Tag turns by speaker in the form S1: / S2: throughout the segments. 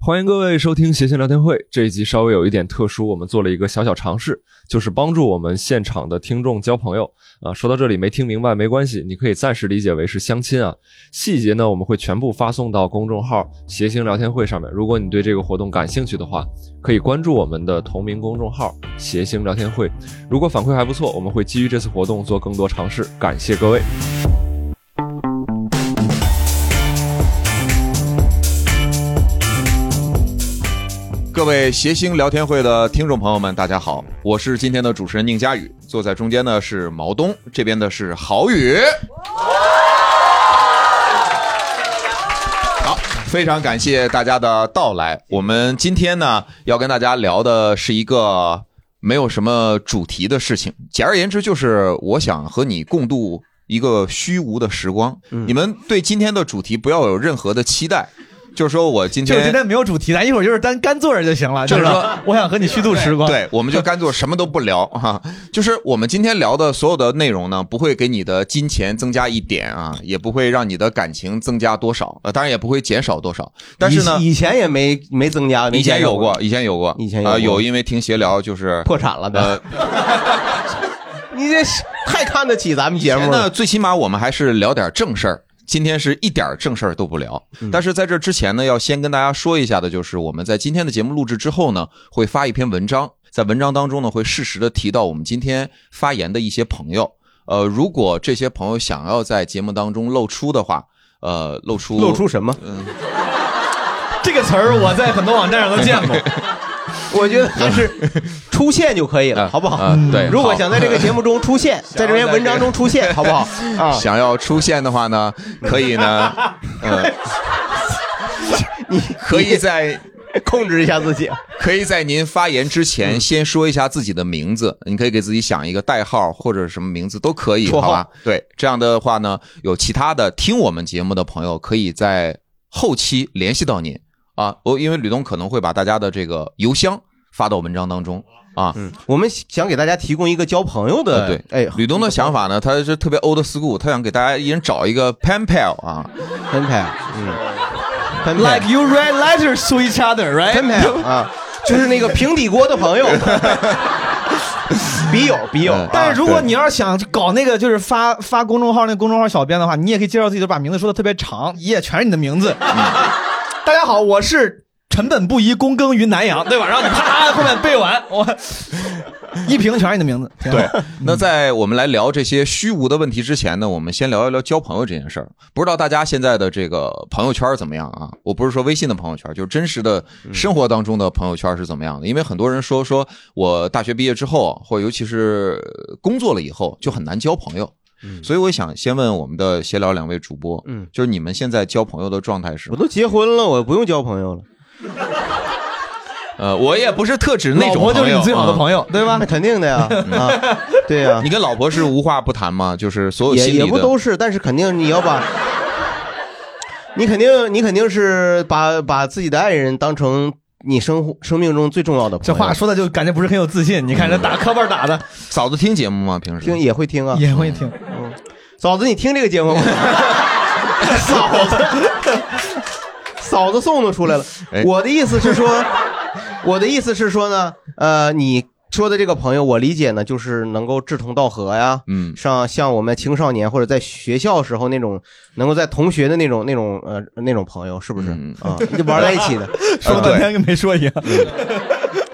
S1: 欢迎各位收听谐星聊天会。这一集稍微有一点特殊，我们做了一个小小尝试，就是帮助我们现场的听众交朋友啊。说到这里没听明白没关系，你可以暂时理解为是相亲啊。细节呢，我们会全部发送到公众号“谐星聊天会”上面。如果你对这个活动感兴趣的话，可以关注我们的同名公众号“谐星聊天会”。如果反馈还不错，我们会基于这次活动做更多尝试。感谢各位。
S2: 各位谐星聊天会的听众朋友们，大家好，我是今天的主持人宁佳宇，坐在中间的是毛东，这边的是郝宇。好，非常感谢大家的到来。我们今天呢，要跟大家聊的是一个没有什么主题的事情，简而言之，就是我想和你共度一个虚无的时光。你们对今天的主题不要有任何的期待。就是说我今
S3: 就
S2: 天
S3: 是今天没有主题，咱一会儿就是单干坐哎着就行了。
S2: 啊就是说
S3: 吧我想和你虚度时光。
S2: 对，我们就干做什么都不聊哈、就是我们今天聊的所有的内容呢，不会给你的金钱增加一点啊，也不会让你的感情增加多少，呃，当然也不会减少多少。但是呢，
S4: 以以前也没没增加，没
S2: 以前
S4: 减少
S2: 有过，，以前有过，以前
S4: 有
S2: 呃
S4: 过
S2: 有因为听协聊就是
S4: 破产了呗。
S2: 呃，
S4: 你这是太看得起咱们节目
S2: 那
S4: 了。
S2: 最起码我们还是聊点正事儿。今天是一点儿正事儿都不聊，
S4: 嗯
S2: 但是在这之前呢，要先跟大家说一下的，就是我们在今天的节目录制之后呢，会发一篇文章，在文章当中呢，会适时的提到我们今天发言的一些朋友。呃，如果这些朋友想要在节目当中露出的话，呃，露出嗯
S4: 露出什么？
S3: 这个词儿我在很多网站上都 见过。
S4: 我觉得还 是 出现就可以了，好不好
S2: 嗯？对
S4: 如果
S2: 好
S4: 想在这个节 目中 出现，在这篇文章中出现，好不好？啊，
S2: 想要出现的话呢，可以 呢，呃，
S3: 嗯
S2: 你可以在
S4: 控制一下自己。
S2: 可以在您发言之
S4: 嗯
S2: 前先说一下自己的名字，你可以给自己想一个代号或者什么名字都可以，
S4: 绰号
S2: 好吧？对，这样的话呢，有其他的听我们节目的朋友可以在后期联系到您啊。我因为吕东可能会把大家的这个邮箱发到文章当中啊。
S4: 嗯我们想给大家提供一个交朋友
S2: 呃
S4: 的，
S2: 对，
S4: 哎，
S2: 吕东的想法呢，他是特别 old school，他想给大家一人找一个 pen pal 啊，
S4: 分配，嗯，分配
S3: Like you write letters to each other,
S4: 分
S3: right？
S4: 配啊，就是那个平底锅的朋友，笔友笔友
S2: 嗯。
S3: 呃但是如
S4: 啊
S3: 果你要是想搞那个，就是发发公众号那公众号小编的话，你也可以介绍自己，就把名字说的特别长，也全是你的名字。 大家好，我是陈本不一，躬耕于南阳，对吧？然后你啪后面背完，我一屏全是你的名字。挺好
S2: 对，那在我们来聊这些虚无的问题之前呢，我们先聊一聊交朋友这件事儿。不知道大家现在的这个朋友圈怎么样啊？我不是说微信的朋友圈，就是真实的
S4: 嗯
S2: 生活当中的朋友圈是怎么样的？因为很多人说，说我大学毕业之后，或者尤其是工作了以后，就很难交朋友。所以我想先问我们的闲聊两位主播，
S4: 嗯，
S2: 就是你们现在交朋友的状态是
S4: 我？都结婚了，我不用交朋友了。
S2: 呃，我也不是特指那
S3: 老
S2: 种
S3: 婆就是你最好的
S2: 友
S3: 朋友，对吧
S4: 啊那？肯定 的呀，啊，对
S2: 啊。
S4: 呀
S2: 你，跟老婆是无话不谈吗？就是所有
S4: 也
S2: 心里的
S4: 也不都是，但是肯定你要把，你肯定你肯定是把把自己的爱人当成你生活生命中最重要的朋
S3: 这
S4: 友。
S3: 话说的就感觉不是很有嗯自信。你看这打磕巴打的，
S2: 嫂子听节目吗？平时
S4: 听也会听啊，
S3: 也会听。
S4: 嫂子，你听这个节目吗？ 嫂子，嫂子送的出来了
S2: 哎。
S4: 我的意思是说，我的意思是说呢，呃，你说的这个朋友，我理解呢，就是能够志同道合呀，
S2: 嗯
S4: 上像我们青少年或者在学校时候那种，能够在同学的那种那种呃那种朋友，是不是
S2: 嗯
S4: 啊？就玩在一 起 的，啊嗯
S3: 说了半天跟没说一样。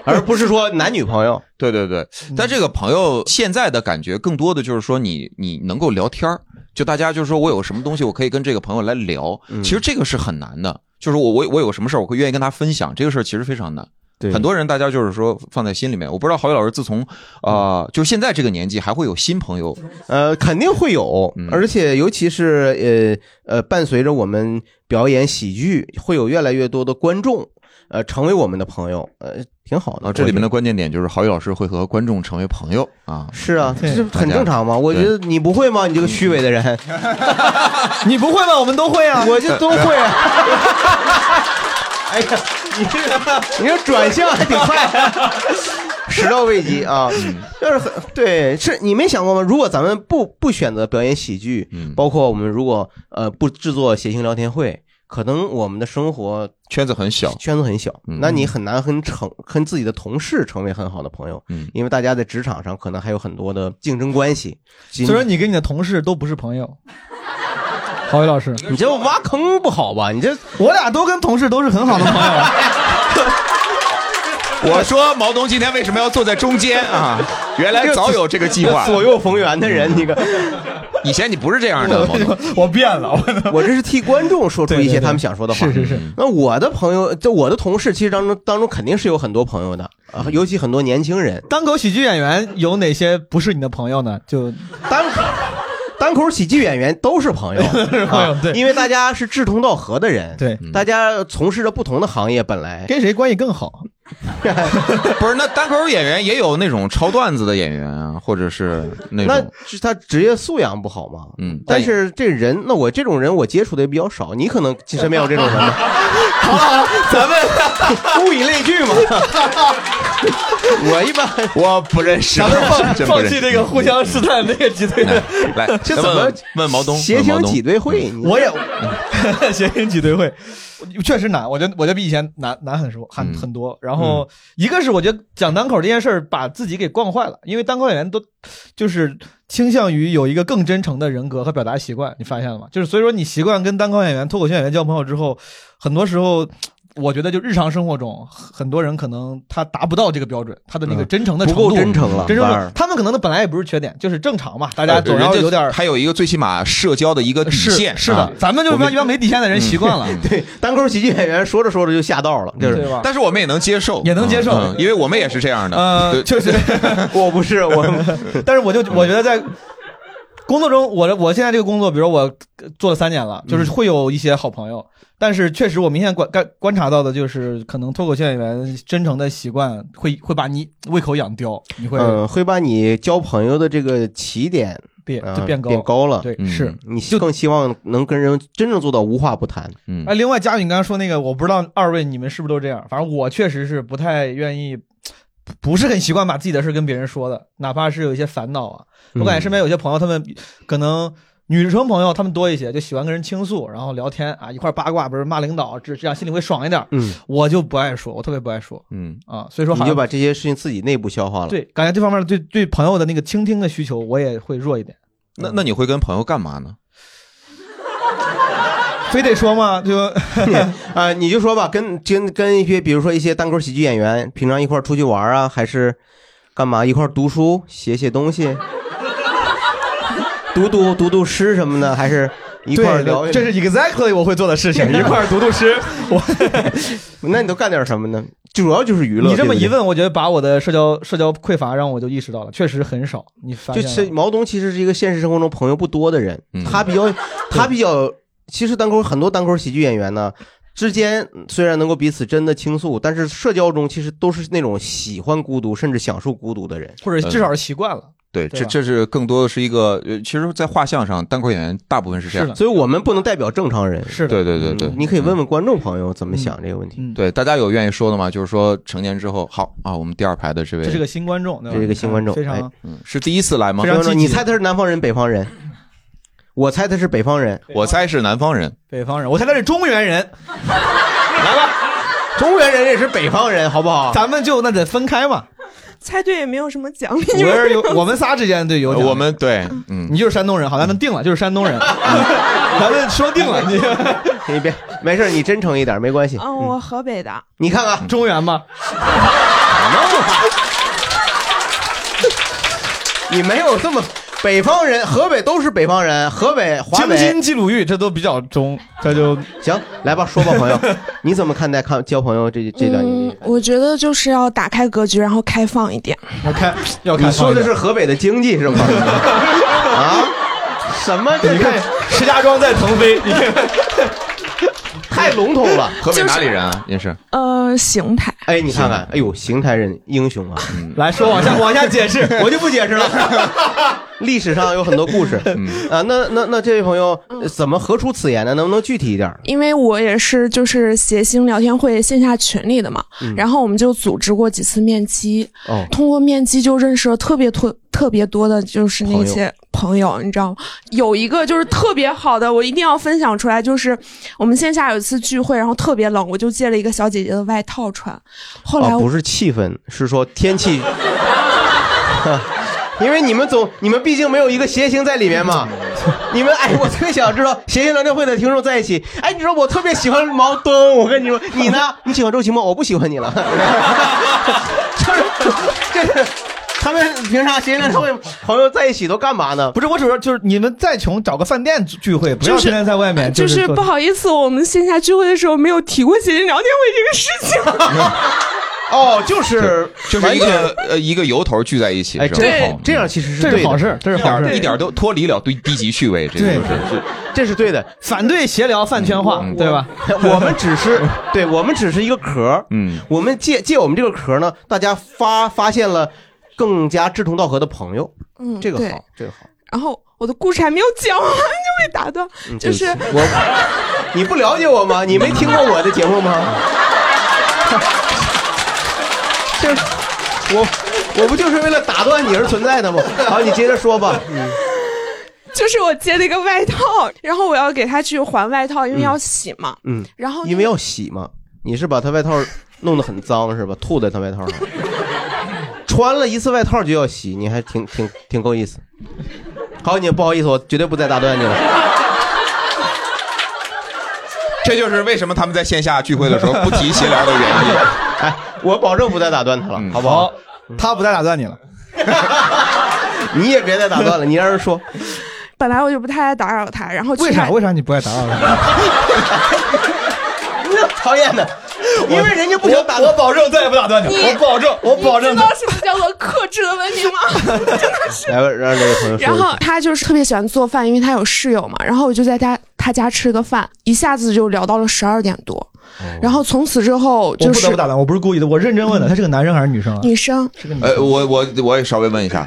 S4: 而不是说男女朋友。
S2: 对对对，但这个朋友现在的感觉更多的就是说你你能够聊天儿就大家就是说我有什么东西我可以跟这个朋友来聊，
S4: 嗯
S2: 其实这个是很难的，就是我我我有什么事儿我会愿意跟他分享，这个事儿其实非常难。
S4: 对
S2: 很多人大家就是说放在心里面，我不知道郝宇老师自从啊、呃就是现在这个年纪还会有新朋友，嗯
S4: 呃，肯定会有，而且尤其是呃呃，伴随着我们表演喜剧，会有越来越多的观众，呃，成为我们的朋友，呃，挺好的。
S2: 啊，这里面
S4: 我
S2: 的关键点就是郝宇老师会和观众成为朋友啊，
S4: 觉得是啊，
S3: 对
S4: 这很正常嘛。我
S2: 对
S4: 觉得你不会吗？你这个虚伪的人，
S3: 你不会吗？我们都会啊。
S4: 我就都 会啊。哎呀，你这个你这转向还挺快、始料未及啊，
S2: 嗯
S4: 就是很对，是你没想过吗？如果咱们不不选择表演喜剧，
S2: 嗯
S4: 包括我们如果呃不制作谐星聊天会，可能我们的生活
S2: 圈子很小，
S4: 圈子很小，
S2: 嗯
S4: 那你很难很成跟自己的同事成为很好的朋友，
S2: 嗯，
S4: 因为大家在职场上可能还有很多的竞争关系。所
S3: 所以说你跟你的同事都不是朋友。 郝宇老师，
S4: 你这挖坑不好吧？你这
S3: 我俩都跟同事都是很好的朋 友。啊
S2: 我说毛东今天为什么要坐在中间啊？原来早有这个 计划。
S4: 左右逢源的人，你个
S2: 以前你不是这样的，毛东。
S3: 我变了，我
S4: 我这是替观众说出一些他们想说的话。嗯
S3: 是是是，
S4: 那我的朋友，就我的同事，其实当中当中肯定是有很多朋友的，
S3: 嗯
S4: 啊，尤其很多年轻人。
S3: 单口喜剧演员有哪些不是你的朋友呢？就
S4: 单口单口喜剧演员都是朋友，啊
S3: 是 朋友对
S4: 因为大家是志同道合的人，
S3: 对，
S4: 大家从事着不同的行业，本来
S3: 跟谁关系更好？
S2: 不是，那单口演员也有那种抄段子的演员啊，或者 是那
S4: 那
S2: 种，
S4: 是他职业素养不好嘛。
S2: 嗯，
S4: 但是这人，那我这种人我接触的也比较少，你可能身边有这种人 吗？好了好了，咱们 物以类聚嘛。 我一般
S2: 我不认识，啊真不认识。嗯
S3: 这个互相试探这个集队的。
S2: 哎 来，
S4: 这怎么
S2: 问问毛东？
S4: 协
S2: 问毛
S4: 情
S2: 东嗯
S4: 挤兑会，你
S3: 我也 谐音挤兑会，确实难，我觉得我觉得比以前难难很多，很
S2: 嗯
S3: 很多。然后一个是我觉得讲单口这件事儿把自己给惯坏了，因为单口演员都就是倾向于有一个更真诚的人格和表达习惯，你发现了吗？就是所以说你习惯跟单口演员、脱口秀演员交朋友之后，很多时候。我觉得就日常生活中，很多人可能他达不到这个标准，他的
S2: 嗯
S3: 那个真诚的
S4: 不
S3: 程
S4: 够
S3: 度
S4: 真诚了，
S3: 真正的
S4: 反而，
S3: 他们可能的本来也不是缺点，就是正常嘛，大
S2: 大
S3: 家
S4: 哎
S3: 总要有点儿
S2: 哎还有一个最起码社交的一个底
S3: 是
S2: 线，
S3: 是的
S2: 啊，
S3: 咱们就
S2: 我
S3: 一般
S2: 们嗯
S3: 一般没底线的人习惯了，
S4: 对单口喜剧演员说着说着就下道了，就是
S3: 嗯对吧？
S2: 但是我们也能接受，
S3: 也能接受
S2: 嗯因为我们也是这样的。
S3: 呃，
S2: 对
S3: 就是，
S4: 我不是我，
S3: 但是我就我觉得在工作中，我的我现在这个工作，比如我呃做了三年
S4: 嗯
S3: 了，就是会有一些好朋友，但是确实我明显观观观察到的就是，可能脱口秀演员真诚的习惯会会把你胃口养刁，你会
S4: 嗯，会把你交朋友的这个起点
S3: 变
S4: 啊
S3: 就变高，
S4: 变高了，
S3: 对
S2: 嗯
S3: 是。
S4: 你更希望能跟人真正做到无话不谈。
S2: 嗯
S3: 哎，，另外，佳宇你刚刚说那个，我不知道二位你们是不是都这样，反正我确实是不太愿意，不不是很习惯把自己的事跟别人说的，哪怕是有一些烦恼啊。
S4: 嗯
S3: 我感觉身边有些朋友，他们可能女生朋友他们多一些，就喜欢跟人倾诉，然后聊天啊，一块儿八卦，不是骂领导，这这样心里会爽一点。
S4: 嗯，
S3: 我就不爱说，我特别不爱说
S2: 嗯，
S3: 啊，所以说
S4: 你
S3: 好
S4: 就
S3: 像
S4: 把这些事情自己内部消化了。
S3: 对感觉这方面对对朋友的那个倾听的需求，我也会弱一点。
S2: 那那你会跟朋友干嘛 呢？
S3: 非得说吗？ 就
S4: 啊、你就说吧，跟跟跟一些，比如说一些单口喜剧演员，平常一块儿出去玩啊，还是干嘛一块儿读书、写写东 西，读读读读诗什么的，还是一块儿聊一聊？
S3: 这是 exactly 我会做的事 情，一块儿读读诗。 我
S4: 那你都干点什么呢？主要就是娱乐。
S3: 你这么一
S4: 对
S3: 问，我觉得把我的社交社交匮乏让我就意识到了，确实很少。你发
S4: 不对，
S3: 现
S4: 就是
S3: 了
S4: 毛东其实是一个现实生活中朋友不多的人，
S2: 嗯
S4: 他比 较他比较，其实单口很多单口喜剧演员呢。之间嗯虽然能够彼此真的倾诉，但是社交中其实都是那种喜欢孤独甚至享受孤独的人。
S3: 或
S2: 嗯
S3: 者至少是习惯了。
S2: 对，
S3: 对
S2: 这
S3: 吧
S2: 这是更多的是一个，呃其实，在画像上，单口演员大部分是这啊样
S3: 是。的
S4: 所以我们不能代表正常人。
S3: 是的，
S2: 对对对对，
S4: 嗯你可以问问观众朋友怎么想这个问题。
S3: 嗯，
S2: 对，大家有愿意说的吗？就是说成年之后，好啊，我们第二排的这位
S3: 这是个新观众，对吧
S4: 这是个新观众
S3: 非
S4: 哎
S3: 常
S2: 嗯是第一次来吗
S3: 非？常
S4: 观众
S3: 积极
S4: 你猜他是南方人、北方人？我猜他是北方人，
S2: 嗯我猜是南方人，
S3: 北方人，我猜他是中原人，
S4: 中原人也是北方人，好不好？
S3: 咱们就那得分开嘛。
S5: 猜对也没有什么奖励。 嗯
S3: 我 是有我们仨之间对有奖
S2: 我们对，嗯，
S3: 你就是山东人，好，咱们定了，就是山东人，咱们说定了， 你
S4: 你别没事儿，你真诚一点没关系。
S5: 嗯，我河北的，
S4: 你看啊看，
S3: 嗯中原吧。
S4: 你没有这么北方人，河北都是北方人，河北、华
S3: 京
S4: 北
S3: 津冀鲁豫这都比较中，这就
S4: 行，来吧，说吧， 朋友，你怎么看待看交朋友这这段经历
S5: 嗯？，我觉得就是要打开格局，然后开放一点。
S3: 要开要开
S4: 你
S3: 放
S4: 说
S3: 一点。
S4: 的是河北的经济 是吗？啊？什么？这
S3: 你看石家庄在腾飞，你看
S4: 太笼统了。
S2: 河北哪里人啊？也是，
S5: 呃，邢台，
S4: 哎，你看看，哎呦，邢台人英雄啊！
S3: 嗯来说往下往下解释，
S4: 我就不解释了。历史上有很多 故事啊，那那那这位朋友呃怎么何出此言呢？能不能具体一点儿？
S5: 因为我也是就是谐星聊天会线下群里的嘛，然后我们就组织过几次面基，
S4: 嗯哦
S5: 通过面基就认识了特别特特别多的就是那些朋友，你知道吗？有一个就是特别好的，我一定要分享出来，就是我们线下有一次聚会，然后特别冷，我就借了一个小姐姐的外套穿，后来
S4: 啊，
S5: 我、
S4: 不是气氛，是说天气， 因为你们总你们毕竟没有一个谐星在里面嘛。你们哎，我特想知道谐星聊天会的听众在一起。哎，你说我特别喜欢毛东，我跟你说，你 呢？你喜欢周奇墨，我不喜欢你了。 就是这是他们平常谐星聊天会朋友在一起都干嘛呢？
S3: 不是，我只是就是你们再穷找个饭店聚会，不要天天在外
S4: 哎
S3: 面。
S5: 就是是不好意思，我们线下聚会的时候没有提过谐星聊天会这个事情。
S4: 哦，就是
S2: 就是一个呃一个由头聚在一起，
S4: 哎
S2: 是吧
S4: 这样
S2: 好
S4: 这样其实是对的
S2: 一点一点都脱离了对低级趣味，这个
S4: 对
S2: 就是是
S4: 这是对的，
S3: 反对闲聊饭圈化，对吧？
S4: 我们只是对，我们只是一个壳，
S2: 嗯，
S4: 我们借借我们这个壳呢，大家发发现了更加志同道合的朋友，
S5: 嗯，
S4: 这个
S5: 对
S4: 好，这个好。
S5: 然后我的故事还没有讲完 就被打断，
S4: 嗯
S5: 就
S4: 对不起
S5: 是
S4: 我，你不了解我吗？你没听过我的节目吗？ 就是我，我不就是为了打断你而存在的吗？好，你接着说吧。嗯
S5: 就是我借了一个外套，然后我要给他去还外套，因为要洗嘛。
S4: 嗯，
S5: 然后
S4: 因为要洗嘛，你是把他外套弄得很脏是吧？吐在他外套上， 穿了一次外套就要洗，你还挺挺挺够意思。好，你不好意思，我绝对不再打断你了。
S2: 这就是为什么他们在线下聚会的时候不提闲聊的原因。 嗯
S4: 哎，我保证不再打断他了，好不好？
S3: 他不再打断你了，
S4: 你也别再打断了，你让人说。
S5: 本来我就不太爱打扰他，然后去
S3: 为啥？
S5: 看
S3: 为啥你不爱打扰他？
S4: 讨厌的，因为人家不想打
S3: 我保证再也不打断你，
S5: 你
S3: 我保证，我保证
S5: 你知。道什么叫做 克制的问题吗？
S4: 来吧，让这位朋友说
S5: 然
S4: 一
S5: 后
S4: 下。
S5: 他就是特别喜欢做饭，因为他有室友嘛。然后我就在他他家吃个饭，一下子就聊到了十二点多。然后从此之后
S3: 哦我
S5: 就
S3: 不
S5: 是
S3: 得不打断，我不是故意的，我认真问的，他是个男生还是女生啊？
S5: 女生，
S2: 呃，我我我也稍微问一下，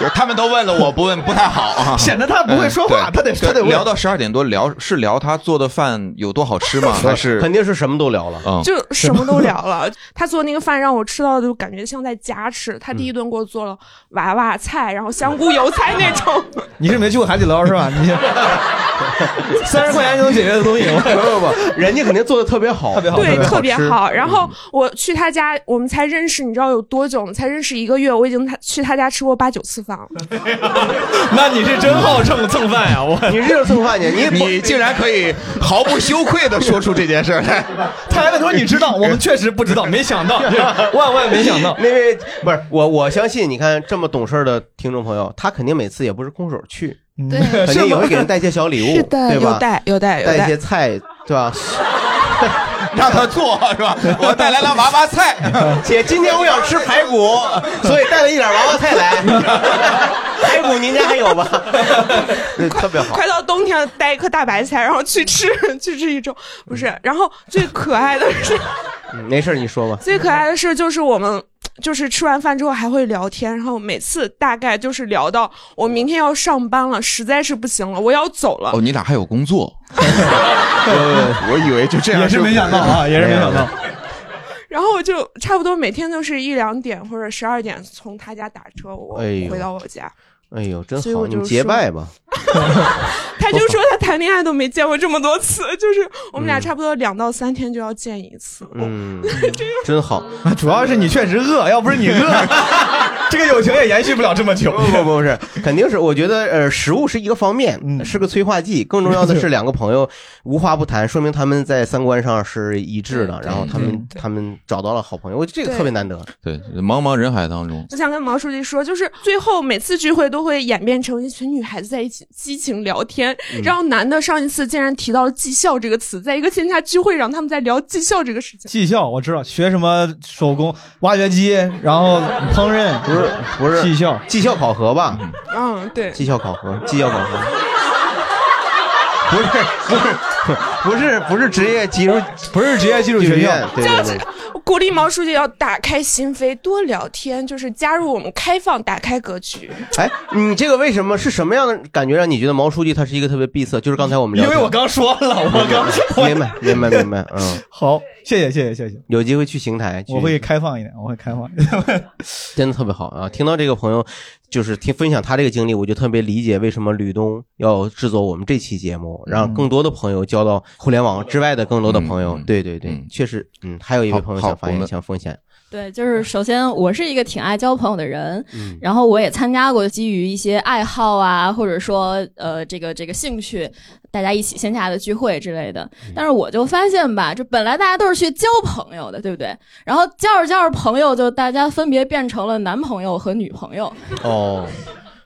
S2: 就是他们都问了，我不问不太好啊，
S3: 显得他不会说话
S2: 嗯
S3: 他得
S2: 对
S3: 他得问
S2: 聊到十二点多，聊是聊他做的饭有多好吃吗？ 还是
S4: 肯定是什么都聊了，
S3: 哦
S2: 嗯，
S5: 就什么都聊 了。他做那个饭让我吃到的，就感觉像在家吃。他
S3: 嗯
S5: 第一顿给我做了娃娃菜，然后香菇 油菜那种。
S3: 你是没去过海底捞是吧？你 三十块钱就能解决的东西，
S4: 不 不不，人家肯定做的特别好，
S3: 特别好
S5: 对，特别
S3: 吃嗯
S5: 好。然后我去他家，我们才认识，你知道有多久？我们才认识一个月，我已经他去他家吃过八九次饭了。
S3: 那你是真好蹭蹭饭呀！我
S4: 你这是蹭饭去，你
S2: 你竟然可以毫不羞愧的说出这件事儿来，
S3: 他还问说你知道，我们 确实不知道，没想到， 万万没想到。
S4: 那位不是我，我相信你看这么懂事儿的听众朋友，他肯定每次也不是空手去，
S5: 对，
S4: 肯定也会给人带些小礼物，
S5: 是的，
S4: 对
S5: 有
S4: 吧？
S5: 带有带有
S4: 带一
S5: 带。
S4: 些菜，对吧？
S2: 让他做是吧？我带来了娃娃菜，
S4: 姐，今天我想吃排骨，所以带了一点娃娃菜来。排骨您家还有吧？对特别 好。
S5: 快到冬天了，带一颗大白菜，然后去吃 去吃一周，不是。然后最可爱的是，。
S4: 嗯没事儿，你说吧
S5: 最可爱的是就是我们。就是吃完饭之后还会聊天，然后每次大概就是聊到我明天要上班了，实在是不行了，我要走了
S2: 哦，。你俩还有工 作？我以为就这样，
S3: 也是没想到啊，也是没想到。
S5: 然后我就差不多每天都是一两点或者十二点从他家打车，我
S4: 哎呦
S5: 回到我家。
S4: 哎呦，真
S5: 所以我
S4: 好，
S5: 就
S4: 你结
S5: 说
S4: 拜吧。
S5: 他就 说他谈恋爱都没见过这么多次，就是我们俩差不多两到三天就要见一次。
S4: 嗯， 真好。
S3: 啊主要是你确实饿，要不是你 饿，这个友情也延续不了这么久。
S4: 不不不是，肯定是。我觉得呃，食物是一个方面，
S3: 嗯
S4: 是个催化剂。更重 要的是，两个朋友无话不谈，说明他们在三观上是一致的。
S5: 对
S4: 然后他们他们找到了好朋友，我觉得这个特别难得。
S2: 对，茫茫人海当中，
S5: 我想跟毛书记说，就是最后每次聚会都会演变成一群女孩子在一起激情聊天，
S4: 嗯
S5: 然后男的上一次竟然提到了绩效这个词，在一个线下聚会上他们在聊绩效这个事情。
S3: 技校我知道，学什么手工、挖掘机，然后烹饪，
S4: 不是不是
S3: 技校。
S4: 绩效考核吧？
S5: 嗯，对，
S4: 绩效考核，绩效考核。不是不是不是不是职业技术
S3: 不是职业技术
S4: 技术
S3: 学
S4: 学
S3: 校，
S4: 院，对对对，
S5: 我鼓励毛书记要打开心扉，多聊天，就是加入我们开放、打开格局。
S4: 哎，你这个为什么是什么样的感觉让你觉得毛书记他是一个特别闭塞？就是刚才我们聊
S3: 因
S4: 天，
S3: 为我刚说了，我刚说
S4: 明白明白明白，嗯，
S3: 好，谢谢谢谢谢谢，
S4: 有机会去邢台，去
S3: 我会开放一点，我会开放一点。
S4: 真的特别好啊！听到这个朋友就是听分享他这个经历，我就特别理解为什么吕东要制作我们这期节目，让更多的朋友交到互联网之外的更多的朋友。对对对，确实，嗯，还有一位朋友
S2: 好
S4: 想发
S2: 我
S4: 言，
S2: 们
S4: 想奉献。
S6: 对，就是首先我是一个挺爱交朋友的人，然后我也参加过基于一些爱好啊，或者说呃这个这个兴趣，大家一起线下的聚会之类的。但是我就发现吧，就本来大家都是去交朋友的，对不对？然后交着交着朋友，就大家分别变成了男朋友和女朋友。
S4: 哦，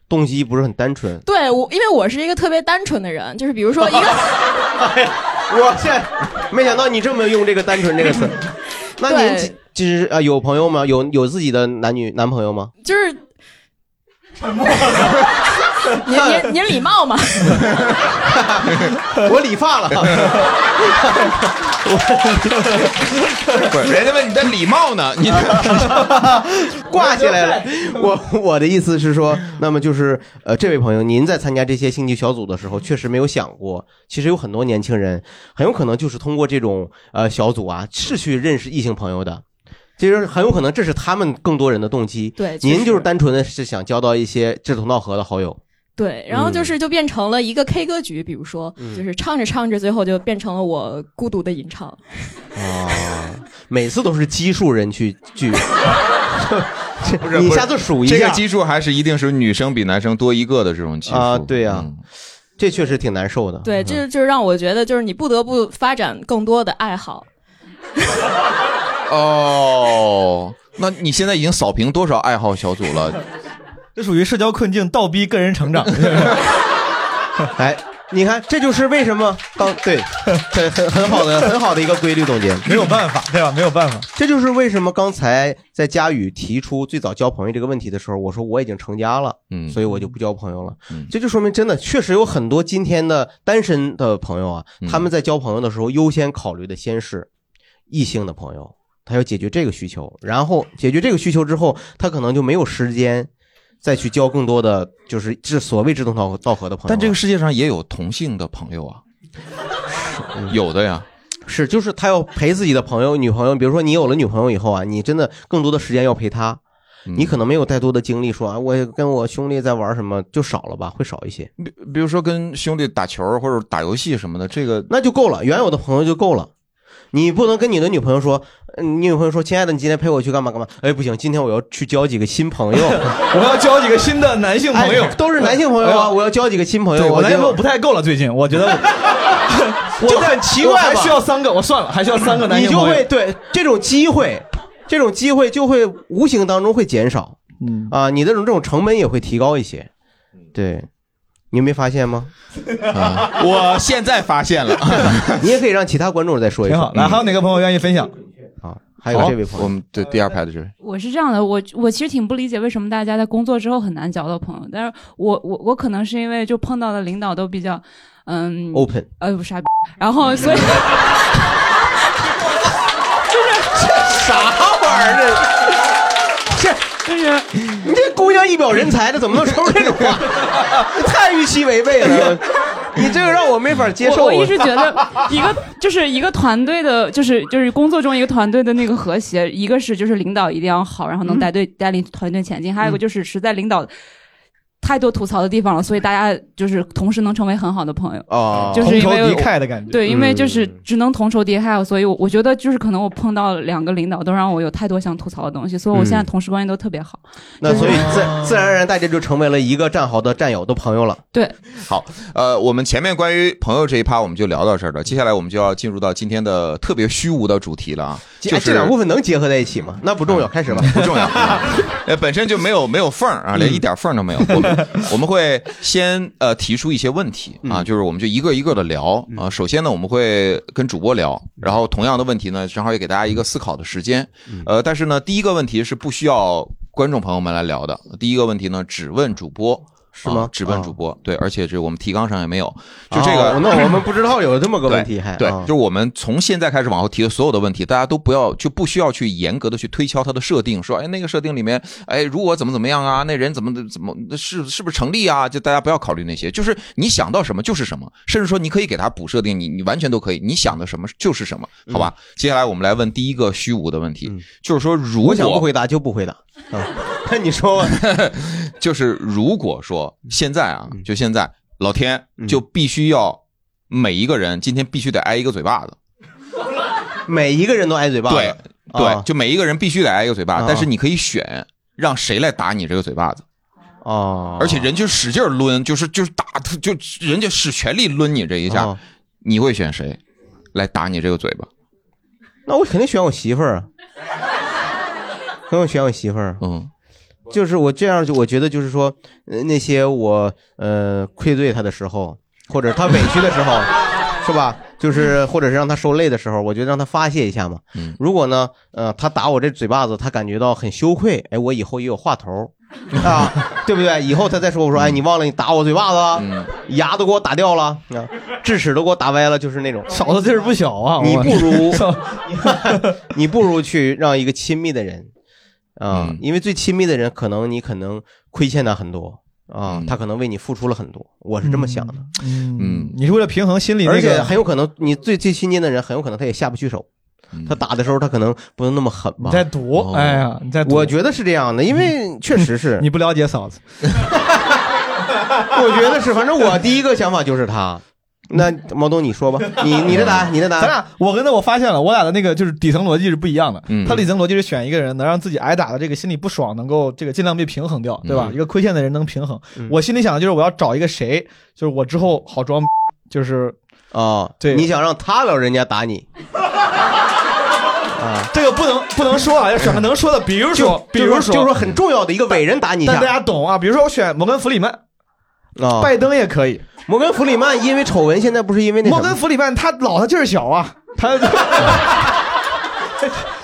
S4: 动机不是很单纯。
S6: 对我，因为我是一个特别单纯的人，就是比如说一个。
S4: 我这没想到你这么用这个“单纯”这个词。那您
S6: 对
S4: 其其实啊，有朋友吗？有有自己的男女男朋友吗？
S6: 就是。您您您礼貌吗？
S4: 我理发了，
S2: 不是，人家问你的礼貌呢， 你
S4: 挂起来 了。我我的意思是说，
S6: 嗯
S4: 那么就是呃，这位朋友，您在参加这些兴趣小组的时候，确实没有想过，其实有很多年轻人很有可能就是通过这种呃小组啊，是去认识异性朋友的。其实很有可能这是他们更多人的动机。
S6: 对确
S4: 您
S6: 实
S4: 就是单纯的是想交到一些志同道合的好友。
S6: 对，然后就是就变成了一个 K 歌局，比如说，就是唱着唱着，最后就变成了我孤独的吟唱。
S4: 啊，每次都是奇数人去聚。你下次数一
S2: 这个
S4: 下
S2: 基数还是一定是女生比男生多一个的这种基数
S4: 啊，对呀、
S2: 嗯
S4: 这确实挺难受的。
S6: 对，这就是让我觉得，就是你不得不发展更多的爱好。
S2: 哦，那你现在已经扫平多少爱好小组 了？
S3: 这属于社交困境，倒逼个人成长。
S4: 哎，你看，这就是为什么刚 对，很很很好的很好的一个规律总结。
S3: 没有办法，对吧？没有办法，
S4: 这就是为什么刚才在佳宇提出最早交朋友这个问题的时候，我说我已经成家了，
S2: 嗯
S4: 所以我就不交朋友了。
S2: 嗯
S4: 这就说明真的确实有很多今天的单身的朋友啊，
S2: 嗯
S4: 他们在交朋友的时候优先考虑的先是异性的朋友，他要解决这个需求，然后解决这个需求之后，他可能就没有时间再去交更多的就是志所谓志同道合道合的朋友了。啊
S2: 但这个世界上也有同性的朋友啊，有的呀。
S4: 嗯是，就是他要陪自己的朋友、女朋友。比如说，你有了女朋友以后啊，你真的更多的时间要陪她，
S2: 嗯
S4: 你可能没有太多的精力说啊，我跟我兄弟在玩什么，就少了吧，会少一些，
S2: 比比如说跟兄弟打球或者打游戏什么的，这个
S4: 那就够了，原有的朋友就够了。你不能跟你的女朋友说，嗯你女朋友说：“亲爱的，你今天陪我去干嘛干嘛？”哎，不行，今天我要去交几个新朋 友，
S3: 我要交几个新的男性朋友
S4: 哎。都是男性朋友
S3: 哎
S4: 啊，
S3: 呀
S4: 我要交几个新朋友。
S3: 对我男
S4: 觉
S3: 性
S4: 得
S3: 朋友不太够了，最近我 觉得我
S4: 就很奇怪
S3: 我还
S4: 吧
S3: 需要三个，我算了，还需要三个男
S4: 你
S3: 性
S4: 就
S3: 朋友。
S4: 会对这种机会，这种机会就会无形当中会减少。
S3: 嗯，
S4: 啊，你的这种这种成本也会提高一些。
S2: 嗯
S4: 对，你没发现吗？
S2: 啊我现在发现了。
S4: 你也可以让其他观众再说一嗯
S3: 挺好。
S4: 说。
S3: 来，还有哪个朋友愿意分享？
S4: 啊，还有这位朋
S2: 我
S4: 友，
S2: 们对第二排的这位，
S7: 我是这样的，我我其实挺不理解为什么大家在工作之后很难交到朋友，但是我我我可能是因为就碰到的领导都比较，嗯
S4: Open
S7: 呃不傻逼，然后所以
S3: 哎
S4: 啥玩意儿？
S7: 就是
S4: 你这姑娘一表人才的，怎么能说出这种话？ 太预期违背
S3: 哎
S4: 了，你这个让我没法接
S7: 我
S4: 受。
S7: 我一直觉得一个就是一个团队的，就是就是工作中一个团队的那个和谐，一个是就是领导一定要好，然后
S4: 嗯
S7: 能带队、带领团队前进，还有一个就是实在领导太多吐槽的地方了，所以大家就是同时能成为很好的朋友。
S4: 啊，
S7: 就是
S3: 同仇
S7: 因为
S3: 敌
S7: 我
S3: 忾的感觉。
S7: 对，因为就是
S4: 嗯
S7: 只能同仇敌忾，所以我我觉得就是可能我碰到两个领导都让我有太多想吐槽的东西，所以我现在
S4: 嗯
S7: 同事关系都特别好。
S4: 那所以自自然而然大家就成为了一个战壕的战友的朋友了。
S7: 对，
S2: 呃，我们前面关于朋友这一趴我们就聊到这儿了，接下来我们就要进入到今天的特别虚无的主题了啊，就
S4: 这
S2: 是
S4: 哎
S2: 嗯
S4: 这两部分能结合在一起吗？那不重要，开始吧。
S2: 不重要，呃，本身就没有没有缝儿啊，
S4: 嗯
S2: 连一点缝儿都没有。我 们我们会先呃提出一些问题
S4: 嗯
S2: 啊，就是我们就一个一个的聊啊。首先呢，我们会跟主播聊，
S4: 嗯
S2: 然后同样的问题呢，正好也给大家一个思考的时间。
S4: 嗯
S2: 呃，但是呢，第一个问题是不需要观众朋友们来聊的，第一个问题呢，只问主播。
S4: 是吗
S2: 啊只问主播，对，而且这我们提纲上也没有，就
S4: 哦
S2: 这个，
S4: 那我们不知道有这么个问题
S2: 对
S4: 还
S2: 对
S4: 啊，
S2: 就是我们从现在开始往后提的所有的问题，大家都不要就不需要去严格的去推敲它的设定，说哎那个设定里面哎如果怎么怎么样啊，那人怎么怎么是是不是成立啊？就大家不要考虑那些，就是你想到什么就是什么，甚至说你可以给它补设定，你你完全都可以，你想的什么就是什么，好
S4: 嗯
S2: 吧？接下来我们来问第一个虚无的问题，就是说 如果
S4: 我想不回答就不回答。嗯
S2: 那 你说， 就是如果说现在啊，
S4: 嗯
S2: 就现在，老天就必须要每一个人今天必须得挨一个嘴巴子，
S4: 每一个人都挨嘴巴子。
S2: 对对，就每一个人必须得挨一个嘴巴
S4: 啊
S2: 子，但是你可以选让谁来打你这个嘴巴子。
S4: 哦，
S2: 而且人就使劲抡，就是就是打，就人家使全力抡你这一
S4: 啊
S2: 下，你会选谁来打你这个嘴巴？
S4: 那我肯定选我媳妇儿啊，肯定选我媳妇儿。啊
S2: 嗯，
S4: 就是我这样，就我觉得就是说，呃那些我呃愧对她的时候，或者她委屈的时候， 是吧？就是或者是让她受累的时候，我觉得让她发泄一下嘛。如果呢，呃，她打我这嘴巴子，她感觉到很羞愧，哎，我以后也有话头儿。 啊，对不对？以后她再说，我说，哎，你忘了你打我嘴巴子了，牙都给我打掉了，啊，智齿都给我打歪了，就是那种。
S3: 嫂子劲儿不小啊！
S4: 你
S3: 我
S4: 不如 你不如去让一个亲密的人啊，因为最亲密的人，可能你可能亏欠他很多啊，他可能为你付出了很多，我是这么想的。
S2: 嗯，
S3: 你是为了平衡心里那个，
S4: 而 且很有可能你最最亲近的人，很有可能他也下不去手。他打的时候，他可能不能那么狠吧？
S3: 你在赌
S4: 嗯哦
S3: 哎呀你在赌
S4: 我觉得是这样的，因为确实是
S3: 你不 了解嫂子，
S4: 我觉得是，反正我第一个想法就是他。那毛东，你说吧，哦你你的答案，你的答
S3: 嗯
S4: 案，
S3: 咱俩，我跟他我发现了，我俩的那个就是底层逻辑是不一样的。
S4: 嗯
S3: 他底层逻辑是选一个人能让自己挨打的这个心里不爽，能够这个尽量被平衡掉，对吧？
S4: 嗯
S3: 一个亏欠的人能平衡。我心里想的就是我要找一个谁，就是我之后好装，就是
S4: 哦，
S3: 对
S4: 你想让他老人家打你啊？
S3: 这个不能不能说啊，要选个能说的，比如说，比
S4: 就
S3: 如
S4: 就是说很重要的一个伟人打你一
S3: 但
S4: 下
S3: 大家懂啊，比如说我选摩根弗里曼，
S4: 啊。
S3: 拜登也可以。
S4: 摩根弗里曼因为丑闻，现在不是因为那什
S3: 摩
S4: 么
S3: 根弗里曼他老他劲儿小啊，他。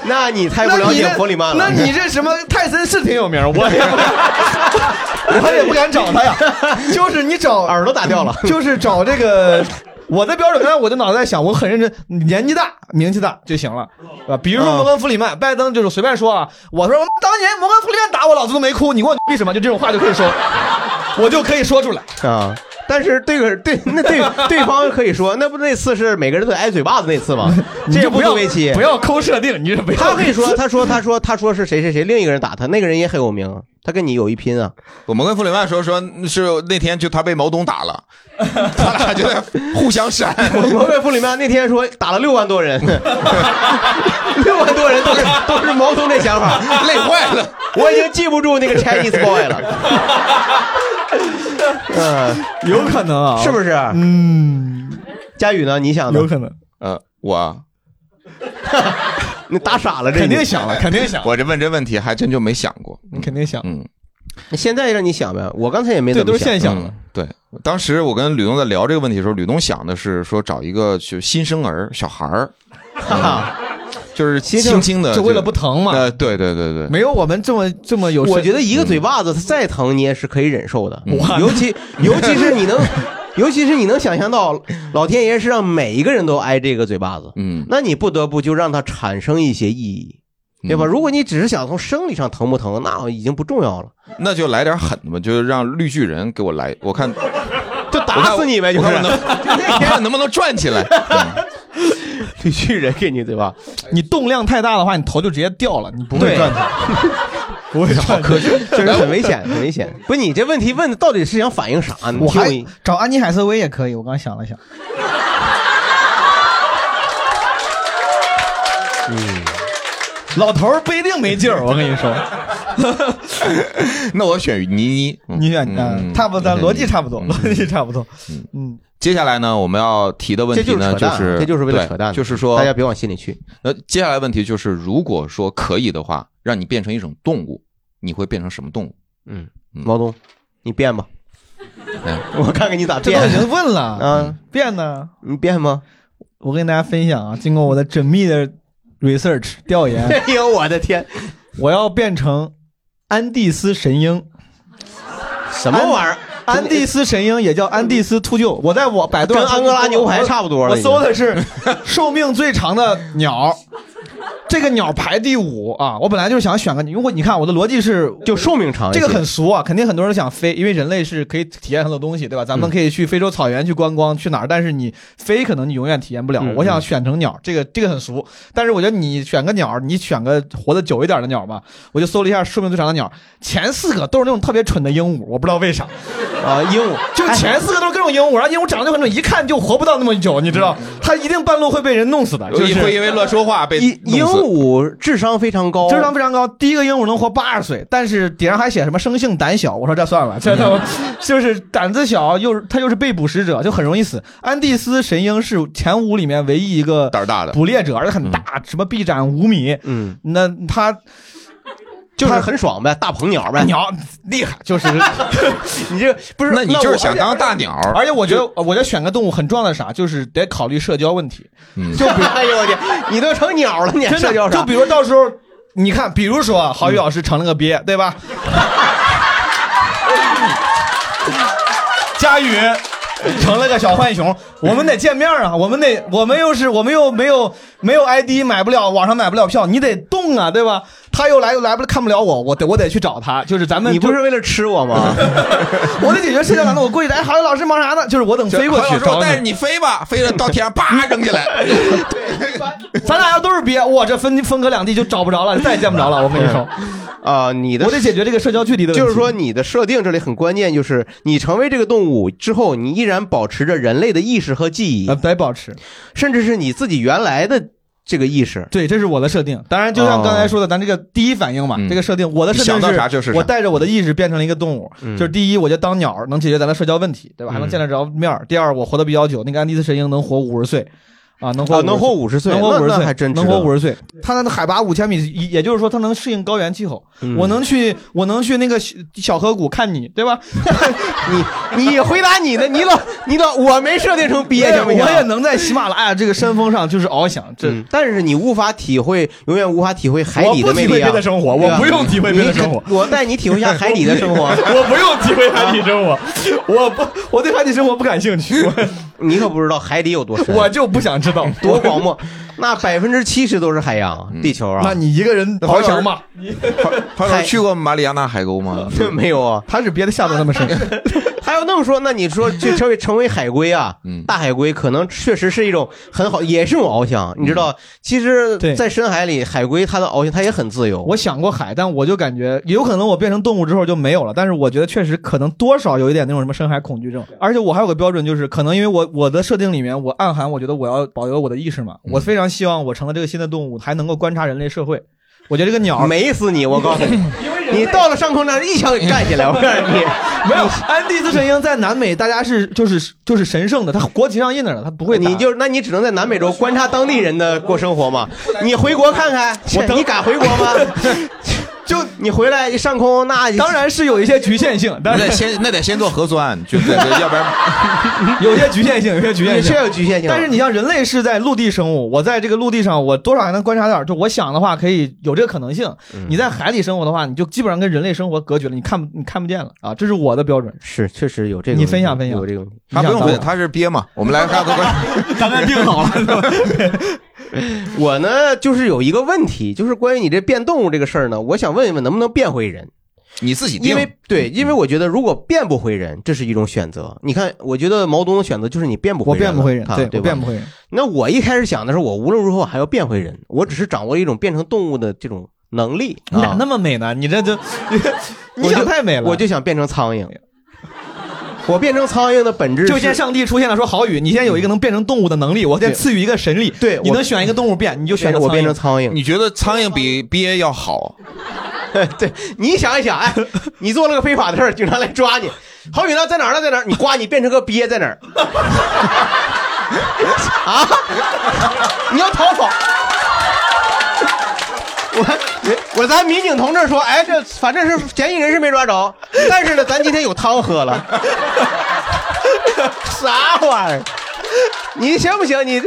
S4: 那你太不了解弗里曼了。
S3: 那你这什么泰森是挺有名，我也 不我也不敢找他呀。就是你找 耳
S4: 朵打掉了，
S3: 就是找这个。我的标准，刚才我的脑袋在想，我很认真，年纪大，名气大就行了，对吧？比如说摩根弗里曼、拜登，就是随便说啊。我说当年摩根弗里曼打我，老子都没哭，你给我为什么？就这种话就可以 说，我就可以说出来。
S4: 啊，但是对个对那对对方可以说，那不那次是每个人都挨嘴巴子那 次吗？
S3: 你
S4: 这
S3: 就
S4: 也
S3: 不要
S4: 足为奇。
S3: 不要抠设定，你就不要。
S4: 他可以 说，他说他说他说是谁谁谁，另一个人打他，那个人也很有名，他跟你有一拼啊。
S2: 我们跟弗里曼说说，是那天就他被毛东打了， 他俩就在互相闪。
S4: 我跟弗里曼那天说打了六万多人， 六万多人都是都是毛东这想法，
S2: 累坏了。
S4: 我已经记不住那个 Chinese boy 了。嗯，
S3: 有可能啊
S4: 是不是？
S3: 嗯，
S4: 佳宇呢？你想的？有
S3: 可能。
S2: 呃，我啊
S4: 你打傻了，这
S3: 肯定想了肯定 想。
S2: 我这问这问题还真就没想过。
S3: 你肯定想。
S2: 嗯，
S4: 现在让你想呗，我刚才也没怎么
S2: 嗯。对，当时我跟吕东在聊这个问题的时候，吕东想的是说找一个就新生儿小 孩儿，就是
S4: 新生
S2: 轻轻的，
S4: 就为了不疼嘛
S2: 呃，对对对对，
S3: 没有我们这么这么有嗯
S4: 我觉得一个嘴巴子，他再疼你也是可以忍受的，
S2: 哇
S4: 尤其尤其 是你能，尤其是你能想象到老天爷是让每一个人都挨这个嘴巴子，
S2: 嗯，
S4: 那你不得不就让它产生一些意义，
S3: 嗯
S4: 对吧？如果你只是想从生理上疼不疼，那已经不重要了，
S2: 那就来点狠的吧，就是让绿巨人给我来，我 看
S4: 就打死你呗，就
S2: 我
S4: 是
S2: 看我能我看能不能转起 来。
S4: 必须人给你对吧？
S3: 你动量太大的话，你头就直接掉了，你不
S4: 对
S3: 会转的。不会转的，
S4: 这是很危险，很危险。不是你这问题问的到底是想反映啥？你
S3: 我
S4: 听
S3: 还
S4: 一
S3: 找安妮海瑟薇也可以，我刚想了想，
S8: 嗯
S3: 老头儿不一定没劲儿，我跟你说，
S2: 那我选倪妮，嗯
S3: 你选，嗯，差不多，咱逻辑差不多，
S2: 嗯
S3: 逻辑差不多，嗯，
S2: 接下来呢，我们要提的问题呢，
S4: 这就是扯淡啊
S2: 是
S4: 这就是为了扯淡的
S2: 对就是说
S4: 大家别往心里去。
S2: 那接下来问题就是，如果说可以的话，让你变成一种动物，你会变成什么动物？
S4: 嗯，毛东，你变吧，
S2: 哎
S4: 我看看你咋
S3: 这都
S4: 变
S3: 已。经问了，
S4: 嗯，
S3: 啊变呢？
S4: 你变吗？
S3: 我跟大家分享啊，经过我的缜密的 research 调 研，
S4: 哎呦我的天，
S3: 我要变成安第斯神鹰。
S4: 什么玩意儿？
S3: 安第斯神鹰也叫安第斯秃鹫，我在我百度上
S4: 跟安哥拉牛排差不多了
S3: 我
S4: 已经
S3: 搜的是寿命最长的鸟。这个鸟排第五啊！我本来就是想选个，因为你看我的逻辑是，
S4: 就寿命长一
S3: 这
S4: 些
S3: 个很俗啊，肯定很多人想飞，因为人类是可以体验很多东西，
S2: 嗯
S3: 对吧？咱们可以去非洲草原去观光，去哪儿？但是你飞，可能你永远体验不了。
S4: 嗯
S3: 我想选成鸟，这个这个很俗，但是我觉得你选个鸟，你选个活得久一点的鸟吧。我就搜了一下寿命最长的鸟，前四个都是那种特别蠢的鹦鹉，我不知道为 啥
S4: 啊，鹦鹉
S3: 就前四个都是各种鹦鹉，然后鹦鹉长得就很蠢，一看就活不到那么久，你知道，它一定半路会被人弄死的，就是
S2: 哎会因为乱说话被
S4: 鹦鹦
S2: 弄死
S4: 鹉智商非常高，
S3: 智商非常高。第一个鹦鹉能活八十岁，但是顶上还写什么生性胆小，我说这算了，这都
S4: 嗯
S3: 就是胆子小，又是它又是被捕食者，就很容易死。安第斯神鹰是前五里面唯一一个
S2: 胆儿大的嗯
S3: 捕猎者，而且很大，什么臂展五米，
S4: 嗯，
S3: 那它。
S4: 就是
S3: 它
S4: 很爽呗，大鹏鸟呗，
S3: 鸟厉害， 就是 你这不是？
S2: 那你就是
S3: 我
S2: 想当大鸟儿，
S3: 而且我觉得，我觉得选个动物很重要的啥，就是得考虑社交问题。
S2: 嗯
S3: 就比 如
S4: 哎呦我天，你都成鸟了，你还
S3: 真
S4: 社交
S3: 的，
S4: 啥
S3: 就比如到时候，你看，比如说啊郝宇老师成了个鳖，对吧？ 佳宇成了个小浣熊，我们得见面啊，我们得，我们又是，我们又没有没有 ID，买不了，网上买不了票，你得动啊，对吧？他又来又来不看不了我，我得我得去找他，就是咱们
S4: 你
S3: 就
S4: 不是为了吃我吗？
S3: 我得解决社交难度，我过去哎，郝宇老师忙啥呢？就是我等飞过去
S2: 何老师我
S3: 找
S2: 带
S3: 你
S2: 着。你飞吧，飞了到天上啪扔 下来，
S3: 咱俩要都是别，我这分分隔两地就找不着了，再也见不着了。我跟你说，
S4: 啊，你的
S3: 我得解决这个社交距离的问题。
S4: 就是说，你的设定这里很关键，就是你成为这个动物之后，你依然保持着人类的意识和记忆
S3: 呃，，得保持。
S4: 甚至是你自己原来的这个意 识。啊
S3: 对，这是我的设定。当然，就像刚才说的，咱这个第一反应嘛，
S2: 嗯
S3: 这个设定，我的设定
S2: 想到啥就是是啥
S3: 我带着我的意识变成了一个动物。
S4: 嗯
S3: 就是第一，我觉得当鸟儿能解决咱的社交问题，对吧？还能见得着面儿。第二，我活得比较久，那个安第斯神鹰能活五十岁，啊，能活
S4: 啊，能活
S3: 50
S4: 五十岁，
S3: 能活
S4: 那
S3: 五十
S4: 那
S3: 岁，
S4: 还真
S3: 能活五
S4: 十。
S3: 十岁。它的海拔五千米，也也就是说，它能适应高原气候。
S4: 嗯
S3: 我能去，我能去那个小小河谷看你，对吧？
S4: 你你回答你的，你老你老，我没设定成鳖，行不行？
S3: 我也能在喜马拉雅这个山峰上就是翱翔，这
S4: 嗯，但是你无法体会，永远无法体会海
S3: 我
S4: 底
S3: 不
S4: 的
S3: 体
S4: 魅
S3: 会
S4: 力啊
S3: 别！的生活，我不用体会别的生活。。
S4: 你 我带你体会一下海底的生 活
S3: 我不用体会海底生活，我不，我对海底生活不感兴趣，我
S4: 你可不知道海底有多深，
S3: 我就不想知道
S4: 多广漠，那百分之七十都是海洋，地球啊。
S3: 那你一个人翱翔吧？
S2: 嗯朋友去过马里亚纳海沟吗？
S4: 没有啊？
S3: 他是憋得下巴那么深，
S4: 他要那么说，那你说这成为成为海 龟啊，
S2: 嗯
S4: 大海龟可能确实是一种很好，也是一种翱翔。你知道，其实，
S3: 嗯对
S4: 在深海里，海龟它的翱翔，它也很自由。
S3: 我想过海，但我就感觉有可能我变成动物之后就没有了。但是我觉得确实可能多少有一点那种什么深海恐惧
S4: 啊
S3: 症，而且我还有个标准，就是可能因为我我的设定里面我暗含我觉得我要保留我的意识嘛，
S4: 嗯
S3: 我非常希望我成了这个新的动物还能够观察人类社会。我觉得这个鸟儿
S4: 没死你，我告 诉你，你到了上空那儿一枪给干起来，我告诉你，
S3: 没有安第斯神鹰在南美大家是就是就是神圣的，它国旗上印着呢，它不会打
S4: 你就那你只能在南美洲观察当地人的过生 活嘛。你回国看看，
S3: 我等
S4: 你敢回国 吗？就你回来一上空，那
S3: 当然是有一些局限性，
S2: 那
S3: 但
S2: 得
S3: 是
S2: 先那得先做核酸，就对对，要不然
S3: 有些局限性，有些局限
S4: 也是
S3: 性。
S4: 有局限性的。
S3: 但是你像人类是在陆地生物，我在这个陆地上，我多少还能观察点儿。就我想的话，可以有这个可能性。
S4: 嗯
S3: 你在海里生活的话，你就基本上跟人类生活隔绝了，你看不你看不见了啊！这是我的标准。
S4: 是确实有这个问
S3: 你
S4: 题，
S3: 分享分享
S4: 有这个问题。
S2: 他不用
S3: 你
S2: 回，
S3: 想当
S2: 他是憋嘛。我们来看看
S3: 咱们定好了，
S4: 我呢，就是有一个问题，就是关于你这变动物这个事儿呢，我想问一问能不能变回人？
S2: 你自己定，
S4: 因为对，
S3: 嗯
S4: 因为我觉得如果变不回人，这是一种选择。你看，我觉得毛东的选择就是你变不
S3: 我
S4: 回人了，
S3: 变不回人，
S4: 啊
S3: 对，
S4: 对
S3: 我
S4: 吧
S3: 变不回人。
S4: 那我一开始想的是，我无论如何还要变回人，我只是掌握了一种变成动物的这种能力。
S3: 你咋
S4: 啊
S3: 那么美呢？你这就你
S4: 我就
S3: 想太美了。
S4: 我就想变成苍 蝇。我变成苍蝇的本质
S3: 就是像上帝出现了，说郝宇，你现在有一个能变成动物的能力，我现在
S4: 对
S3: 赐予一个神力，
S4: 对
S3: 你
S4: 我
S3: 能选一个动物变，你就选
S4: 对
S3: 个
S4: 我
S3: 苍蝇
S4: 变成苍蝇。
S2: 你觉得苍蝇比憋要好？
S4: 对你想一想，哎，你做了个非法的事儿，警察来抓你，郝宇呢在哪儿呢？在哪儿？你呱，你变成个鳖在哪儿？啊！你要逃跑？我我咱民警同志说，哎，这反正是嫌疑人是没抓着，但是呢，咱今天有汤喝了。啥玩意儿？你行不行？你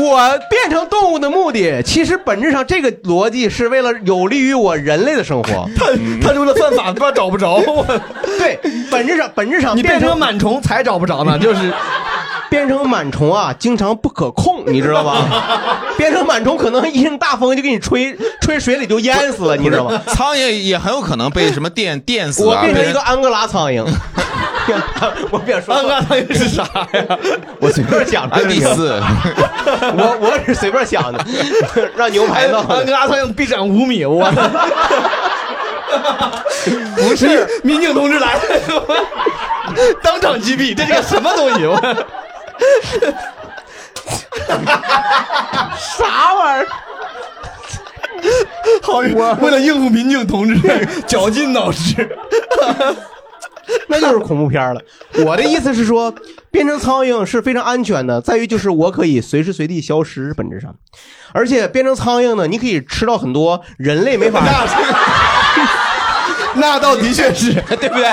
S4: 我变成动物的目的，其实本质上这个逻辑是为了有利于我人类的生活。他
S3: 他是为了犯法，他妈找不着。
S4: 对， 本质上本质上
S3: 你变
S4: 变
S3: 成螨虫才找不着呢，就是
S4: 变成螨虫啊，经常不可控，你知道吧？ 变成螨虫可能一阵大风就给你吹吹水里就淹死了，你知道 吗？
S2: 苍蝇也很有可能被什么 电电死
S4: 我
S2: 啊！
S4: 变
S2: 被
S4: 成
S2: 人
S4: 一个安哥 拉苍 蝇。我不想说，安哥拉苍蝇是啥呀？我随便想的。
S2: 安第四，
S4: 我我只是随便想的， 让牛排到
S3: 安哥哎拉苍蝇臂展五米，我
S4: 不是
S3: 民警同志来了， 当场击毙，这是个什么东西？我
S4: 啥玩意儿。
S3: 好，为了应付民警同志， 绞尽脑汁。
S4: 那就是恐怖片儿了。我的意思是说，变成苍蝇是非常安全的，在于就是我可以随时随地消失，本质上，而且变成苍蝇呢，你可以吃到很多人类没法，
S3: 那倒的确是，
S4: 对不对？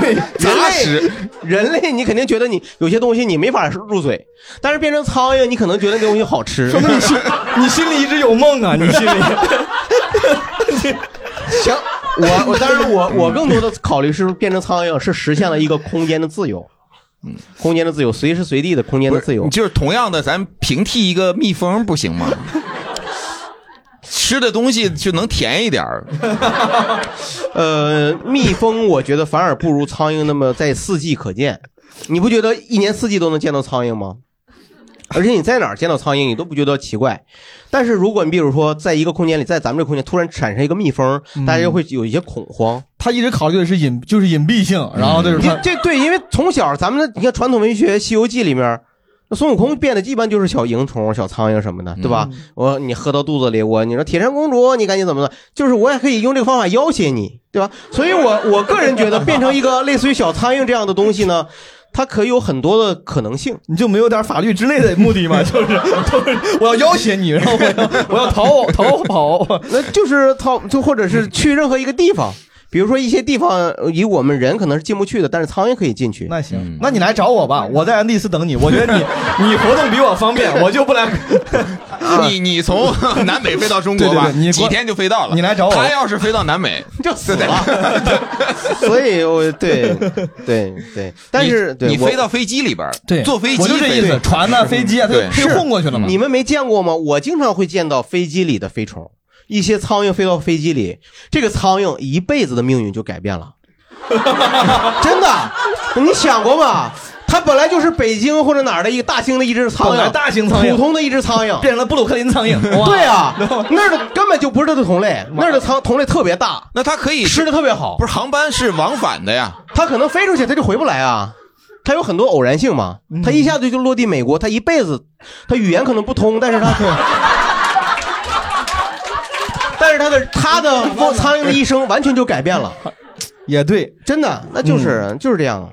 S4: 对，
S2: 杂
S4: 人类
S2: 食
S4: 人类你肯定觉得你有些东西你没法入嘴，但是变成苍蝇，你可能觉得那东西好吃。
S3: 说明你心 你心里一直有梦啊，你心里。
S4: 行，我我当然我我更多的考虑是变成苍蝇是实现了一个空间的自由，嗯，空间的自由，随时随地的空间
S2: 不
S4: 的
S2: 是
S4: 自由。
S2: 就是同样的，咱平替一个蜜蜂不 行吗？吃的东西就能甜一点儿，
S4: 呃，蜜蜂我觉得反而不如苍蝇那么在四季可见。你不觉得一年四季都能见到苍蝇吗？而且你在哪儿见到苍蝇，你都不觉得奇怪。但是如果你比如说在一个空间里，在咱们这个空间突然产生一个蜜蜂，大家就会有一些恐慌。
S3: 他一直考虑的是隐，就是隐蔽性，然后就是
S4: 这
S3: 他
S4: 这对，因为从小咱们的你看传统文学《西游记》里面，那孙悟空变的一般就是小蝇虫、小苍蝇什么的，对吧？我你喝到肚子里，我你说铁扇公主，你赶紧怎么的？就是我也可以用这个方法要挟你，对吧？所以我我个人觉得变成一个类似于小苍蝇这样的东西呢，它可以有很多的可能性。
S3: 你就没有点法律之内的目的 吗？就是就是我要要挟你，然后我要我要逃逃跑。
S4: 那就是他就或者是去任何一个地方，比如说一些地方呃以我们人可能是进不去的，但是苍蝇可以进去。
S3: 那行，那你来找我吧，我在安第斯等你。我觉得 你你活动比我方便，我就不来。
S4: 啊
S2: 你你 从南北飞到中国吧，
S3: 对对对你
S2: 几天就飞到了。
S3: 你来找我
S2: 他要是飞到南美，
S4: 就死了。 所以我对对对，但是对
S2: 你
S4: 我
S2: 飞到飞机里边儿，
S3: 对，
S2: 坐飞机
S3: 我就这意思，
S2: 飞
S3: 船呐、飞机啊，他
S2: 对
S3: 就混过去了嘛。
S4: 你们没见过吗？我经常会见到飞机里的飞虫，一些苍蝇飞到飞机里，这个苍蝇一辈子的命运就改变了。真的，你想过吗？它本来就是北京或者哪儿的一个大型的一只苍
S3: 本来
S4: 蝇，
S3: 大型苍蝇啊
S4: 普通的一只苍蝇，
S3: 变成了布鲁克林苍蝇。
S4: 对啊，那儿的根本就不是它的同类，那儿的苍同类特别大，
S2: 那他可以
S4: 吃的特别好
S2: 不，是航班是往返的呀？
S4: 它可能飞出去它就回不来啊。它有很多偶然性嘛，
S3: 嗯
S4: 它一下子就落地美国，它一辈子，它语言可能不通，但 是它可，但是它的它的苍蝇的一生完全就改变了，
S3: 也对，嗯
S4: 真的，那就是、就是这样。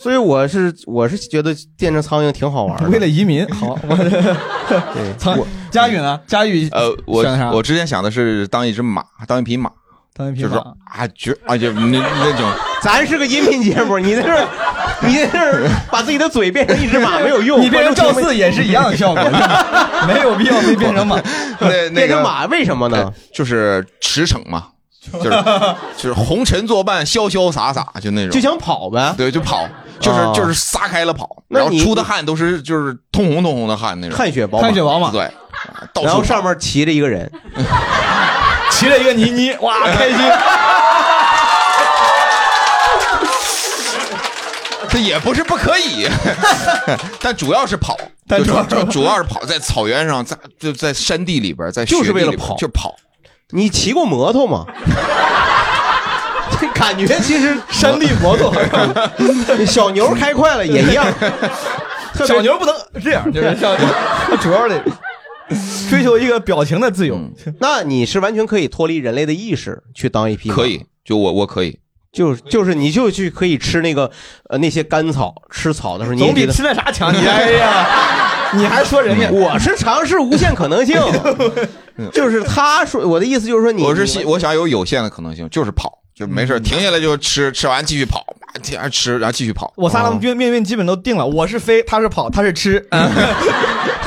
S4: 所以我是我是觉得变成苍蝇挺好玩的。
S3: 为了移民，好，我苍佳宇呢？佳宇
S2: 呃，我
S3: 想啥？
S2: 我之前想的是当一只马，当一匹马，
S3: 当一匹
S2: 就是
S3: 马
S2: 说。啊，绝啊就那那种，
S4: 咱是个音频节目，你在这儿，你在这儿把自己的嘴变成一只马没有用，
S3: 你变成赵
S4: 观众听不
S3: 四也是一样的 效果， 没有必要非变成马。
S2: 那那
S4: 变成
S2: 个
S4: 马为什么呢
S2: 对？，就是驰骋嘛， 就是就是红尘作伴，潇潇洒洒，就那种，
S4: 就想跑呗。
S2: 对，就跑，就是、
S4: 哦
S2: 就是撒开了跑，
S4: 那
S2: 然后
S4: 你
S2: 出的汗都是就是通红通红的汗那种，
S4: 汗血宝马，
S3: 汗血宝马
S2: 对，啊到处
S4: 然后
S2: 跑
S4: 上面骑着一 个人，
S3: 骑了一个倪妮， 哇，开心！
S2: 这也不是不可 以，但主要是跑，
S3: 但主
S2: 就主
S3: 要是
S2: 主主要是跑，在草原上，在就在山地里边，在
S4: 就是
S2: 雪地
S4: 为了
S2: 里边
S4: 跑
S2: 就跑。
S4: 你骑过摩托吗？ 这感觉其实
S3: 山地摩托，
S4: 小牛开快了也一样，特别
S3: 小牛不能这样，就是小 牛，它主要得追求一个表情的自由。
S4: 嗯那你是完全可以脱离人类的意识去当一匹马，
S2: 可以，就我我可以，
S4: 就是就是你就去可以吃那个呃那些干草，吃草的时候你也
S3: 总
S4: 觉
S3: 比
S4: 得嗯
S3: 吃那啥强。你哎 呀， 你还说人家
S4: 我是尝试无限可 能性， 就是他说我的意思就是说你
S2: 嗯
S4: 嗯
S2: 我是
S4: 你
S2: 希我想有有限的可能性，就是跑，就没事停下来就吃，吃完继续跑，天啊吃，然后继续跑。
S4: 哦
S3: 我仨的命命运基本都定了，我是飞，他是跑，他是吃。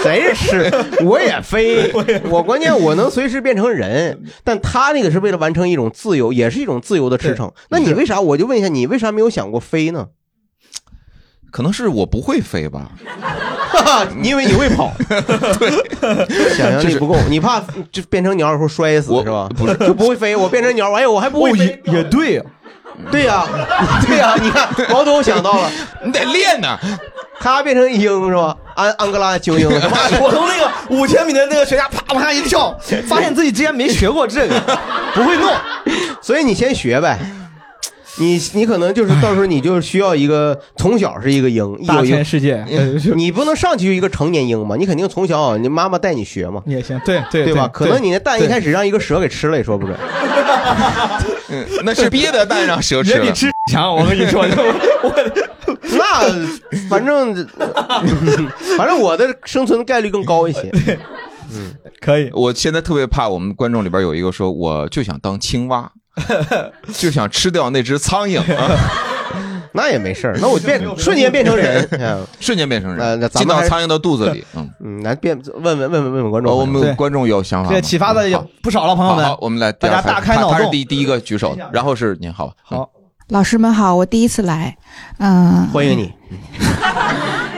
S4: 谁是吃？我也 飞，我关键我能随时变成人，但他那个是为了完成一种自由，也是一种自由的驰骋。那你为啥？我就问一下，你为啥没有想过飞呢？
S2: 可能是我不会飞吧，
S4: 因为你会跑， 想象力不够，你怕就变成鸟以后摔死是吧？
S2: 不是，
S4: 就不会飞。我变成鸟，哎，我还不会飞，
S3: 也对呀，
S4: 对呀， 对呀。你看，毛东想到了，
S2: 你得练呐。
S4: 他变成鹰是吧？安安哥拉 雄鹰，他妈
S3: 我从那个五千米的那个悬崖啪往下一跳，发现自己之前没学过这个，不会弄，
S4: 所以你先学呗。你你可能就是到时候你就需要一个从小是一个鹰，一
S3: 大
S4: 有鹰嗯
S3: 千世界
S4: 你不能上去就一个成年鹰嘛，你肯定从小你妈妈带你学嘛，
S3: 也行，对对
S4: 对吧？可能你那蛋一开
S3: 始
S4: 始让一个蛇给吃了也说不准，
S2: 嗯，那是憋的蛋让蛇吃
S3: 人比
S2: 了。
S3: 吃强，我跟你说，我
S4: 那反正反正我的生存概率更高一些。
S3: 可以，
S2: 嗯我现在特别怕我们观众里边有一个说，我就想当青 蛙，就想吃掉那只苍蝇，啊
S4: 那也没事儿，那我 变瞬间变成人，嗯
S2: 瞬间变成
S4: 呃
S2: 人，
S4: 那咱
S2: 进
S4: 们
S2: 到
S4: 还是
S2: 苍蝇的肚子里。嗯，
S4: 嗯，来变问问问问问 问观众
S2: 哦
S4: 朋友，
S2: 我们观众有想法吗，
S3: 这启发的也
S2: 好
S3: 不少了，朋友
S2: 好
S3: 们
S2: 好，。我们来
S3: 大家
S2: 第二
S3: 大开
S2: 他
S3: 脑洞
S2: 他是第第一个 举手的，然后是您好吧？嗯
S3: 好，
S9: 老师们好，我第一次来，嗯、
S4: 欢迎你，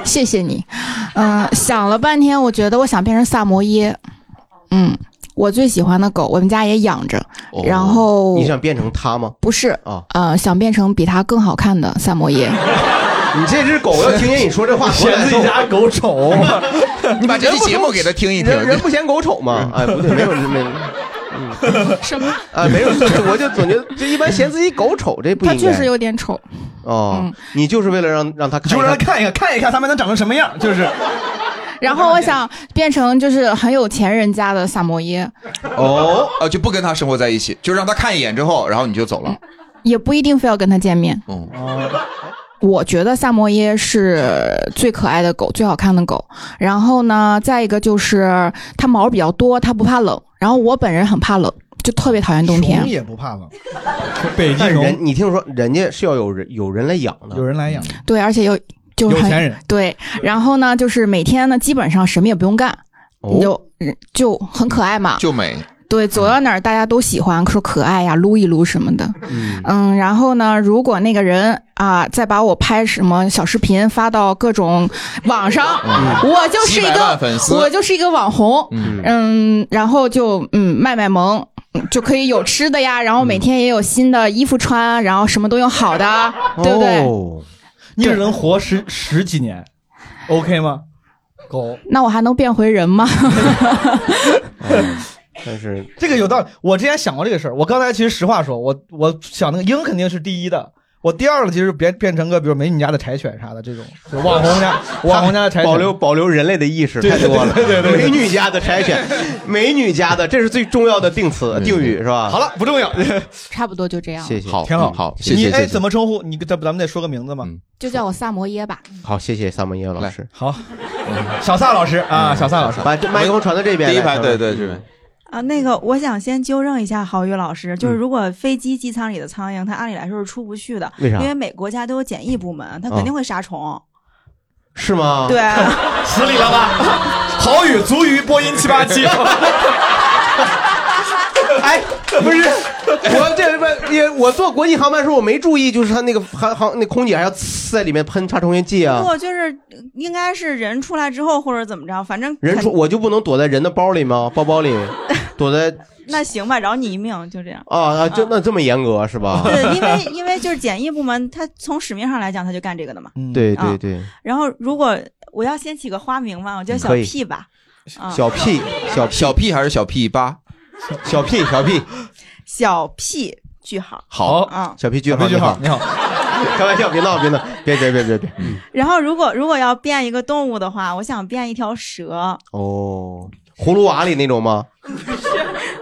S9: 谢谢你，嗯、想了半天，我觉得我想变成萨摩耶，嗯，我最喜欢的狗，我们家也养着，
S2: 哦
S9: 然后
S4: 你想变成他吗？
S9: 不是，
S4: 啊，
S9: 呃，想变成比它更好看的萨摩 耶，
S4: 你这只狗要听见你说这话，多
S3: 嫌
S4: 难
S3: 自
S4: 受
S3: 己家狗丑，
S2: 你把这期节目给他听一听，
S4: 人人不嫌狗丑吗？哎，不对，没有没有，
S9: 什么？
S4: 啊，没有，我就总觉得这一般嫌自己狗丑，这不
S9: 它
S4: 应该。
S9: 确实有点丑，
S4: 哦
S9: 嗯，
S4: 你就是为了让让他看
S3: 就
S4: 一
S3: 让他
S4: 看，
S3: 看一看，看一看他们能长成什么样，就是
S9: 然后我想变成就是很有钱人家的萨摩耶，
S2: 哦，啊，就不跟他生活在一起，就让他看一眼之后，然后你就走了。
S9: 也不一定非要跟它见面。
S2: 嗯，
S9: 我觉得萨摩耶是最可爱的狗，最好看的狗。然后呢，再一个就是它毛比较多，它不怕冷。然后我本人很怕冷，就特别讨厌冬天
S3: 熊。 也不怕冷，北极
S4: 但人
S3: 熊
S4: 你听说人家是要有人有人来养的
S3: 有，人来养，
S9: 对，而且又就
S3: 有
S9: 很
S3: 钱人
S9: 对。然后呢，就是每天呢，基本上什么也不用干，你
S4: 哦，
S9: 就嗯就很可爱嘛。
S2: 就美，
S9: 对，走到哪儿大家都喜欢，说可爱呀，撸一撸什么的。嗯，然后呢，如果那个人啊，再把我拍什么小视频发到各种网上，我就是一
S2: 700万
S9: 个
S2: 粉丝
S9: 我就是一个网红，
S2: 嗯
S9: 嗯，然后就嗯卖卖萌。嗯就可以有吃的呀，然后每天也有新的衣服穿，然后什么都用好的， 对不对？
S4: 哦
S3: 你只能活十十几年，OK 吗？狗
S9: 那我还能变回人吗？
S4: 但是
S3: 这个有道理，我之前想过这个事儿。我刚才其实实话说，我我想那个鹰肯定是第一的，我第二个其实变变成个比如美女家的柴犬啥的这种，就网红家网红家的柴犬，
S4: 保留保留人类的意识太多了，对对对，美女家的柴 犬，美女家的，这是最重要的定词定语是吧？
S3: 好，了不重要，
S9: 差不多就这样，
S4: 谢谢，
S2: 好，
S3: 挺好
S2: 嗯好，谢
S3: 你
S2: 谢，谢
S3: 哎
S2: 谢。
S3: 怎么称呼？你咱咱们得说个名字吗？
S2: 嗯
S9: 就叫我萨摩耶吧。
S4: 好，谢谢萨摩耶老师，嗯
S3: 好，小萨老师啊，小萨老师，
S4: 把这麦克风传到这边来，
S2: 第一排，
S4: 小
S2: 对
S4: 萨
S2: 对对，
S10: 啊，那个，我想先纠正一下郝宇老师，
S4: 嗯
S10: 就是如果飞机机舱里的苍蝇，它按理来说是出不去的，
S4: 为啥
S10: 因为每国家都有检疫部门，它
S4: 啊
S10: 肯定会杀虫。
S4: 是吗？
S10: 对，啊
S3: 死里了 吧？好雨足于播音七八七，
S4: 哎，不是，我这不也我坐国际航班的时候，我没注意，就是他那个航航那空姐还要呲在里面喷杀虫剂
S10: 不
S4: 啊。
S10: 过就是应该是人出来之后或者怎么着，反正
S4: 人
S10: 肯
S4: 说我就不能躲在人的包里吗？包包 里，躲在。
S10: 那行吧，饶你一命，就这样
S4: 啊啊，就那这么严格是吧？
S10: 对，因为因为就是检疫部门，它从使命上来讲，它就干这个的嘛。
S3: 嗯
S4: 对对
S10: 啊
S4: 对，
S10: 然后如果我要先起个花名嘛，我叫小
S4: 嗯可以
S10: P 吧，啊，
S4: 小屁小
S2: 小 P 还是小 P 八？
S4: 小屁小屁
S10: 小 P 句号
S2: 好，
S10: 啊。
S4: 小屁句号
S3: 那
S4: 你
S3: 句好
S4: 好，，
S3: 你好， 嗯
S4: 开玩笑，别闹别闹，别别别别别
S10: 然后如果如果要变一个动物的话，我想变一条蛇，
S4: 哦。葫芦娃里那种吗？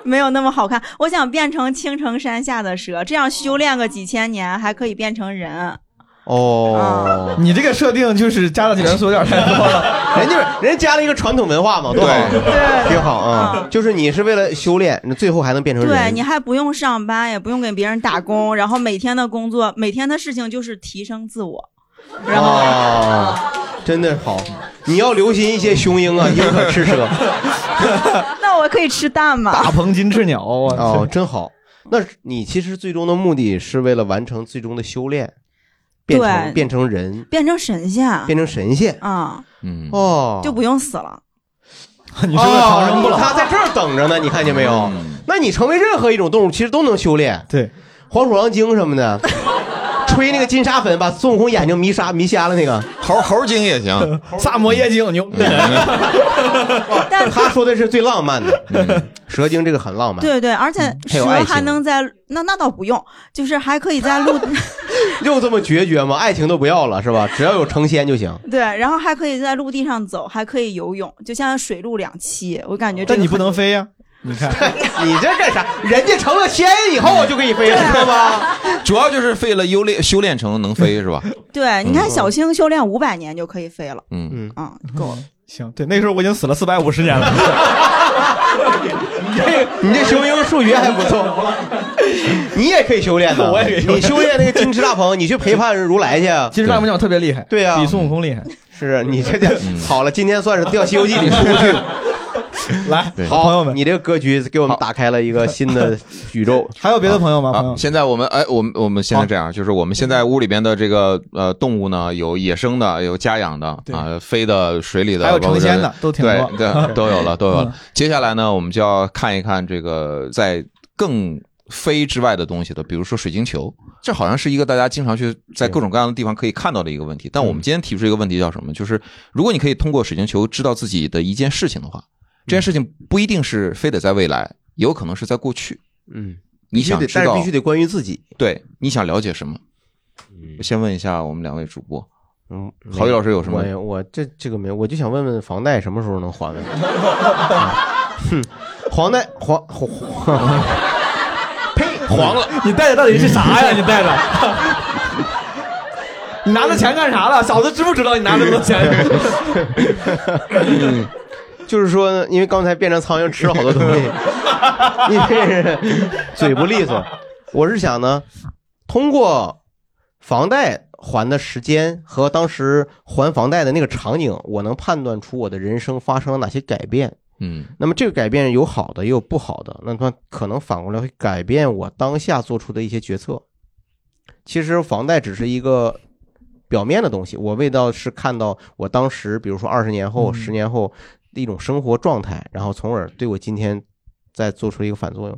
S10: 没有那么好看。我想变成青城山下的蛇，这样修炼个几千年还可以变成人。啊
S4: 哦，
S3: 你这个设定就是加到几元素有点太多了，
S4: 人家人家加了一个传统文化嘛，多好，挺好啊。就是你是为了修炼，那最后还能变成人。
S10: 对，你还不用上班，也不用给别人打工，然后每天的工作，每天的事情就是提升自我。
S4: 哦，真的好。你要留心一些雄鹰啊，鹰 可吃蛇。
S10: 那我可以吃蛋吗？
S3: 大鹏金翅鸟
S4: 哦，真好。那你其实最终的目的是为了完成最终的修炼，变成
S10: 对
S4: 变成人，
S10: 变成神仙，
S4: 变成神仙。
S10: 啊，
S2: 嗯
S4: 哦，
S10: 就不用死了。
S3: 你说的长生不老嗯
S4: 哦他在这儿等着呢，你看见没有？那你成为任何一种动物，其实都能修炼。
S3: 对，
S4: 黄鼠狼精什 么的，吹那个金沙粉，把孙悟空眼睛迷沙迷瞎了那个。
S2: 猴猴精也行，
S3: 萨摩耶精牛，
S4: 嗯 他说的是最浪漫的，
S3: 嗯
S4: 蛇精这个很浪漫。
S10: 对对，而且
S4: 嗯还有
S10: 蛇
S4: 爱情
S10: 还能在那那倒不用，就是还可以在 陆
S4: 又这么决绝吗？爱情都不要了是吧？只要有成仙就行。
S10: 对，然后还可以在陆地上走，还可以游泳，就像水陆两栖。我感觉这
S3: 但
S10: 个
S3: 你不能飞呀。你看，
S4: 你这干啥？ 人家成了仙以后，我就给你飞了，知道吗？
S2: 主要就是为了修炼修炼成能 飞是吧？
S10: 对，你看小青修炼五百年就可以飞了，
S2: 嗯
S4: 嗯，
S10: 嗯，够了。
S3: 行，对，那个时候我已经死了四百五十年了。
S4: 你这雄鹰数学还不错，你也可以修炼 的。
S3: 我也可以修炼
S4: 你修炼那个金翅大鹏，你去陪伴如来 去啊。
S3: 其实大鹏嗯鸟特别厉害，
S4: 对啊
S3: 比孙悟空厉害。
S4: 是你 这点好了，今天算是掉《西游记》里出不去。
S3: 来，
S4: 好，
S3: 好朋友们，
S4: 你这个格局给我们打开了一个新的宇宙。
S3: 还有别的朋友吗？朋
S2: 啊
S3: 友，，
S2: 现在我们哎，我们我们现在这样，就是我们现在屋里边的这个呃动物呢，有野生的，有家养的
S3: 对
S2: 啊，飞的、水里的，
S3: 还有
S2: 包括
S3: 成仙的
S2: 人
S3: 都挺
S2: 对
S3: 多
S2: 对，都有了，都有
S3: 嗯
S2: 了。接下来呢，我们就要看一看这个在更飞之外的东西的，比如说水晶球，这好像是一个大家经常去在各种各样的地方可以看到的一个问题。
S4: 嗯
S2: 但我们今天提出一个问题叫什么？就是如果你可以通过水晶球知道自己的一件事情的话，这件事情不一定是非得在未来，也有可能是在过去。
S4: 嗯，
S2: 你
S4: 必须
S2: 想
S4: 得，
S2: 知
S4: 但是
S2: 道
S4: 必须得关于自己。
S2: 对，你想了解什么？先问一下我们两位主播，
S4: 嗯，
S2: 郝宇老师有什么？
S4: 我我这这个没有，我就想问问房贷什么时候 能还完？哼，黄贷黄黄，呸，黄了。
S3: 你带的到底是啥呀？你带的， 你拿着钱干啥了？嫂子知不知道你拿这么多 钱？
S4: 嗯就是说呢，因为刚才变成苍蝇吃了好多东西，因为是嘴不利索。我是想呢，通过房贷还的时间和当时还房贷的那个场景，我能判断出我的人生发生了哪些改变。
S2: 嗯
S4: 那么这个改变有好的，也有不好的，那它可能反过来会改变我当下做出的一些决策。其实房贷只是一个表面的东西，我为到是看到我当时，比如说二十年后、
S3: 嗯
S4: 十、年后的一种生活状态，然后从而对我今天再做出一个反作用。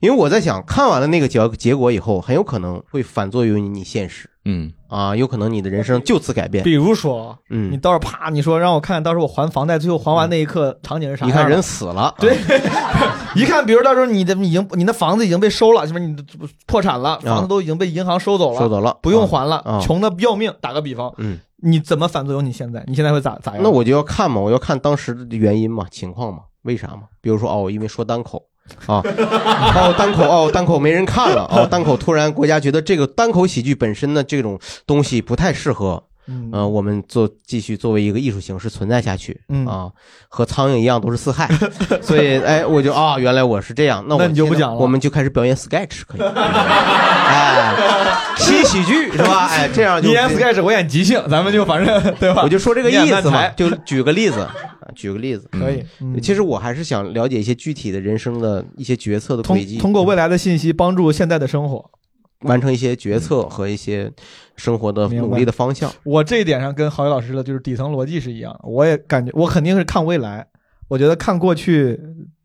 S4: 因为我在想，看完了那个结结果以后，很有可能会反作用于你现实
S2: 嗯，
S4: 啊，有可能你的人生就此改变。
S3: 比如说，你
S4: 嗯，
S3: 到时候啪，你说让我看看，到时候我还房贷，最后还完那一刻场景是啥
S4: 你
S3: 样的？
S4: 看人死了，啊
S3: 对， 一看，比如到时候你的已经你的房子已经被收了，是不是你的破产了，房子都已经被银行收走了，
S4: 啊收走了，
S3: 不用还了，
S4: 啊
S3: 穷的要命。打个比方，
S4: 嗯。
S3: 你怎么反作用你现在？你现在会咋咋样？
S4: 那我就要看嘛，我要看当时的原因嘛，情况嘛，为啥嘛？比如说哦，因为说单口啊， 哦单口哦单口没人看了，哦单口突然国家觉得这个单口喜剧本身的这种东西不太适合，
S3: 嗯
S4: 呃，我们做继续作为一个艺术形式存在下去，
S3: 嗯
S4: 啊，和苍蝇一样都是四害， 所以哎，我就啊，原来我是这样，那我
S3: 那你就不
S4: 现在
S3: 讲了
S4: 我们就开始表演 sketch 可以， 哎，新喜剧是吧？哎，这样就
S3: 你演 sketch，我演即兴，咱们就反正对吧？
S4: 我就说这个
S3: 你演
S4: 意思
S3: 漫
S4: 嘛，
S3: 才
S4: 就举个例子，啊举个例子，
S3: 可以。嗯
S4: 其实我还是想了解一些具体的人生的一些决策的轨迹，嗯
S3: 通通过未来的信息帮助现在的生活。
S4: 完成一些决策和一些生活的
S3: 明白
S4: 呃努力的方向。
S3: 我这一点上跟郝宇老师的就是底层逻辑是一样的，我也感觉我肯定是看未来，我觉得看过去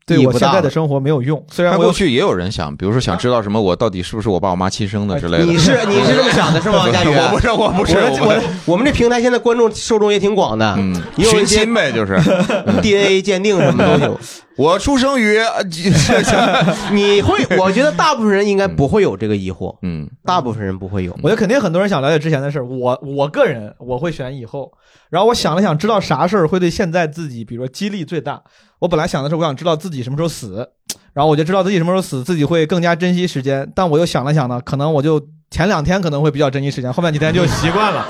S3: 对
S4: 意义
S3: 我
S4: 不
S3: 现
S4: 大
S3: 在
S4: 了
S3: 的生活没有用。虽然
S2: 他
S3: 我有
S2: 过去也有人想，比如说想知道什么，我到底是不是我爸我妈亲生的之类的。
S4: 啊 你是你是这么想的是吗，佳宇？
S2: 我不是，我不是，
S4: 我
S2: 我不
S4: 们
S2: 是，
S4: 我们这平台现在观众受众也挺广的，
S2: 嗯，
S4: 也有一
S2: 寻
S4: 些
S2: 亲呗， 就是。
S4: DNA 鉴定什么都有。
S2: 我出生于，呃这这这
S4: 你会，我觉得大部分人应该不会有这个疑惑，
S2: 嗯
S4: 大部分人不会有。
S3: 我觉得肯定很多人想了解之前的事儿，我我个人我会选以后，然后我想了想，知道啥事儿会对现在自己，比如说激励最大。我本来想的是，我想知道自己什么时候死，然后我就知道自己什么时候死，自己会更加珍惜时间。但我又想了想呢，可能我就前两天可能会比较珍惜时间，后面几天就习惯了。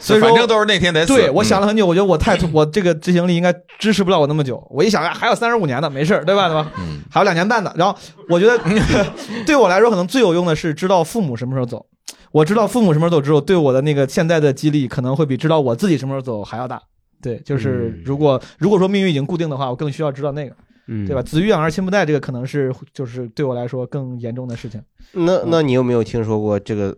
S3: 所以说，
S2: 反正都是那天得死。
S3: 对，我想了
S2: 嗯
S3: 很久，我觉得我太我这个执行力应该支持不了我那么久。我一想，哎还有三十五年呢，没事儿对吧？对吧？
S2: 嗯
S3: 还有两年半呢。然后我 觉得，对我来说，可能最有用的是知道父母什么时候走。我知道父母什么时候走之后，对我的那个现在的激励，可能会比知道我自己什么时候走还要大。对，
S2: 嗯
S3: 就是如果如果说命运已经固定的话，我更需要知道那个，
S4: 嗯
S3: 对吧？子欲养而亲不待，这个可能是就是对我来说更严重的事情。
S4: 那
S2: 嗯
S4: 那你有没有听说过这个？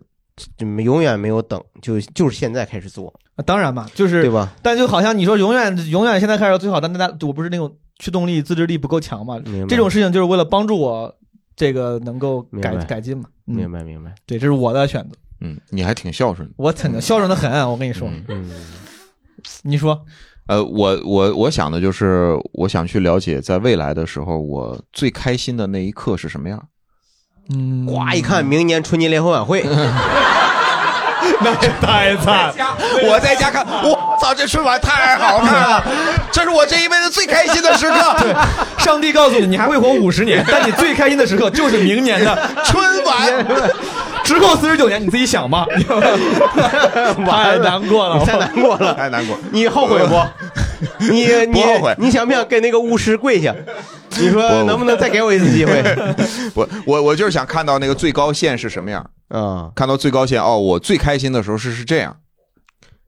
S4: 就永远没有等，就就是现在开始做。
S3: 啊当然嘛，就是
S4: 对吧？
S3: 但就好像你说永远永远现在开始最好，但大家我不是那种驱动力、自制力不够强嘛
S4: 明白，
S3: 这种事情就是为了帮助我这个能够改
S4: 明白
S3: 改进嘛。嗯
S4: 明白明白。嗯
S3: 对，这是我的选择。
S2: 嗯，你还挺孝顺的。
S3: 我挺孝顺的很，我跟你说。 你说，
S2: 呃，我我我想的就是，我想去了解，在未来的时候，我最开心的那一刻是什么样。
S3: 嗯，
S4: 哇，一看明年春节联欢 晚会，
S3: 那也太惨。
S2: 我在家看，我操，这春晚太好看
S3: 啊
S2: 了，这是我这一辈子最开心的时刻。
S3: 上帝告诉你，你还会活五十年，但你最开心的时刻就是明年的
S2: 春晚。
S3: 只够四十九年，你自己想 吧。太难过了，
S4: 太难过了，
S2: 太难过。
S4: 你后悔不？ 你
S2: 不
S4: 你
S2: 后悔
S4: 你想不想给那个巫师跪下？你说
S2: 我
S4: 能不能再给我一次机会？
S2: 我我我就是想看到那个最高线是什么样，嗯
S4: 啊，
S2: 看到最高线哦，我最开心的时候是是这样，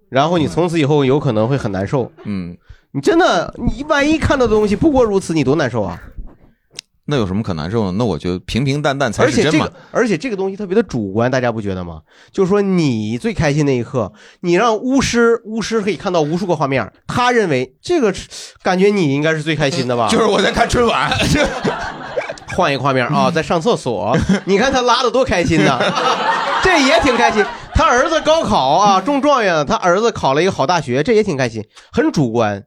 S4: 然后你从此以后有可能会很难受。
S2: 嗯，
S4: 你真的，你万一看到的东西不过如此，你多难受啊！
S2: 那有什么可难受呢？那我就平平淡淡才
S4: 而
S2: 是
S4: 且
S2: 真
S4: 这
S2: 嘛。
S4: 个，而且这个东西特别的主观，大家不觉得吗？就是说，你最开心那一刻，你让巫师，巫师可以看到无数个画面，他认为这个是感觉你应该是最开心的吧？
S2: 就是我在看春晚，
S4: 换一个画面啊，在上厕所，你看他拉的多开心呐，这也挺开心。他儿子高考啊，中状元了，他儿子考了一个好大学，这也挺开心，很主观。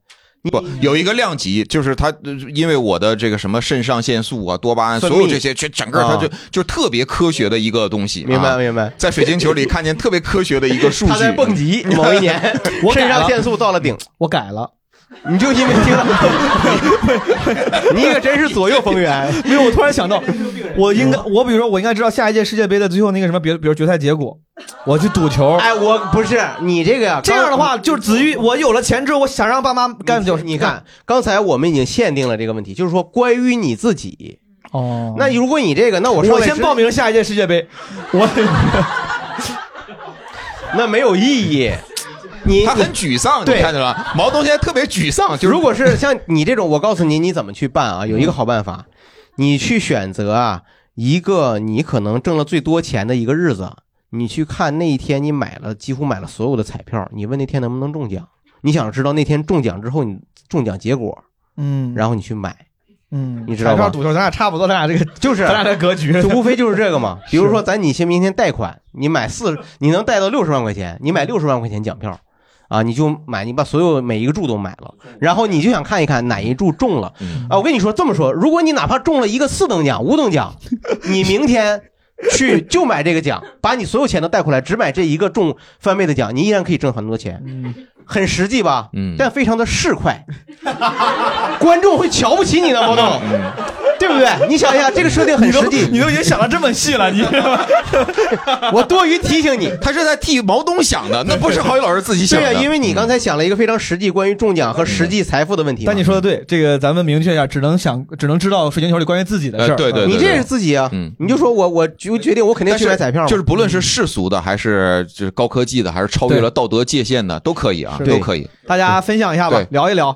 S2: 不有一个量级，就是他呃因为我的这个什么肾上腺素啊、多巴胺，
S4: 分泌
S2: 所有这些，全整个它
S4: 啊
S2: 就就特别科学的一个东西。
S4: 明白
S2: 啊
S4: 明白
S2: 在水晶球里看见特别科学的一个数据。嗯
S4: 他在蹦极，某一年
S3: 我改
S4: 肾
S3: 了
S4: 上腺素到了顶，
S3: 我改了。
S4: 你就因为听了，你可真是左右逢源。
S3: 没有，我突然想到，我应该，我比如说，我应该知道下一届世界杯的最后那个什么，比如比如决赛结果，我去赌球。
S4: 哎，我不是你这个呀，
S3: 这样的
S4: 刚
S3: 话，就是子欲，我有了钱之后，我想让爸妈干就是
S4: 你看，刚才我们已经限定了这个问题，就是说关于你自己。
S3: 哦，
S4: 那如果你这个，那我上
S3: 我
S4: 来
S3: 先
S4: 直
S3: 报，名下一届世界 杯，我
S4: 那没有意义。你
S2: 他很沮丧，你
S4: 对
S2: 看见了吗？毛东现在特别沮丧，就是嗯
S4: 如果是像你这种，我告诉你你怎么去办啊？有一个好办法，你去选择啊一个你可能挣了最多钱的一个日子，你去看那一天你买了几乎买了所有的彩票，你问那天能不能中奖，你想知道那天中奖之后你中奖结果，
S3: 嗯
S4: 然后你去买，
S3: 嗯
S4: 你知道
S3: 彩票
S4: 吧
S3: 赌球，咱俩差不多，咱俩这个
S4: 就是
S3: 咱俩这格局
S4: 就无非就是这 个嘛。比如说，
S3: 是
S4: 咱你先明天贷款，你买四，你能贷到六十万块
S3: 嗯
S4: 钱，你买六十万块钱奖票，啊，你就买，你把所有每一个注都买了，
S3: 嗯
S4: 然后你就想看一看哪一注中了
S2: 嗯
S4: 啊。我跟你说这么说，如果你哪怕中了一个四等奖、五等 奖，你明天。去就买这个奖，把你所有钱都带回来，只买这一个中翻倍的奖，你依然可以挣很多钱，
S3: 嗯
S4: 很实际吧？
S2: 嗯
S4: 但非常的市 侩，观众会瞧不起你的，毛豆， 对不对？你想一下，这个设定很实际，
S3: 你都已经想的这么细了，你
S4: 我多余提醒你。
S2: 他是在替毛东想的，那不是郝宇老师自己想
S4: 对
S2: 的。
S4: 啊，因为你刚才想了一个非常实际关于中奖和实际财富的问题嘛。
S3: 但你说的对，这个咱们明确一下，只能想，只能知道水晶球里关于自己的事儿。
S2: 呃对对
S4: 你这是自己啊
S2: 嗯，
S4: 你就说我我决决定我肯定
S2: 但
S4: 去
S2: 是
S4: 买彩票嘛，
S2: 就是不论是世俗的，还是就是高科技的，还是超越了道德界限的，都可以啊，
S3: 是
S2: 都可以。
S3: 大家分享一下吧
S2: 对，
S3: 聊一聊。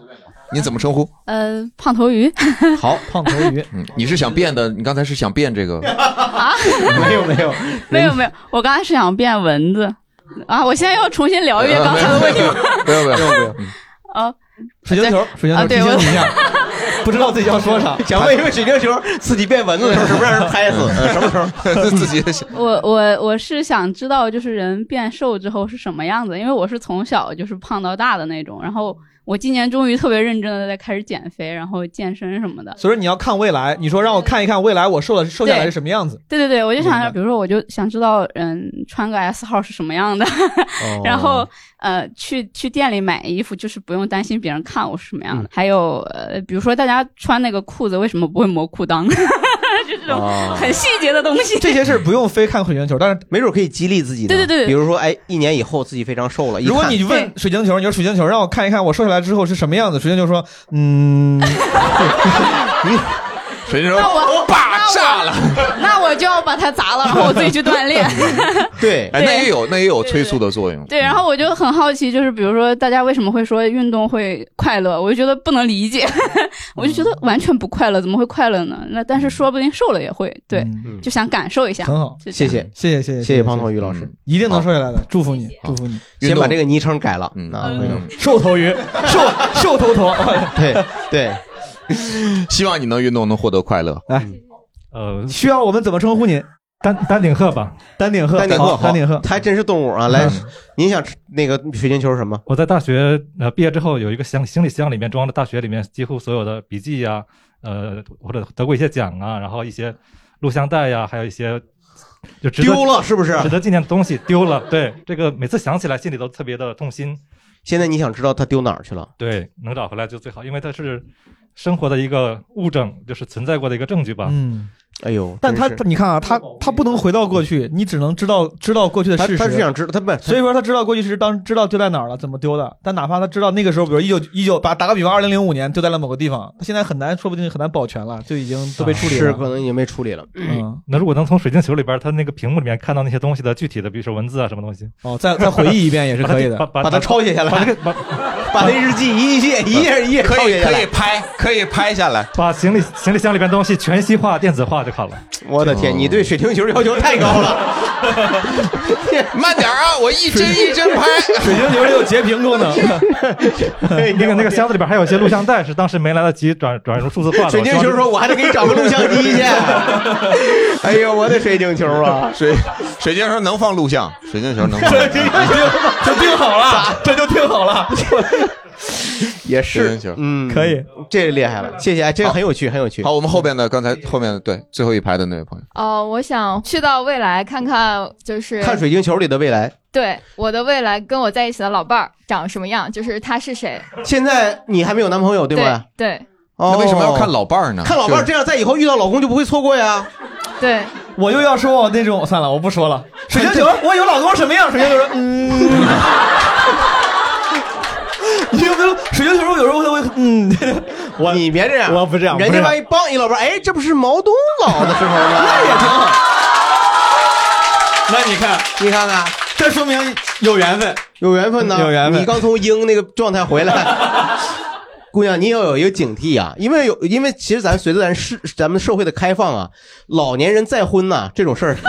S2: 你怎么称呼？
S6: 呃，胖头鱼，
S3: 好，胖头鱼，
S2: 嗯，你是想变的？你刚才是想变这个？
S4: 没有没有，
S7: 没有没有，我刚才是想变蚊子啊！我现在要重新聊一遍刚才的问题 吗？
S2: 没有没有没
S4: 哦
S2: 有，
S4: 呃
S7: 啊，
S3: 水晶球，水晶
S7: 啊
S3: 球，提
S7: 对
S3: 醒
S7: 我
S3: 你一 下，不知道自己要说啥。
S4: 想问一问水晶球自己变蚊子的时候什么让人拍死？呃什么时候？
S2: 自己想
S7: 我我我是想知道，就是人变瘦之后是什么样子，因为我是从小就是胖到大的那种，然后我今年终于特别认真的在开始减肥，然后健身什么的。
S3: 所以说你要看未来，你说让我看一看未来我瘦了瘦下来是什么样子。
S7: 对对对，我就想
S3: 明
S7: 着，
S3: 白
S7: 比如说，我就想知道，嗯，穿个 S 号是什么样的，
S3: 哦
S7: 然后呃，去去店里买衣服，就是不用担心别人
S3: 嗯
S7: 看我是什么样的。还有呃，比如说大家穿那个裤子为什么不会磨裤裆？是这种 很细节的东西。
S3: 哦这些事儿不用非看水晶球，但是
S4: 啊没准可以激励自己呢。
S7: 对对对对
S4: 比如说，哎，一年以后自己非常瘦了，一
S3: 如果
S4: 看
S3: 你问水晶球，你说水晶球让我看一看我瘦下来之后是什么样子，水晶球说，嗯，
S2: 水晶球
S6: 那我
S2: 霸炸了。
S6: 那我就要把它砸了，然后我自己去锻 炼。
S4: 对，
S2: 哎，
S6: 对
S2: 那也有，那也有催促的作用。
S7: 对，然后我就很好奇，就是比如说大家为什么会说运动会快乐，我就觉得不能理解， 我就觉得完全不快乐，怎么会快乐呢？那但是说不定瘦了也会，对，
S4: 嗯
S7: 就想感受一下。
S3: 很好，
S7: 就这
S4: 谢
S7: 样
S4: 谢
S3: 谢谢谢谢嗯
S4: 谢谢胖头鱼老师，
S3: 一定能瘦下来的，祝福你，祝福你。
S2: 运
S4: 先
S2: 动
S4: 把这个昵称改了，
S2: 嗯
S4: 啊，
S2: 嗯
S4: 回头
S3: 瘦头鱼， 瘦瘦头 头，
S4: 对对， 哎
S2: 希望你能运动，能获得快乐。
S8: 呃，
S3: 需要我们怎么称呼你？
S8: 丹丹顶鹤吧，
S3: 丹顶鹤，
S4: 丹顶鹤，
S3: 好丹嗯顶
S4: 好
S3: 鹤，
S4: 它还真是动物啊！来，您想吃那个水晶球是什么？
S8: 我在大学呃毕业之后有一个箱行李箱，里面装着大学里面几乎所有的笔记呀、呃或者得过一些奖啊，然后一些录像带呀、还有一些就值得
S4: 丢了是 不是
S8: 值？得纪念的东西丢了。对，这个每次想起来心里都特别的痛心。
S4: 现在你想知道它丢哪儿去了？
S8: 对，能找回来就最好，因为它是生活的一个物证，就是存在过的一个证据吧。
S3: 嗯，
S4: 哎呦，
S3: 但他
S4: 真是
S3: 他你看啊，他他不能回到过去，你只能知道知道过去的
S4: 他
S3: 事
S4: 他是
S3: 实。
S4: 想知道他不是
S3: 所以说他知道过去是当知道丢在哪儿了，怎么丢的。但哪怕他知道那个时候，比如一九一九，把打个比方，二零零五年丢在了某个地 方，他现在很难，说不定很难保全了，就已经都被处理了。
S4: 是可能已经被处理了。
S3: 嗯，
S8: 那如果能从水晶球里边它那个屏幕里面看到那些东西的具体的，比如说文字啊什么东西，
S3: 哦， 再再回忆一遍也是
S8: 把它
S3: 可以的。
S8: 把
S4: 把它抄写下
S8: 把
S4: 来，
S8: 这个把
S4: 把那日记一页一页一 页抄
S2: 可以
S4: 写下
S2: 可以
S4: 来。
S2: 拍，可以拍下来。
S8: 把行李行李箱里边东西全息化、电子化就好了。
S4: 我的
S8: 哦
S4: 天，你对水晶球要求太高 了。
S2: 慢点啊，我一帧 一帧拍。
S3: 水晶球里有截屏 功能，
S4: 哎
S8: 那个那个箱子里边还有一些录像带，是当时没来得及转转入数字化的。
S4: 水晶球说：“我还得给你找个录像机 去。”哎呦，我的水晶球啊！
S2: 水水晶球能放录像，水晶球能放。
S3: 这已经就定好了，这就定好了，
S4: 也
S2: 水
S4: 是
S2: 晶，球
S4: 嗯，
S3: 可以。
S4: 这厉害了，谢谢，哎这个很有趣，很有趣。
S2: 好，，我们后边的刚才后面的对最后一排的那位朋友，
S9: 呃
S6: 哦，我想去到未来看看，就是
S4: 看水晶球里的未来。
S6: 对我的未来跟我在一起的老伴儿长什么样，就是他是谁，
S4: 现在你还没有男朋友，对吧？
S6: 对
S4: 哦
S2: 那为什么要看老伴儿
S3: 啊
S2: 呢？
S4: 看老伴儿？
S2: 就
S4: 这样在以后遇到老公就不会错过呀。
S6: 对，
S3: 我又要说我那种，算了，我不说了。水晶球，我有老公什么样？水晶球说，嗯。你有没有水晶球？有时候他会，嗯， 我
S4: 你别这样，
S3: 我不这样
S4: 人
S3: 不这
S4: 家
S3: 样
S4: 万一帮一老伴儿，哎，这不是毛东老的时候吗？
S3: 那也挺好。那你看，
S4: 你看看，
S3: 这说明有缘分。
S4: 有缘分呢，
S3: 有缘分
S4: 你刚从英那个状态回来， 姑娘，你要有一个警惕啊，因为有，因为其实咱随着咱社咱们社会的开放啊，老年人再婚呐、这种事儿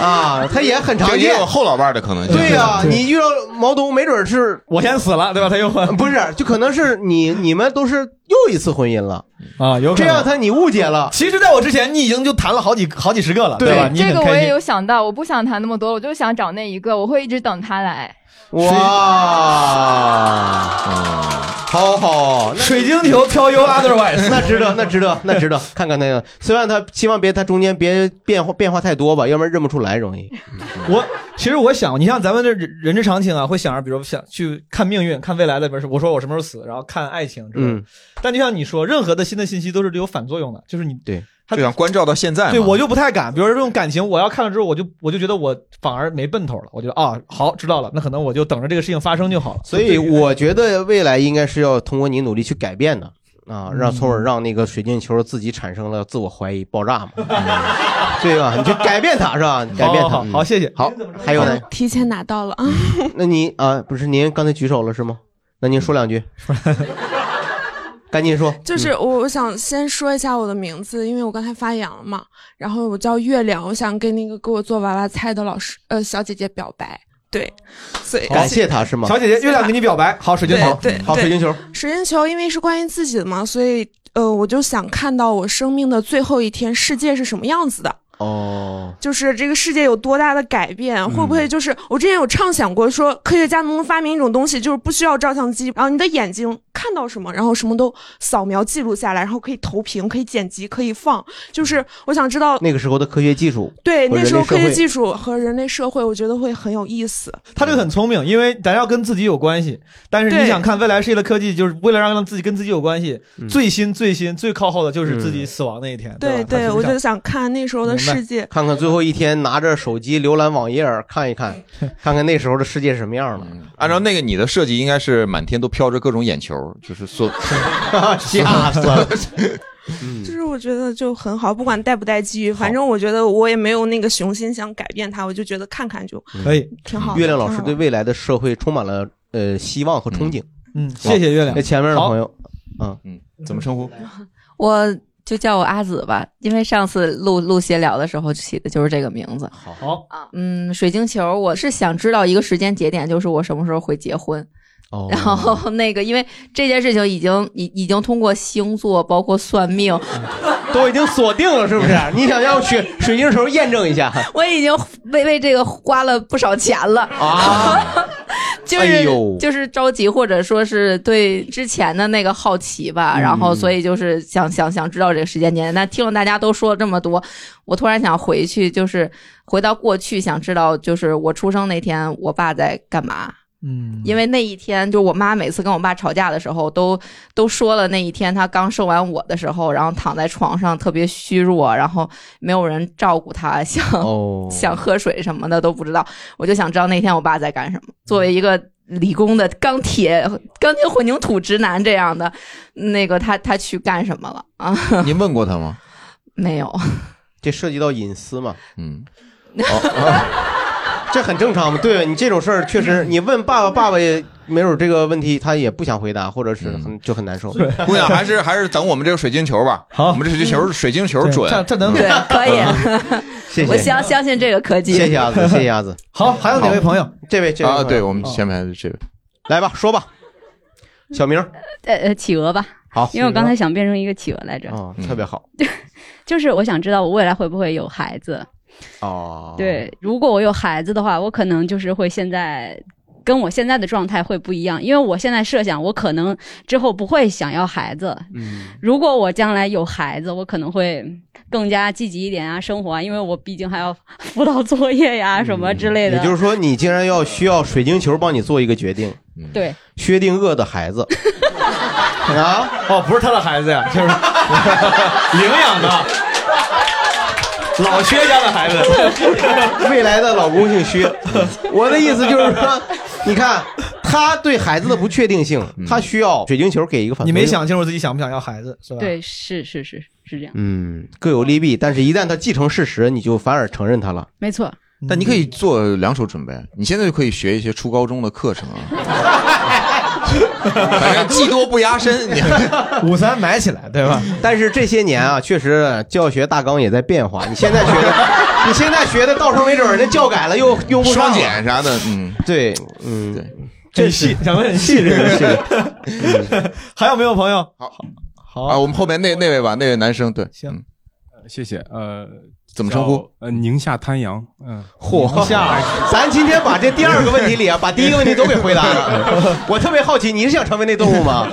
S4: 啊，他也很
S2: 就
S4: 常
S2: 也
S4: 见
S2: 有。后老伴儿的可能性。
S4: 对呀、你遇到毛东，没准儿是呃
S3: 我先死了，对吧？他又婚
S4: 不是，就可能是你你们都是又一次婚姻了，
S3: 啊，有这
S4: 这样
S3: 样他
S4: 他你误解了。
S3: 其实，在我之前，你已经就谈了好几好几十个了，对吧？你
S6: 这
S3: 很
S6: 个我
S3: 开
S6: 也
S3: 心。
S6: 有想到，我不想谈那么多，我就想找那一个，我会一直等他来。
S4: 哇，啊
S3: 嗯
S4: 好好，那
S3: 水晶球挑 you otherwise，
S4: 那值得，那值得，那值得。 看看那个，虽然他希望别他中间别变化变化太多吧，要不然认不出来 容易。
S3: 我其实我想，你像咱们这人人之常情啊，会想着，比如想去看命运、看未来的，比如说我说我什么时候死，然后看爱情之类的。
S4: 嗯，
S3: 但就像你说，任何的新的信息都是有反作用的，就是你
S4: 对
S3: 他
S2: 就想关照到现在嘛。
S3: 对我就不太敢，比如说这种感情，我要看了之后，我就我就觉得我反而没奔头了，我觉得啊，好知道了，那可能我就等着这个事情发生就好了。
S4: 所以我觉得未来应该是要通过你努力去改变的
S3: 嗯
S4: 啊，让从而让那个水晶球自己产生了自我怀疑爆炸 嘛，对吧？你就改变它是吧？改变
S3: 好
S4: 它。
S3: 好好好，
S4: 嗯，
S3: 谢谢。
S4: 好，还有呢？
S5: 嗯提前拿到了啊，
S4: 那你啊，不是您刚才举手了是吗？那您说 两句，赶紧说。
S5: 就是我我想先说一下我的名字，因为我刚才发言了嘛，然后我叫月亮，我想跟那个给我做娃娃菜的老师呃小姐姐表白，对，所以
S4: 感谢他是吗？
S3: 小姐姐，月亮给你表白，好，水晶
S5: 对
S3: 球，
S5: 对
S4: 好，水
S5: 对，
S4: 晶球，
S5: 水晶球因为是关于自己的嘛，所以呃我就想看到我生命的最后一天，世界是什么样子的。
S4: 哦，
S5: 就是这个世界有多大的改变，
S4: 嗯
S5: 会不会就是我之前有畅想过说，科学家能不能发明一种东西，就是不需要照相机，然后你的眼睛看到什么，然后什么都扫描记录下来，然后可以投屏，可以剪辑，可以放。就是我想知道
S4: 那个时候的科学技术，
S5: 哦对，那时候科学技
S4: 术，
S5: 术和人类社会，我觉得会很有意思。
S3: 他这个很聪明，因为咱要跟自己有关系。但是你
S5: 对
S3: 想看未来世界的科技，就是为了让自己跟自己有关系，
S4: 嗯
S3: 最新最新最靠后的就是自己死亡那一天。对
S5: 对对，我就想看那时候的世界。
S4: 看看最后一天拿着手机浏览网页儿看一看，看看那时候的世界是什么样的。
S2: 按照那个你的设计，应该是满天都飘着各种眼球，就是 所嗯
S4: 吓死 了。
S5: 就是我觉得就很好，不管带不带机遇，反正我觉得我也没有那个雄心想改变它，我就觉得看看就
S4: 可以，
S5: 挺好的。
S4: 月亮老师
S5: 挺好
S4: 对
S5: 的
S4: 未来的社会充满了呃希望和憧憬。
S3: 嗯，谢谢月亮
S4: 那前面的朋友，嗯
S2: 嗯，怎么称呼？
S11: 我就叫我阿紫吧，因为上次录录闲聊的时候起的就是这个名字。
S3: 好
S11: 啊，嗯，水晶球，我是想知道一个时间节点，就是我什么时候会结婚。
S4: 哦
S11: 然后那个，因为这件事情已经已已经通过星座，包括算命，
S4: 都已经锁定了，是不是？ 你想要去水晶球验证一下？
S11: 我已经为为这个花了不少钱了
S4: 啊！
S11: 就是、
S4: 哎呦
S11: 就是着急，或者说是对之前的那个好奇吧，
S4: 嗯
S11: 然后所以就是想想想知道这个时间点。那听了大家都说了这么多，我突然想回去，就是回到过去，想知道就是我出生那天我爸在干嘛。
S3: 嗯，
S11: 因为那一天，就我妈每次跟我爸吵架的时候，都都说了那一天她刚生完我的时候，然后躺在床上特别虚弱，然后没有人照顾她，想、
S4: 哦
S11: 想喝水什么的都不知道。我就想知道那天我爸在干什么。作为一个理工的钢铁钢筋混凝土直男这样的，那个他他去干什么了啊？
S2: 您问过他吗？
S11: 没有，
S4: 这涉及到隐私嘛？哦
S2: 嗯，
S4: 这很正常嘛。对你这种事儿，确实你问爸爸，爸爸也没准这个问题他也不想回答，或者是
S2: 嗯
S4: 很就很难受。
S2: 姑娘，还是还是等我们这个水晶球吧。好，我们这水晶球水晶球准，嗯
S3: 这这能
S11: 对，可以，
S4: 谢谢
S11: 我相相信这个科技。
S4: 谢谢鸭子，谢谢鸭子。
S3: 好，还有哪位朋友？
S4: 这位，这位
S2: 啊，对
S4: 朋友
S2: 我们前面的这位，
S4: 来吧，说吧，小明儿
S12: 呃呃，企鹅吧。
S4: 好
S12: 因为我刚才想变成一个企鹅来着，
S4: 啊，特别好
S12: 就是我想知道我未来会不会有孩子。
S4: 哦。
S12: 对，如果我有孩子的话，我可能就是会现在跟我现在的状态会不一样，因为我现在设想我可能之后不会想要孩子。
S4: 嗯，
S12: 如果我将来有孩子，我可能会更加积极一点啊，生活啊，因为我毕竟还要辅导作业呀、什么之类的。
S4: 嗯也就是说，你竟然要需要水晶球帮你做一个决定，
S2: 嗯
S12: 对，
S4: 薛定谔的 孩子啊？
S3: 哦，不是他的孩子呀，就是领养的。老薛家的孩 子，
S4: 未来的老公 姓薛。我的意思就是说，你看他对孩子的不确定性，
S2: 嗯
S4: 他需要水晶球给一个反。
S3: 你没想，清楚自己想不想要孩子是吧？
S12: 对，是是是是这样，
S4: 嗯，各有利弊，但是一旦他继承事实，你就反而承认他了。
S12: 没错。
S2: 但你可以做两手准备，你现在就可以学一些初高中的课程啊。反正技多不压身，你
S3: 五三买起来，对吧？
S4: 但是这些年啊，确实教学大纲也在变化。你现在学的， 你现在学的，到时候没准儿人家教改了又用不上
S2: 双
S4: 了
S2: 减啥的，嗯，
S4: 对，嗯，
S2: 对，
S3: 这细，想问很细致，
S2: 嗯
S3: 还有没有朋友？
S2: 好，
S3: 好
S2: 啊，我们后面那那位吧，那位男生，对，
S3: 行，
S13: 谢谢。呃，
S2: 怎么称呼
S13: 叫？呃，宁夏滩羊。嗯，
S4: 嚯， 咱今天把这第二个问题里啊，把第一个问题都给回答 了。 我特别好奇，你是想成为那动物吗？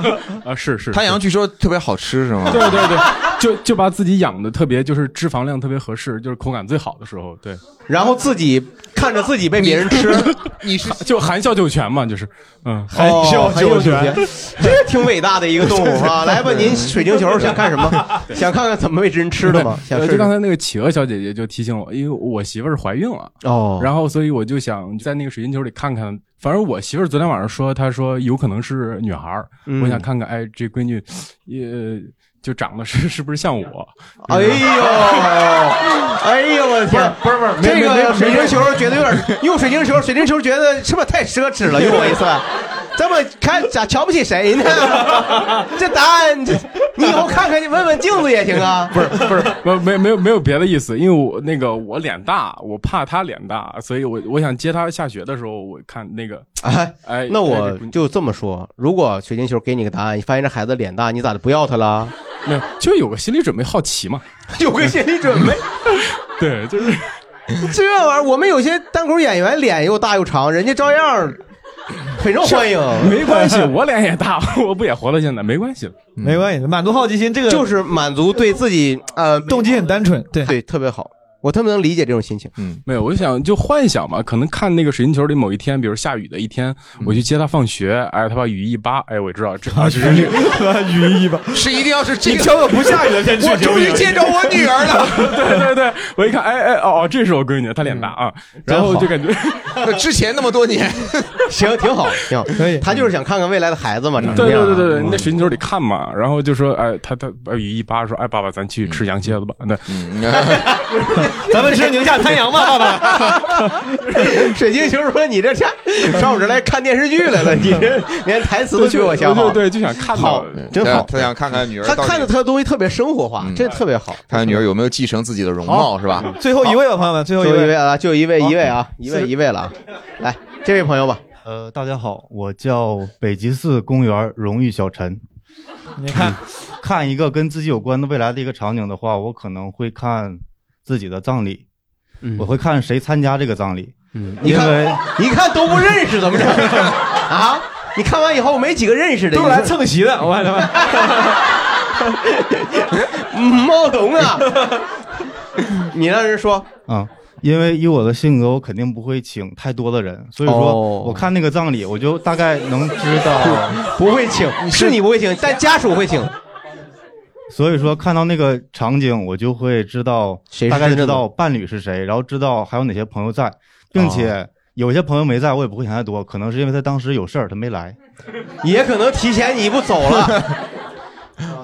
S13: 啊，是是。
S2: 滩羊嗯据说特别好吃，是吗？
S13: 对对对，就就把自己养的特别，就是脂肪量特别合适，就是口感最好的时候。对，
S4: 然后自己看着自己被别人吃，哦
S13: 你是 就含笑九泉嘛，就是嗯，
S4: 含笑九泉，这挺伟大的一个 动物 啊！来吧，您水晶球想看什 么？想看看怎么喂人吃的吗？想
S13: 呃就
S4: 试试
S13: 刚才那个企鹅小姐姐就提醒我，因为我媳妇儿怀孕了，
S4: 哦
S13: 然后所以我就想在那个水晶球里看看。反正我媳妇儿昨天晚上说，她说有可能是女孩儿，
S4: 嗯
S13: 我想看看，哎，这闺女，也就长得是是不是像我？
S4: 哎呦，哎呦，我的天！不是不是，这个水晶球觉得有 点用水晶球，水晶球觉得是不是太奢侈了？用我一次， 这么看咋瞧不起谁 呢？这答案，这你以后看看去，问问镜子也行啊。
S13: 不是不是，不没没有没有别的意思，因为我那个我脸大，我怕她脸大，所以我我想接她下学的时候，我看那个，
S4: 哎
S13: 哎，
S4: 那
S13: 哎
S4: 我
S13: 这闺女
S4: 就这么说，如果水晶球给你个答案，你发现这孩子脸大，你咋就不要他了？
S13: 没有，就有个心理准备，好奇嘛。
S4: 有个心 理准备。
S13: 对， 就是
S4: 这玩意儿，我们有些单口演员脸又大又长，人家照样儿很受欢迎
S13: 是没关系，我脸也大， 我不也活到现在，没关系了。
S3: 没关系，满足好奇心这个
S4: 就是满足对自己呃动
S3: 机很单纯，对
S4: 对，特别好。我特别能理解这种心情。
S2: 嗯，
S13: 没有，我就想就幻想嘛，可能看那个水晶球里某一天，比如下雨的一天，
S4: 嗯
S13: 我去接他放学，哎，他把雨衣一扒，哎，我知 道这啊，这是
S3: 雨衣一扒，
S2: 是一定要是这个。
S13: 你挑个不下雨的天去
S2: 我终于
S13: 就行
S2: 见着我女儿了。
S13: 对对对，我一看，哎哎哦哦，这是我闺女，她脸大啊，
S2: 嗯
S13: 然后就感觉
S2: 之前那么多年，
S4: 行，挺好，挺好，可以。他就是想看看未来的孩子嘛，长什么
S13: 对
S4: 样
S13: 对
S4: 啊
S13: 对对对，你在水晶球里看嘛，然后就说，哎，他他把雨衣一扒，说，哎，爸爸，咱去吃羊蝎子吧，那
S4: 嗯
S3: 咱们吃宁夏滩羊吧，爸爸。
S4: 水晶球说：“你这下上我这来看电视剧来了，你这连台词都比我想好。”
S13: 对，就想看
S4: 好，真好。
S2: 他想看看女儿
S4: 他
S2: 到底
S4: 看的他的东西特别生活化，这特别好。
S2: 看看女儿有没有继承自己的容貌，
S4: 好
S2: 是吧？
S3: 最后一位吧，朋友们，最后一
S4: 最后一
S3: 位
S4: 位啊，就一位一位啊，一
S14: 是
S4: 位一位了啊。来，这位朋友吧，
S14: 呃，大家好，我叫北极寺公园荣誉小陈。嗯
S3: 你看，
S14: 看一个跟自己有关的未来的一个场景的话，我可能会看自己的葬礼，我会看谁参加这个葬礼。嗯
S4: 嗯你
S14: 因
S4: 看
S14: 为
S4: 一看都不 认识，怎么着 啊？你看完以后没几个认识的，
S3: 都是来蹭席的，我他 妈。
S4: 嗯冒懂啊！你让人说，
S14: 啊，因为以我的性格，我肯定不会请太多的人，所以说
S4: 哦
S14: 我看那个葬礼，我就大概能知道
S4: 不会请，是你不会请，但家属会请。
S14: 所以说，看到那个场景，我就会知道，
S4: 谁是
S14: 大概知
S4: 真正的
S14: 道伴侣是谁，然后知道还有哪些朋友在，并
S4: 哦
S14: 且有些朋友没在，我也不会想太多，可能是因为他当时有事儿，他没来。
S4: 也可能提前你一步走了。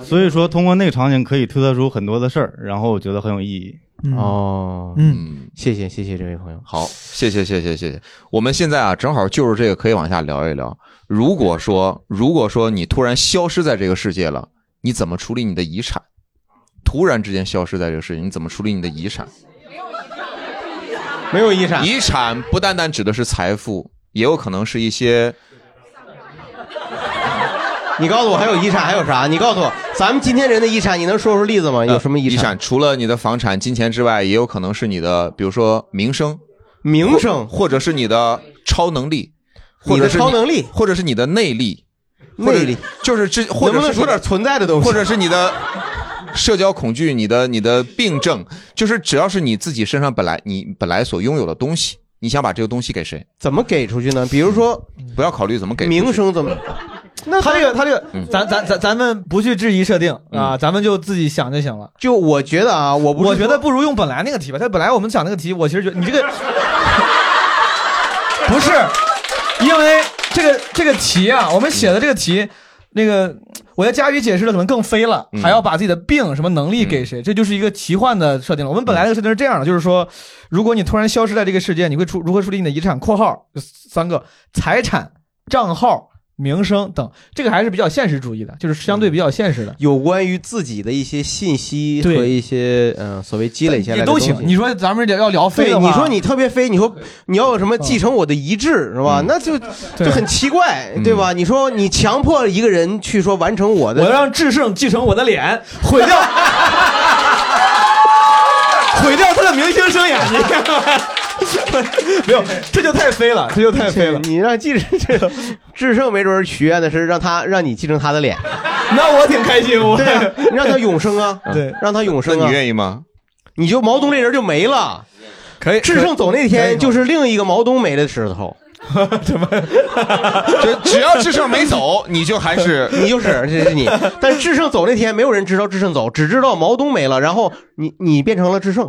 S14: 所以说，通过那个场景可以推测出很多的事儿，然后我觉得很有意义。
S4: 哦，
S3: 嗯，
S4: 谢谢谢谢这位朋友。
S2: 好，谢谢谢谢谢谢。我们现在啊，正好就是这个可以往下聊一聊。如果说如果说你突然消失在这个世界了，你怎么处理你的遗产？突然之间消失在这个世界，你怎么处理你的遗产？
S4: 没有遗产，
S2: 遗产不单单指的是财富，也有可能是一些
S4: 你告诉我还有遗产还有啥？你告诉我，咱们今天人的遗产，你能说出例子吗？有什么
S2: 遗
S4: 产？
S2: 除了你的房产、金钱之外，也有可能是你的，比如说名声、
S4: 名声
S2: 或，或者是你的超能力，或
S4: 你的
S2: 者是
S4: 超能力，
S2: 或者是你的内力，或者
S4: 内力
S2: 就是这，或者
S4: 能不能
S2: 是
S4: 说点存在的东西？
S2: 或者是你的社交恐惧、你的你的病症，就是只要是你自己身上本来你本来所拥有的东西，你想把这个东西给谁？嗯
S4: 怎么给出去呢？比如说，
S2: 不要考虑怎么给
S4: 名声怎么？
S3: 那他这个，他这个，咱咱咱咱们不去质疑设定啊，咱们就自己想就行了。
S4: 就我觉得啊，我
S3: 不，我觉得不如用本来那个题吧。他本来我们讲那个题，我其实觉得你这个不是，因为这个这个题啊，我们写的这个题，那个我觉得佳宇解释的可能更飞了，
S4: 嗯
S3: 还要把自己的病什么能力给谁，这就是一个奇幻的设定了。我们本来的设定是这样的，就是说，如果你突然消失在这个世界，你会处如何处理你的遗产（括号三个财产、账号、名声等），这个还是比较现实主义的，就是相对比较现实的。
S4: 有关于自己的一些信息
S3: 对
S4: 和一些嗯、呃所谓积累下来
S3: 也
S4: 的
S3: 都
S4: 东西
S3: 行。你说咱们要聊飞
S4: 对，
S3: 的话，嗯
S4: 你说你特别飞，你说你要有什么继承我的遗志是吧？那就就很奇怪，对吧？你说你强迫一个人去说完成我
S3: 嗯
S4: 的，
S3: 我要让智胜继承我的脸，毁掉， 毁掉他的明星生涯，你看 没有，这就太飞了，这就太飞了。
S4: 你让继承这个智胜没准儿许愿的是让他让你继承他的脸，
S3: 那我挺开心，我
S4: 对啊，你让他永生啊，
S3: 对，
S4: 让他永生啊，
S2: 那你愿意吗？
S4: 你就毛东这人就没了，
S3: 可以。
S4: 智胜走那天就是另一个毛东没的时候。
S2: 就只要智胜没 走，你就 还是
S4: 你就是这是你。但智胜走那天，没有人知道智胜走，只知道毛东没了，然后你你变成了智 胜，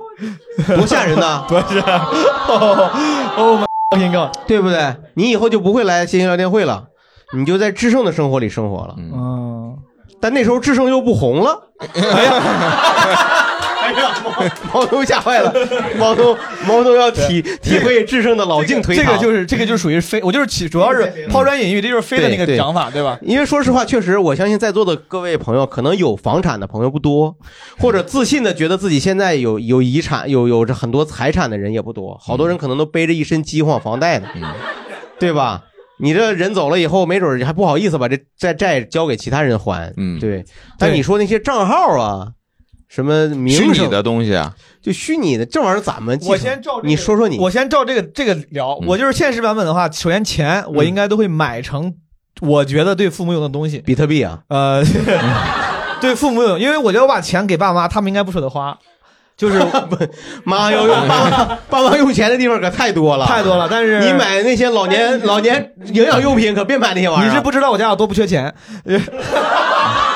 S4: 多吓人呐！
S3: 多吓人！ 哦，我天哥，
S4: 对不对？你以后就不会来新星聊天会了，你就在智胜的生活里生活了。
S3: 嗯，
S4: 但那时候智胜又不红了。哎呀！ 哎呀，毛毛东吓坏 了，毛东毛东要体体会智胜的老敬推
S3: 这
S4: 搪
S3: 个就是这个就属于飞，我就是起主要是抛砖引玉，这就是飞的那个
S4: 对
S3: 想法，对吧？
S4: 因为说实话，确实，我相信在座的各位朋友，可能有房产的朋友不多， 或者自信的觉得自己现在有有遗产、有有着很多财产的人也不多，好多人可能都背着一身饥荒房贷
S2: 嗯
S4: 呢，对吧？你这人走了以后，没准儿还不好意思把这债债交给其他人还，嗯，对。但你说那些账号啊，什么名
S2: 虚拟
S4: 声
S2: 的东西啊？
S4: 就虚拟的这玩意儿咱们
S3: 我先照这个
S4: 你说说你，
S3: 我先照这个这个聊。
S4: 嗯
S3: 我就是现实版本的话，首先钱我应该都会买成我觉得对父母用的东西，
S4: 比特币啊，
S3: 呃， 对父母用，因为我觉得我把钱给爸妈，他们应该不舍得花。就是
S4: 妈要用爸妈爸妈用钱的地方可太多了，
S3: 太多了。但是
S4: 你买那些 老年老年营养用品可别买那些玩意儿。啊
S3: 你是不知道我家有多不缺钱。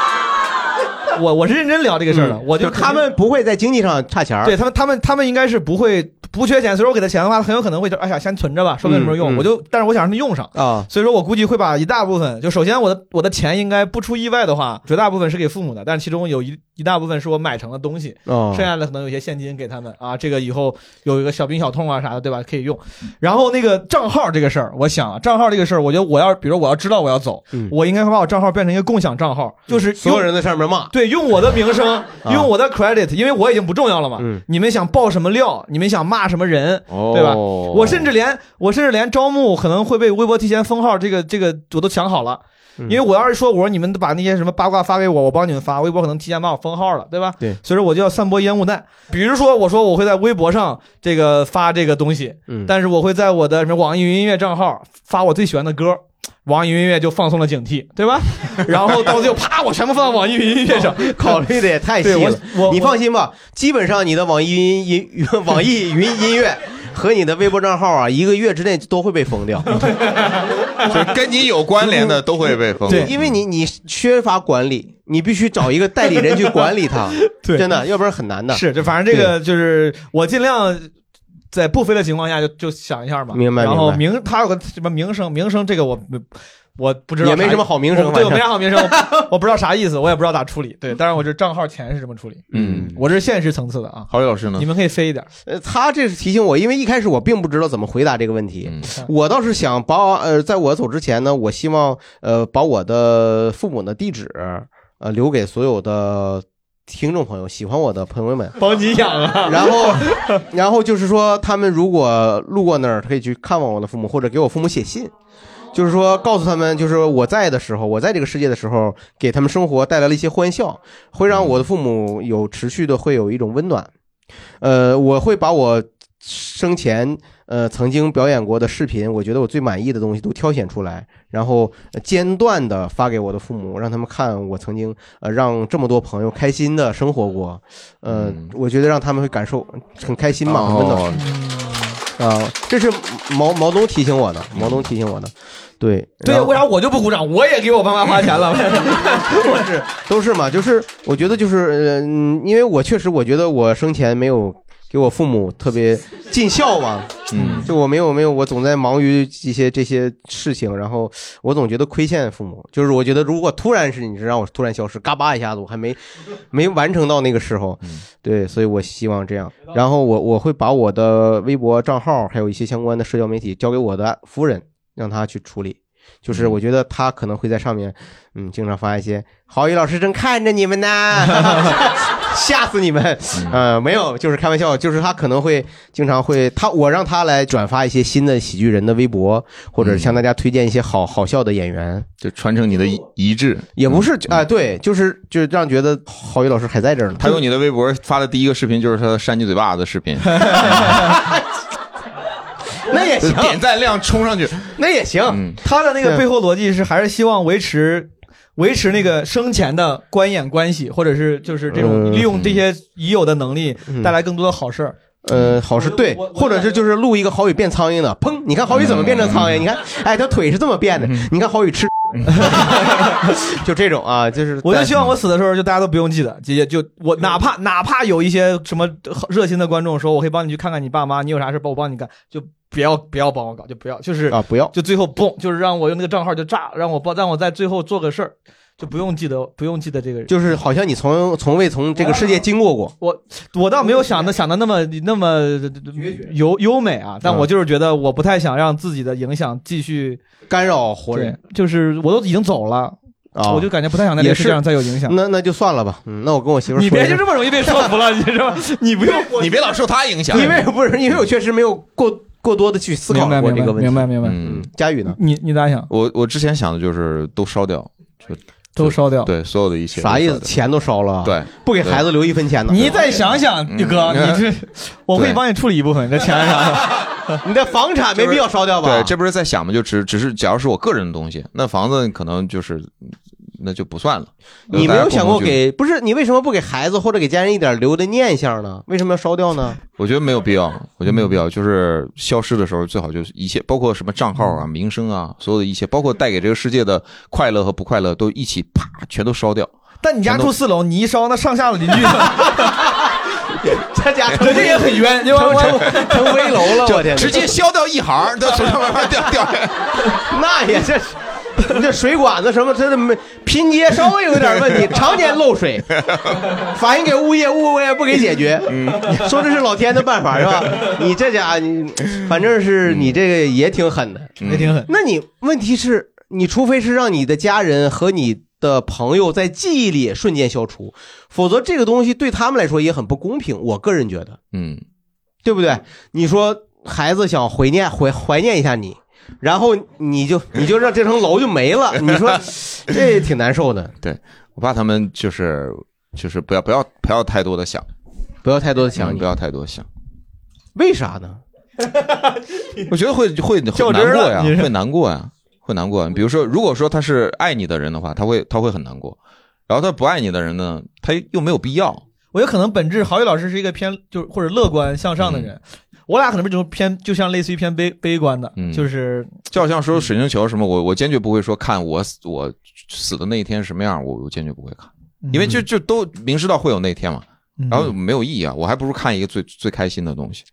S3: 我我是认真聊这个事儿的，
S4: 嗯
S3: 我就
S4: 他们不会在经济上差钱
S3: 对他们，他们他们应该是不会不缺钱，所以说我给他钱的话，很有可能会就哎呀先存着吧，说不定什么时候用。
S4: 嗯嗯
S3: 我就但是我想让他用上，
S4: 啊，
S3: 所以说我估计会把一大部分，就首先我的我的钱应该不出意外的话，绝大部分是给父母的，但是其中有一一大部分是我买成的东西，
S4: 哦
S3: 剩下的可能有些现金给他们啊，这个以后有一个小病小痛啊啥的，对吧？可以用。然后那个账号这个事儿，我想啊账号这个事儿，我觉得我要比如我要知道我要走，我应该会把我账号变成一个共享账号，就是
S4: 嗯所有
S3: 用
S4: 人在上面骂，啊
S3: 对，用我的名 声，用我的 credit，因为我已经不重要了嘛。你们想爆什么料，你们想骂什么人，
S4: 嗯哦
S3: 对吧？我甚至连我甚至连招募可能会被微博提前封号，这个这个我都想好了。
S4: 嗯
S3: 因为我要是说，我说你们把那些什么八卦发给我，我帮你们发，微博可能提前把我封号了，对吧？
S4: 对
S3: 所以说我就要散播烟雾弹。比如说，我说我会在微博上这个发这个东西，
S4: 嗯
S3: 但是我会在我的什么网易云音乐账号发我最喜欢的歌，网易云音乐就放松了警惕，对 吧？然后到最后啪，我全部放到网易云音乐上，
S4: 哦考虑的也太细
S3: 对我
S4: 了。你放心吧，基本上你的网易云音网易云音乐和你的微博账号啊，一个月之内都会被封 掉。
S2: 就是跟你有关联的都会被封。
S4: 嗯对，因为你你缺乏管理，你必须找一个代理人去管理它。
S3: 对
S4: 真的，要不然很难的。
S3: 是，这反正这个就是我尽量在不飞的情况下就就想一下嘛。
S4: 明白
S3: 然后
S4: 明
S3: 名，他有个什么名声，名声这个我我不知道
S4: 也
S3: 啥
S4: 没
S3: 意思，
S4: 什么好名声
S3: 我
S4: 反
S3: 对，我
S4: 正
S3: 没啥好名声，我我不知道啥意思，我也不知道咋处理。对，但是我这账号钱是这么处理，
S2: 嗯，
S3: 我这是现实层次的啊。
S2: 郝宇老师呢
S3: 你？们可以飞一点。
S4: 呃，他这是提醒我，因为一开始我并不知道怎么回答这个问题。
S2: 嗯
S3: 嗯
S4: 我倒是想把呃，在我走之前呢，我希望呃把我的父母的地址呃留给所有的听众朋友、喜欢我的朋友们。
S3: 帮你养 啊，
S4: 然后，然后就是说，他们如果路过那儿，可以去看望我的父母，或者给我父母写信，就是说告诉他们，就是我在的时候，我在这个世界的时候，给他们生活带来了一些欢笑，会让我的父母有持续的会有一种温暖。呃，我会把我生前呃曾经表演过的视频，我觉得我最满意的东西都挑选出来，然后呃间断的发给我的父母，让他们看我曾经呃让这么多朋友开心的生活过。呃，我觉得让他们会感受很开心嘛，很温暖。啊、这是毛毛东提醒我的，毛东提醒我的，对
S3: 对，为啥我就不鼓掌？我也给我爸妈花钱了。
S4: 我是都是嘛，就是我觉得就是，呃嗯，因为我确实我觉得我生前没有给我父母特别尽孝嘛，
S2: 嗯，
S4: 就我没有没有，我总在忙于一些这些事情，然后我总觉得亏欠父母，就是我觉得如果突然是你是让我突然消失，嘎巴一下子，我还没没完成到那个时候，对，所以我希望这样，然后我我会把我的微博账号还有一些相关的社交媒体交给我的夫人，让她去处理。就是我觉得他可能会在上面，嗯，经常发一些“郝宇老师正看着你们呢”， 吓死你们。
S2: 嗯
S4: 呃，没有，就是开玩笑，就是他可能会经常会他我让他来转发一些新的喜剧人的微博，或者向大家推荐一些好好笑的演员，
S2: 就传承你的遗志。
S4: 也不是啊、对，就是就让觉得郝宇老师还在这儿呢。
S2: 他用你的微博发的第一个视频就是他扇你嘴巴子的视频，
S4: 那也行，
S2: 点赞量冲上去，
S4: 那也行。
S3: 他的那个背后逻辑是还是希望维持。维持那个生前的观演关系，或者是就是这种
S4: 嗯
S3: 利用这些已有的能力带来更多的好事儿。
S4: 呃，郝是对，或者是就是录一个郝宇变苍蝇的，砰！你看郝宇怎么变成苍蝇？你看，哎，他腿是这么变的。你看郝宇吃，
S2: 嗯
S4: 就这种啊，就是
S3: 我就希望我死的时候，就大家都不用记得，也就我哪怕哪怕有一些什么热心的观众说，我可以帮你去看看你爸妈，你有啥事帮我帮你干，就不要不要帮我搞，就不要就是
S4: 啊，不要
S3: 就最后嘣，就是让我用那个账号就炸，让我帮让我在最后做个事儿，就不用记得不用记得这个人。
S4: 就是好像你从从未从这个世界经过过。
S3: 我我倒没有想的想的那么那么优优美啊，但
S4: 嗯
S3: 我就是觉得我不太想让自己的影响继续
S4: 干扰活人，
S3: 就是我都已经走了，
S4: 啊，
S3: 我就感觉不太想在这
S4: 也
S3: 个
S4: 是
S3: 世界上再有影响。
S4: 那那就算了吧，嗯，那我跟我媳妇儿
S3: 你
S4: 说一
S3: 别
S4: 声
S3: 就这么容易被说服了，你知道吗？你不用，
S2: 你别老受他影响。
S4: 因为不是因为我确实没有过过多的去思考
S3: 明白
S4: 过
S3: 明
S4: 这
S3: 白
S4: 个问题。
S3: 明白明白。
S2: 嗯，
S4: 佳宇呢？
S3: 你你咋想？
S2: 我我之前想的就是都烧掉，就
S3: 都烧掉，
S2: 对，所有的一切
S4: 啥意思？
S2: 钱
S4: 都烧了，
S2: 对，
S4: 不给孩子留一分钱呢？嗯
S3: 你再想想，哥，你 这我会帮你处理一部分，你这钱啥的。
S4: 你的房产没必要烧掉吧？
S2: 对，这不是在想吗？就只只是，假如是我个人的东西，那房子可能就是那就不算了。
S4: 你没有想过
S2: 大家共同去
S4: 给不是你为什么不给孩子或者给家人一点留的念想呢？为什么要烧掉呢？
S2: 我觉得没有必要，
S4: 嗯
S2: 我觉得没有必要，就是消失的时候最好就是一切，包括什么账号啊、
S4: 嗯
S2: 名声啊，所有的一切，包括带给这个世界的快乐和不快乐，都一起啪全都烧掉。
S3: 但你家
S2: 全都
S3: 住四楼，你一烧，那上下的邻居， 他
S4: 家
S3: 人家也很冤，你往往
S4: 成危楼了，我天，
S2: 直接削掉一行，都从上面掉掉下来。
S4: 那也这你这水管子什么，这这没拼接稍微有点问题，常年漏水，反映给物业，物业不给解决，
S2: 嗯
S4: 说这是老天的办法是吧？你这家伙你反正
S2: 嗯
S4: 是你这个也挺狠的，
S3: 也挺狠。
S4: 那你问题是你除非是让你的家人和你。的朋友在记忆里瞬间消除，否则这个东西对他们来说也很不公平。我个人觉得，
S2: 嗯，
S4: 对不对？你说孩子想怀念怀怀念一下你，然后你就你就让这层楼就没了， 你说这挺难受的。
S2: 对我爸他们就是就是不要不要不要太多的想，
S4: 不要太多的想，
S2: 不要太多地想，
S4: 为啥呢？
S2: 我觉得会会会
S4: 较真
S2: 难
S4: 儿
S2: 过
S4: 了
S2: 呀
S4: 你，是
S2: 会难过呀，会难过呀。比如说，如果说他是爱你的人的话，他会他会很难过；然后他不爱你的人呢，他又没有必要。
S3: 我有可能本质，郝宇老师是一个偏就是或者乐观向
S2: 嗯
S3: 上的人，我俩可能是这种偏，就像类似于偏悲悲观的，
S2: 嗯
S3: 就是
S2: 就好像
S3: 嗯
S2: 说水晶球什么，我我坚决不会说看我死我死的那一天什么样，我我坚决不会看，
S3: 嗯
S2: 因为就就都明知道会有那天嘛，然后没有意义啊，我还不如看一个最最开心的东西。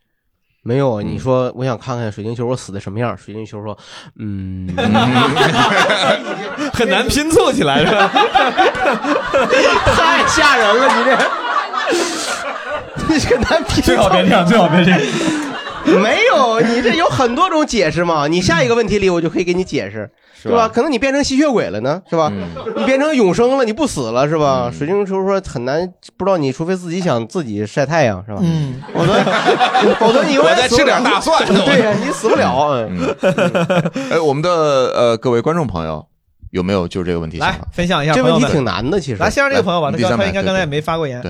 S4: 没有，啊你说我想看看水晶球我死的什么样？水晶球说，嗯，
S3: 很难拼凑起来是 吧？
S4: 太吓人了，你这。 你这个难拼，
S3: 最好别这样最好别这样。
S4: 没有，你这有很多种解释嘛。你下一个问题里，我就可以给你解释，是吧？可能你变成吸血鬼了呢，是吧？
S3: 嗯
S4: 你变成永生了，你不死了，是吧？水晶球说很难，不知道你除非自己想自己晒太阳，是吧？
S3: 嗯，
S4: 否则否则你永远
S2: 我再
S4: 死不
S2: 吃点
S4: 了
S2: 大蒜
S4: 对呀，你死不了。
S2: 嗯， 哎，我们的呃各位观众朋友，有没有就这个问题想
S3: 来
S2: 法？
S3: 分享一下，
S2: 这
S3: 朋友
S2: 问题
S3: 们
S2: 挺难的其实
S3: 来，先让这个朋友吧，那
S2: 来
S3: 刚
S2: 第三
S3: 他
S2: 排
S3: 应该
S2: 对
S3: 刚才
S2: 对
S3: 也没发过言。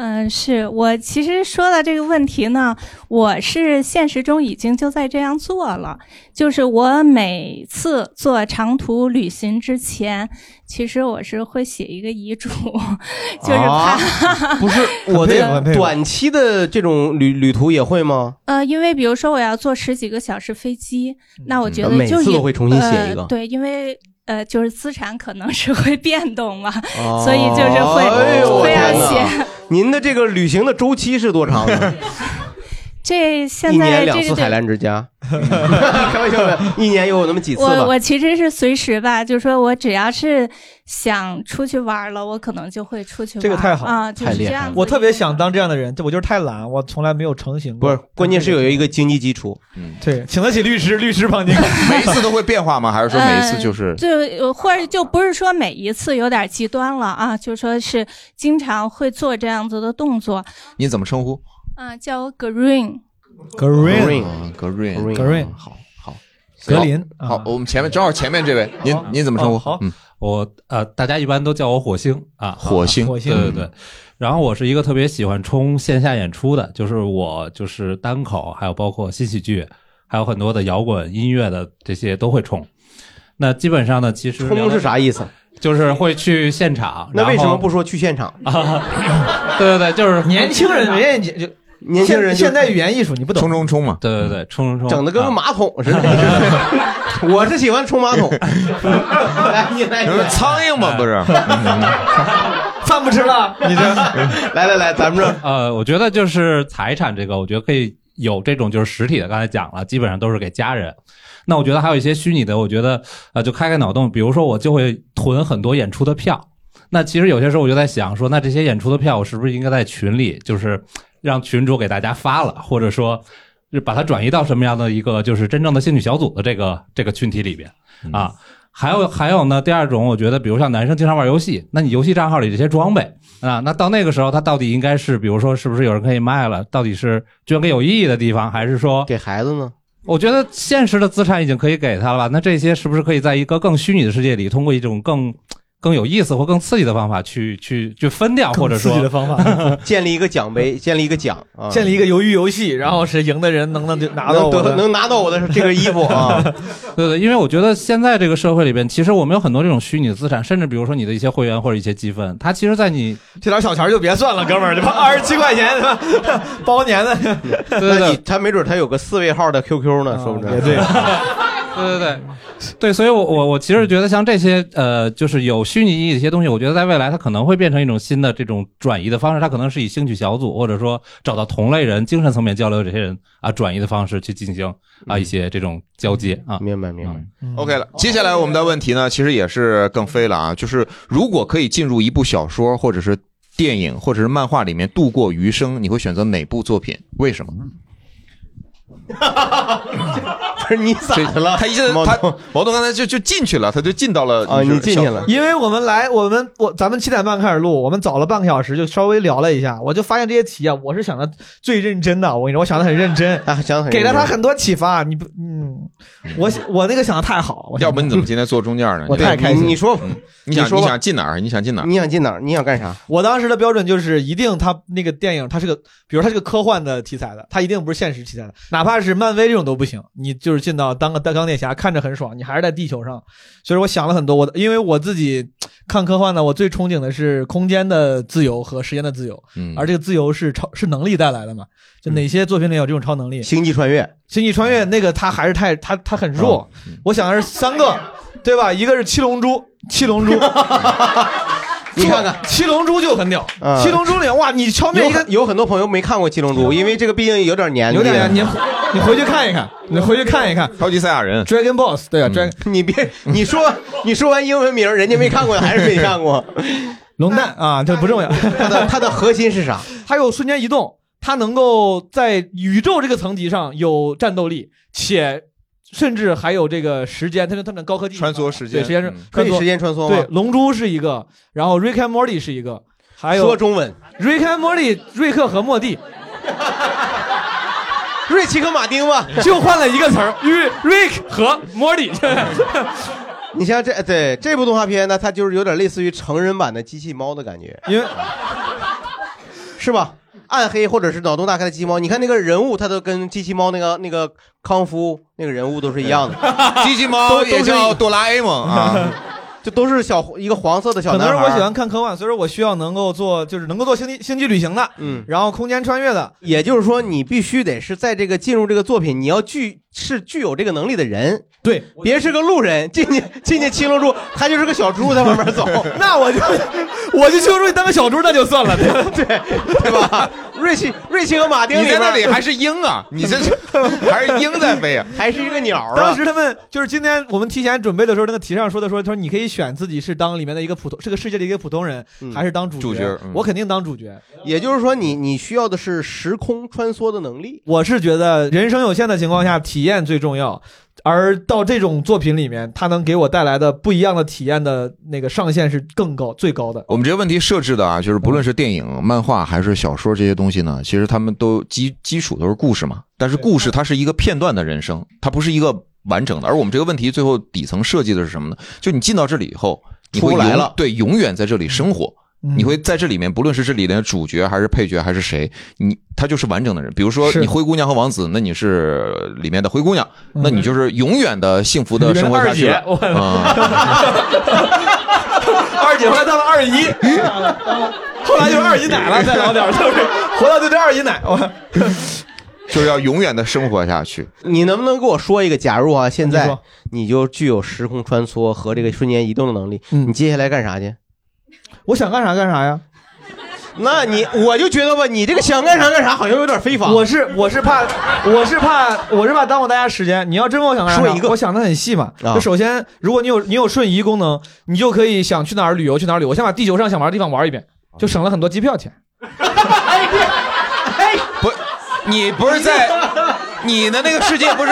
S15: 嗯，是我其实说到这个问题呢，我是现实中已经就在这样做了。就是我每次做长途旅行之前，其实我是会写一个遗嘱， 就是怕、
S4: 啊不 是我的短期的这种旅旅途也会吗？
S15: 呃，因为比如说我要坐十几个小时飞机，那我觉得
S4: 嗯呃每
S15: 就
S4: 次
S15: 有
S4: 都会重新写一个
S15: 呃、对，因为。呃，就是资产可能是会变动嘛，
S4: 哦
S15: 所以就是会、
S4: 哎呦我
S15: 会要
S4: 天
S15: 写。
S4: 哪您的这个旅行的周期是多长呢？
S15: 这现
S4: 一
S15: 在
S4: 年
S15: 这
S4: 两
S15: 个
S4: 次
S15: 对
S4: 海澜 之家，开玩笑的，一年有那么几次吧
S15: 我？我其实是随时吧，就是说我只要是想出去玩儿了，我可能就会出去玩儿。
S3: 这个太好
S15: 啊，就是这样子。
S3: 我特别想当这样的人，这我就是太懒，我从来没有成型过。
S4: 不是，关键是有一个经济基础。
S2: 嗯，
S3: 对，请得起律师，律师帮您。
S2: 每一次都会变化吗？还是说每一次就是？
S15: 就呃或者就不是说每一次有点极端了啊，就说是经常会做这样子的动作，
S2: 你怎么称呼
S15: 啊，叫我 Green，
S3: ？Green
S2: 嗯 Green
S3: Green
S2: 好好，
S3: 格林啊哦
S2: 好，好我们前面正好前面这位，您您怎么称呼？嗯
S16: 好，我呃，大家一般都叫我火星啊，
S2: 火星火
S4: 嗯
S2: 星
S16: 对对对。然后我是一个特别喜欢冲线下演出的，就是我就是单口，还有包括新喜剧，还有很多的摇滚音乐的这些都会冲。那基本上呢，其实
S4: 冲是啥意思？
S16: 就是会去现场。
S4: 那为什
S16: 然
S4: 么
S16: 后
S4: 不说去现场？
S16: 啊？ 对对对，就是
S3: 年轻人，人家就
S4: 年轻人就
S3: 现现代语言艺术你不懂，
S2: 冲冲冲嘛，
S16: 对对对，冲冲冲，
S4: 整的跟个
S16: 啊
S4: 马桶似的。我是喜欢冲马桶。来，你来，你 来
S2: 苍蝇
S16: 哎
S2: 嘛，不是？
S3: 饭不吃了，你这
S4: 来来来，咱们这
S16: 呃，我觉得就是财产这个，我觉得可以有这种就是实体的，刚才讲了，基本上都是给家人。那我觉得还有一些虚拟的，我觉得呃，就开开脑洞，比如说我就会囤很多演出的票。那其实有些时候我就在想说，那这些演出的票，我是不是应该在群里，就是让群主给大家发了，或者说就把它转移到什么样的一个就是真正的兴趣小组的这个这个群体里边
S4: 嗯
S16: 啊？还有还有呢，第二种我觉得，比如像男生经常玩游戏，那你游戏账号里这些装备啊，那到那个时候，它到底应该是，比如说是不是有人可以卖了？到底是捐给有意义的地方，还是说
S4: 给孩子呢？
S16: 我觉得现实的资产已经可以给他了吧？那这些是不是可以在一个更虚拟的世界里，通过一种更更有意思或更刺激的方法去去去分掉，或者说
S4: 更刺激的方法 建立一个奖杯，建立一个奖，啊
S3: 建立一个鱿鱼游戏，然后是赢的人能能拿到
S4: 能
S3: 我
S4: 得
S3: 的
S4: 能拿到我的这个衣服 啊。
S16: 对对，因为我觉得现在这个社会里边，其实我们有很多这种虚拟的资产，甚至比如说你的一些会员或者一些积分，它其实，在你
S3: 这点小钱儿就别算了，哥们儿，这二十七块钱是吧包年的，
S4: 那你他没准他有个四位号的 QQ 呢，说不准。也
S3: 对，
S16: 对对对，对，所以我我我其实觉得像这些呃，就是有虚拟意义的一些东西，我觉得在未来它可能会变成一种新的这种转移的方式，它可能是以兴趣小组或者说找到同类人、精神层面交流的这些人啊，转移的方式去进行啊一些这种交接啊。
S4: 嗯明白明白。
S2: OK 了，
S3: 哦
S2: 接下来我们的问题呢，其实也是更飞了啊，就是如果可以进入一部小说或者是电影或者是漫画里面度过余生，你会选择哪部作品？为什么？
S3: 嗯
S4: 不是你咋的了？
S2: 他一下他毛东刚才就就进去了，他就进到了
S3: 哦
S2: 就是小
S3: 因为我们来，我们我咱们七点半开始录，我们早了半个小时，就稍微聊了一下，我就发现这些题啊，我是想的最认真的，我跟你说，我想的很认真，
S4: 啊，想很
S3: 给了
S2: 认真
S3: 他很多启发，你不，嗯，我我那个想的太好，我
S2: 要不你怎么今天坐中间呢？
S3: 我太开心
S2: 你说
S3: 嗯，
S2: 你想
S3: 你说吧
S2: 你想进哪儿？你想进哪儿？
S4: 你想进哪儿？你想干啥？
S3: 我当时的标准就是，一定他那个电影，它是个，比如它是个科幻的题材的，它一定不是现实题材的，哪怕是漫威这种都不行。你就是进到当个当钢铁侠，看着很爽，你还是在地球上。所以我想了很多，我因为我自己看科幻呢，我最憧憬的是空间的自由和时间的自由，
S2: 嗯
S3: 而这个自由是超是能力带来的嘛？就哪些作品里有这种超能力？
S4: 嗯星际穿越，哦嗯
S3: 星际穿越那个它还是太它它很弱，我想的是三个， 对吧？一个是七龙珠，七龙珠。
S4: 你看看
S3: 七龙珠就很屌，
S4: 嗯
S3: 七龙珠里哇，你敲灭
S4: 有
S3: 一个
S4: 很有很多朋友没看过《七龙珠》，因为这个毕竟有点年龄，
S3: 有点年龄你回去看一看，你回去看一看
S2: 超级赛亚人嗯
S3: Dragon Boss，对啊，Dragon，
S4: 你别你说你说完英文名，人家没看过还是没看过。
S3: 龙蛋啊，这不重要。
S4: 它的它的核心是啥？
S3: 它有瞬间移动，它能够在宇宙这个层级上有战斗力，且甚至还有这个时间，它能它能高科技穿梭时
S4: 间
S3: 对时间是
S4: 嗯可以时间穿梭吗
S3: 对，龙珠是一个，然后 Rick and Morty 是一个，还有
S4: 说中文
S3: ，Rick and Morty，瑞克和莫蒂。
S4: 瑞奇和马丁吧，
S3: 就换了一个词儿，Rick Rick 和 Morty。
S4: 你像这对这部动画片呢，它就是有点类似于成人版的机器猫的感觉，
S3: 因为
S4: 是吧？暗黑或者是脑洞大开的机器猫，你看那个人物，它都跟机器猫那个那个康夫那个人物都是一样的。
S2: 机器猫也叫哆啦 A 梦啊，
S4: 就都是小一个黄色的小
S3: 可能
S4: 男
S3: 是
S4: 孩。
S3: 我喜欢看科幻，所以说我需要能够做，就是能够做星际星际旅行的，
S4: 嗯，
S3: 然后空间穿越的，
S4: 也就是说，你必须得是在这个进入这个作品，你要具是具有这个能力的人，
S3: 对，，
S4: 别是个路人进去 进去七龙珠，他就是个小猪在外面走
S3: 那我就我就七龙珠当个小猪那就算了，对
S4: 对对吧？瑞奇瑞奇和马丁，
S2: 你在那里还是鹰 啊？你这是还是鹰在飞啊？
S4: 还是一个 鸟啊？
S3: 当时他们就是今天我们提前准备的时候，那个题上说的说，他说你可以选自己是当里面的一个普通，这个世界的一个普通人，还是当主
S4: 主角嗯
S3: 我肯定当主角。
S4: 也就是说你，你需要的是时空穿梭的能力。
S3: 我是觉得人生有限的情况下，体验最重要。而到这种作品里面，它能给我带来的不一样的体验的那个上限是更高、最高的。
S2: 我们这些问题设置的啊，就是不论是电
S3: 嗯
S2: 影、漫画还是小说这些东西呢，其实他们都基基础都是故事嘛。但是故事它是一个片段的人生，它不是一个完整的。而我们这个问题最后底层设计的是什么呢？就你进到这里以后，你会
S4: 出来
S2: 永
S4: 了
S2: 对，永远在这里生活。
S3: 嗯
S2: 你会在这里面，不论是这里的主角还是配角还是谁，你他就是完整的人。比如说
S3: 是
S2: 你灰姑娘和王子，那你是里面的灰姑娘，
S3: 嗯
S2: 那你就是永远的幸福的生活下去了。
S3: 里面的二姐
S2: 嗯
S3: 二姐后来当了二姨，后来就是二姨奶了，再老点儿就是活到就这二姨奶。我
S2: 就是要永远的生活下去。
S4: 你能不能给我说一个？假如啊，现
S2: 你
S4: 在
S2: 说
S4: 你就具有时空穿梭和这个瞬间移动的能力，
S3: 嗯
S4: 你接下来干啥去？
S3: 我想干啥干啥呀？
S4: 那你我就觉得吧，你这个想干啥干啥好像有点非法。
S3: 我是我是怕我是怕我是怕耽误大家时间。你要真问我想干啥，
S4: 说一个
S3: 我想的很细嘛。
S4: 啊
S3: 就首先，如果你有你有瞬移功能，你就可以想去哪儿旅游去哪儿旅游，我先把地球上想玩的地方玩一遍，就省了很多机票钱。
S2: 不，你不 是在你的那个世界不是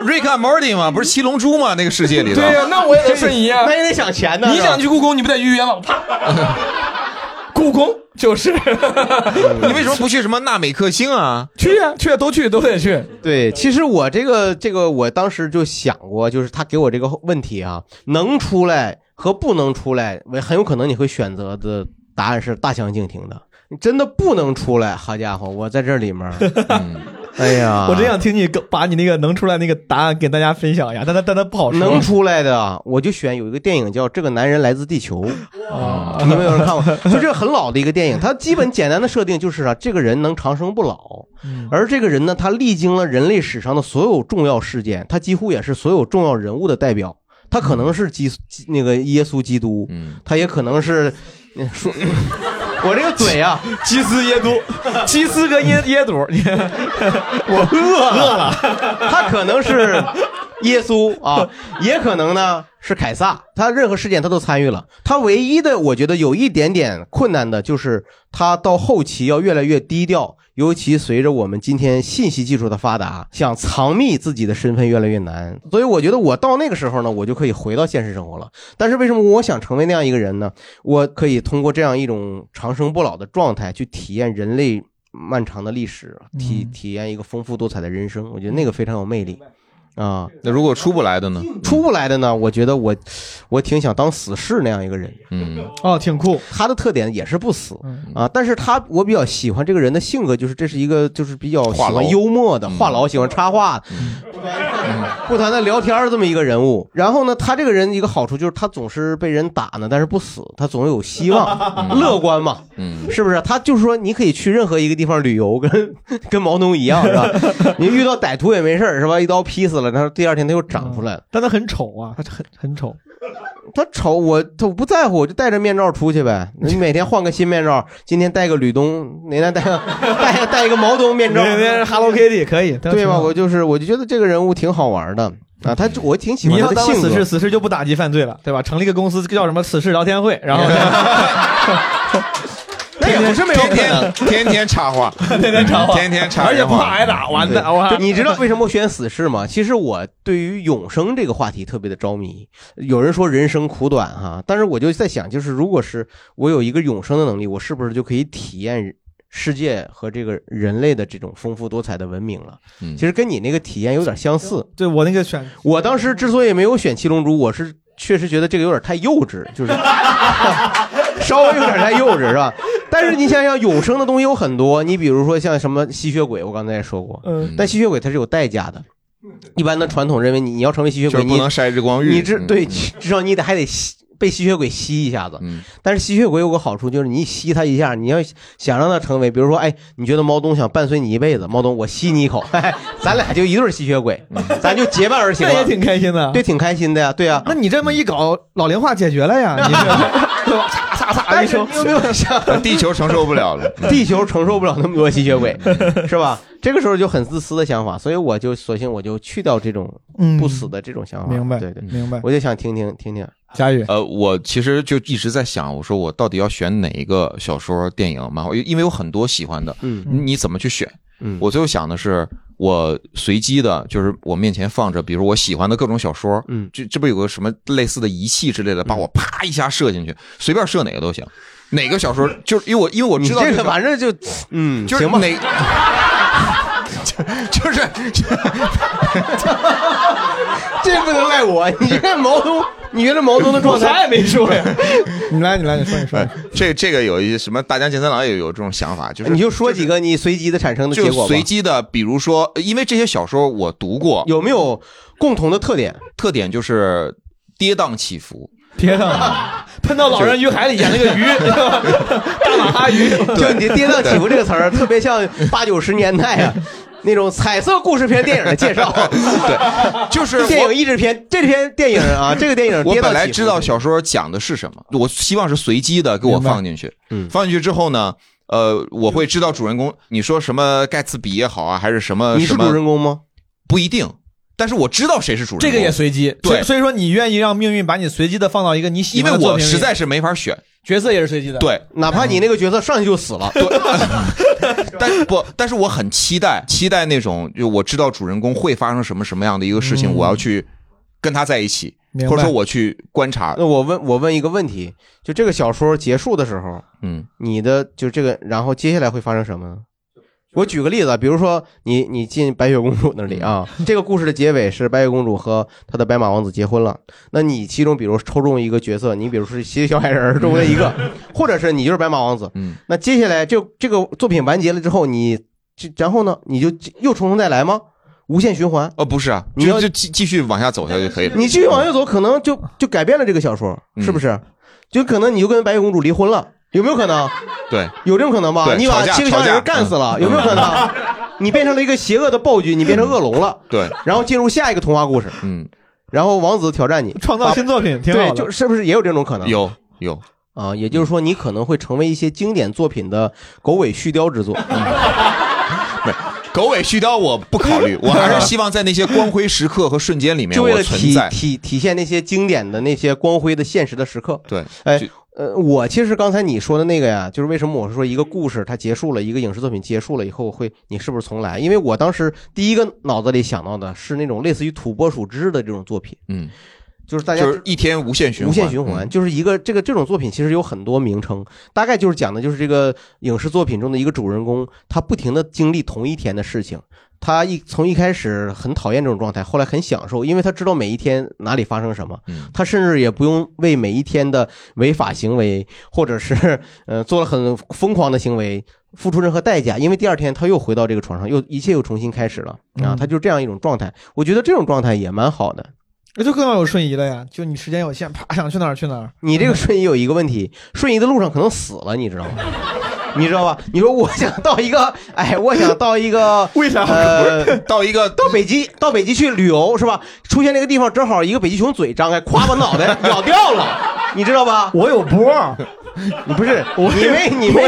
S2: Rick and Morty 吗？不是七龙珠吗？那个世界里头。
S3: 对呀那我也得瞬移啊
S4: 那也得想钱呢。
S3: 你
S4: 是吧
S3: 想去故宫，你不得预约吗？ 啪，故宫就是。
S2: 你为什么不去什么纳美克星啊？
S3: 去呀、去、都去，都得去。
S4: 对，其实我这个这个，我当时就想过，就是他给我这个问题啊，能出来和不能出来，为很有可能你会选择的答案是大相径庭的。你真的不能出来，好家伙，我在这里面儿，嗯哎呀，
S3: 我真想听你跟把你那个能出来那个答案给大家分享一下，但他但他不好说。
S4: 能出来的，我就选有一个电影叫《这个男人来自地球》，你们有人看过？就这个很老的一个电影，它基本简单的设定就是啊，这个人能长生不老，
S3: 嗯
S4: 而这个人呢，他历经了人类史上的所有重要事件，他几乎也是所有重要人物的代表。他可能
S3: 嗯
S4: 是基基那个耶稣基督，他也可能是说， 我这个嘴啊，
S3: 基斯耶 督，基斯跟耶耶督， 你
S4: 我饿
S3: 饿了，
S4: 他可能是耶稣啊，也可能呢是凯撒，他任何事件他都参与了。他唯一的我觉得有一点点困难的就是他到后期要越来越低调，尤其随着我们今天信息技术的发达，想藏匿自己的身份越来越难。所以我觉得我到那个时候呢，我就可以回到现实生活了。但是为什么我想成为那样一个人呢？我可以通过这样一种长生不老的状态去体验人类。漫长的历史，体体验一个丰富多彩的人生，我觉得那个非常有魅力啊。
S2: 那如果出不来的呢？
S4: 出不来的呢？我觉得我我挺想当死士那样一个人，
S2: 嗯，
S3: 哦，挺酷。嗯
S4: 他的特点也是不死啊，但是他我比较喜欢这个人的性格，就是这是一个就是比较喜
S2: 话痨嗯
S4: 欢幽默的话痨，喜欢插话，不谈的聊天儿这么一个人物。然后呢，他这个人一个好处就是他总是被人打呢，但是不死，他总有希望，乐观嘛，
S2: 嗯，
S4: 是不是？他就是说，你可以去任何一个地方旅游，跟 跟毛东一样，是 吧？你遇到歹徒也没事儿，是吧？一刀劈死了，然后第二天他又长出来了。
S3: 嗯但他很丑啊，他很很丑。
S4: 他丑我，他不在乎，我就戴着面罩出去呗。你每天换个新面罩，今天戴个吕东，哪天戴个 戴个戴一个毛东 面罩，
S3: 那 那是 Hello Kitty 可以，
S4: 对吧？我就是我就觉得这个人物挺好玩的啊，他我挺喜
S3: 你
S4: 欢
S3: 要
S4: 他的
S3: 当
S4: 性
S3: 死
S4: 格
S3: 士，。死士就不打击犯罪了，对吧？成立一个公司叫什么“死士聊天会”， 然后
S2: 那也不是没有可能 天天 插话，天天插话，天天插，
S4: 而且不怕挨
S3: 打
S2: 完蛋我
S4: 你知道为什么我选死士吗？其实我对于永生这个话题特别的着迷。有人说人生苦短哈，但是我就在想，就是如果是我有一个永生的能力，我是不是就可以体验世界和这个人类的这种丰富多彩的文明了？
S2: 嗯
S4: 其实跟你那个体验有点相似。
S3: 对我那个选，
S4: 我当时之所以没有选七龙珠，我是确实觉得这个有点太幼稚，就是 稍微有点太幼稚，是吧？但是你想想，永生的东西有很多，你比如说像什么吸血鬼，我刚才也说过，
S3: 嗯
S4: 但吸血鬼它是有代价的。一般的传统认为你你要成为吸血
S2: 就是
S4: 鬼，
S2: 不
S4: 你
S2: 能晒日光浴
S4: 你至
S2: 嗯
S4: 对，至少你得还得吸被吸血鬼吸一下子。
S3: 嗯
S4: 但是吸血鬼有个好处就是你吸它一下，你要想让它成为，比如说，哎，你觉得猫东想伴随你一辈子，猫东我吸你一口， 哎，咱俩就一对儿吸血鬼，咱就结伴而行了，
S3: 嗯 那也挺开心的
S4: 对，挺开心的呀，对啊呀。
S3: 那你这么一搞，老龄化解决了呀？你这嚓嚓嚓一声，
S4: 有没有想
S2: 地球承受不了了，
S4: 地球承受不了那么多吸血鬼， 是吧？这个时候就很自私的想法，所以我就索性我就去掉这种
S3: 嗯
S4: 不死的这种想法。
S3: 明白
S4: 对对，
S3: 明白
S4: 我就想听听听啊听，
S3: 佳宇，
S2: 呃，我其实就一直在想，我说我到底要选哪一个小说、电影、漫画，因因为有很多喜欢的，
S4: 嗯
S2: 你你怎么去选？
S4: 嗯，
S2: 我最后想的是，我随机的，就是我面前放着，比如我喜欢的各种小说，
S4: 嗯，
S2: 这这不有个什么类似的仪器之类的，把我啪一下射进去，随便射哪个都行，哪个小说，就是因为我因为我知道
S4: 你这
S2: 个
S4: 个反正就嗯，
S2: 就是
S4: 行 吧
S2: 哪。就是，
S4: 这不能赖我。你这毛东，你原来毛东的状态，
S3: 我啥也没说 呀。你来，你来，你说，你说。
S2: 哎这这个有一些什么大江健三郎也有这种想法，就是
S4: 你就说几个你随机的产生的结果
S2: 就
S4: 吧。
S2: 随机的，比如说，呃因为这些小说我读过，
S4: 有没有共同的特点？
S2: 特点就是跌宕起伏。
S3: 天 啊！喷到老人与海里演那个鱼， 大 马哈鱼，
S4: 就你跌宕起伏这个词儿，特别像八九十年代啊。那种彩色故事片电影的介绍， 对，
S2: 就是
S4: 电影译制片，这篇电影 啊，这个电影
S2: 我
S4: 跌宕
S2: 本来
S4: 起伏
S2: 知道小说讲的是什么，我希望是随机的给我放进去。
S4: 嗯，
S2: 放进去之后呢，呃，我会知道主人公，你说什么盖茨比也好啊，还是什么，
S4: 你是
S2: 什么
S4: 主人公吗？
S2: 不一定，但是我知道谁是主人公。
S3: 这个也随机，所以
S2: 对，
S3: 所以说你愿意让命运把你随机的放到一个你喜
S2: 因为
S3: 欢的作
S2: 我
S3: 品里
S2: 实在是没法选。
S3: 角色也是随机的，嗯
S2: 对，
S4: 哪怕你那个角色上去就死了，
S2: 但不，但是我很期待，期待那种就我知道主人公会发生什么什么样的一个事情，
S4: 嗯
S2: 我要去跟他在一起，
S4: 明白
S2: 或者说我去观察。
S4: 那我问我问一个问题，就这个小说结束的时候，
S2: 嗯，
S4: 你的就这个，然后接下来会发生什么呢？我举个例子啊，比如说你你进白雪公主那里啊，
S2: 嗯
S4: 这个故事的结尾是白雪公主和她的白马王子结婚了。那你其中比如抽中一个角色，你比如是吸血小矮人儿中的一个，或者是你就是白马王子。
S2: 嗯，
S4: 那接下来这这个作品完结了之后，你这然后呢，你就又从头再来吗？无限循环？
S2: 哦，不是啊，
S4: 你要
S2: 就就继继续往下走下去可以了。嗯
S4: 你继续往右走，可能就就改变了这个小说，是不是？就可能你就跟白雪公主离婚了，有没有可能？
S2: 对，
S4: 有这种可能吧？
S2: 对
S4: 你把
S2: 吵架
S4: 七个小矮
S2: 吵架
S4: 人干死了，
S2: 嗯
S4: 有没有可能？你变成了一个邪恶的暴君，你变成恶龙了，
S2: 嗯对，
S4: 然后进入下一个童话故事，
S2: 嗯，
S4: 然后王子挑战你，啊
S3: 创造新作品挺好的
S4: 对，就是不是也有这种可能？
S2: 嗯有有
S4: 啊，也就是说你可能会成为一些经典作品的狗尾续貂 之作。
S2: 狗尾续貂我不考虑，我还是希望在那些光辉时刻和瞬间里面
S4: 就为
S2: 我
S4: 了
S2: 存
S4: 体
S2: 在。
S4: 体体现那些经典的那些光辉的现实的时刻。
S2: 对，
S4: 哎，呃，我其实刚才你说的那个呀，就是为什么我是说一个故事它结束了，一个影视作品结束了以后会你是不是重来？因为我当时第一个脑子里想到的是那种类似于土拨鼠之的这种作品，
S2: 嗯，
S4: 就是大家
S2: 就是一天无限循环，
S4: 无限循环，
S2: 嗯
S4: 就是一个这个这种作品其实有很多名称，大概就是讲的就是这个影视作品中的一个主人公，他不停的经历同一天的事情。他一从一开始很讨厌这种状态，后来很享受，因为他知道每一天哪里发生什么，
S2: 嗯
S4: 他甚至也不用为每一天的违法行为或者是呃做了很疯狂的行为付出任何代价，因为第二天他又回到这个床上，又一切又重新开始了啊，
S3: 嗯
S4: 他就这样一种状态。我觉得这种状态也蛮好的，
S3: 那就更要有瞬移了呀！就你时间有限，啪想去哪儿去哪儿。
S4: 你这个瞬移有一个问题，瞬移的路上可能死了，你知道吗？ 你知道吧？你说我想到一个，哎，我想到一个，为啥？呃，
S2: 到一个
S4: 到北极，到北极去旅游是吧？出现那个地方，正好一个北极熊嘴张开，咵把脑袋 咬掉了，你知道吧？
S3: 我有波，
S4: 你 不是
S3: 我
S4: 你
S3: 有
S4: 没你没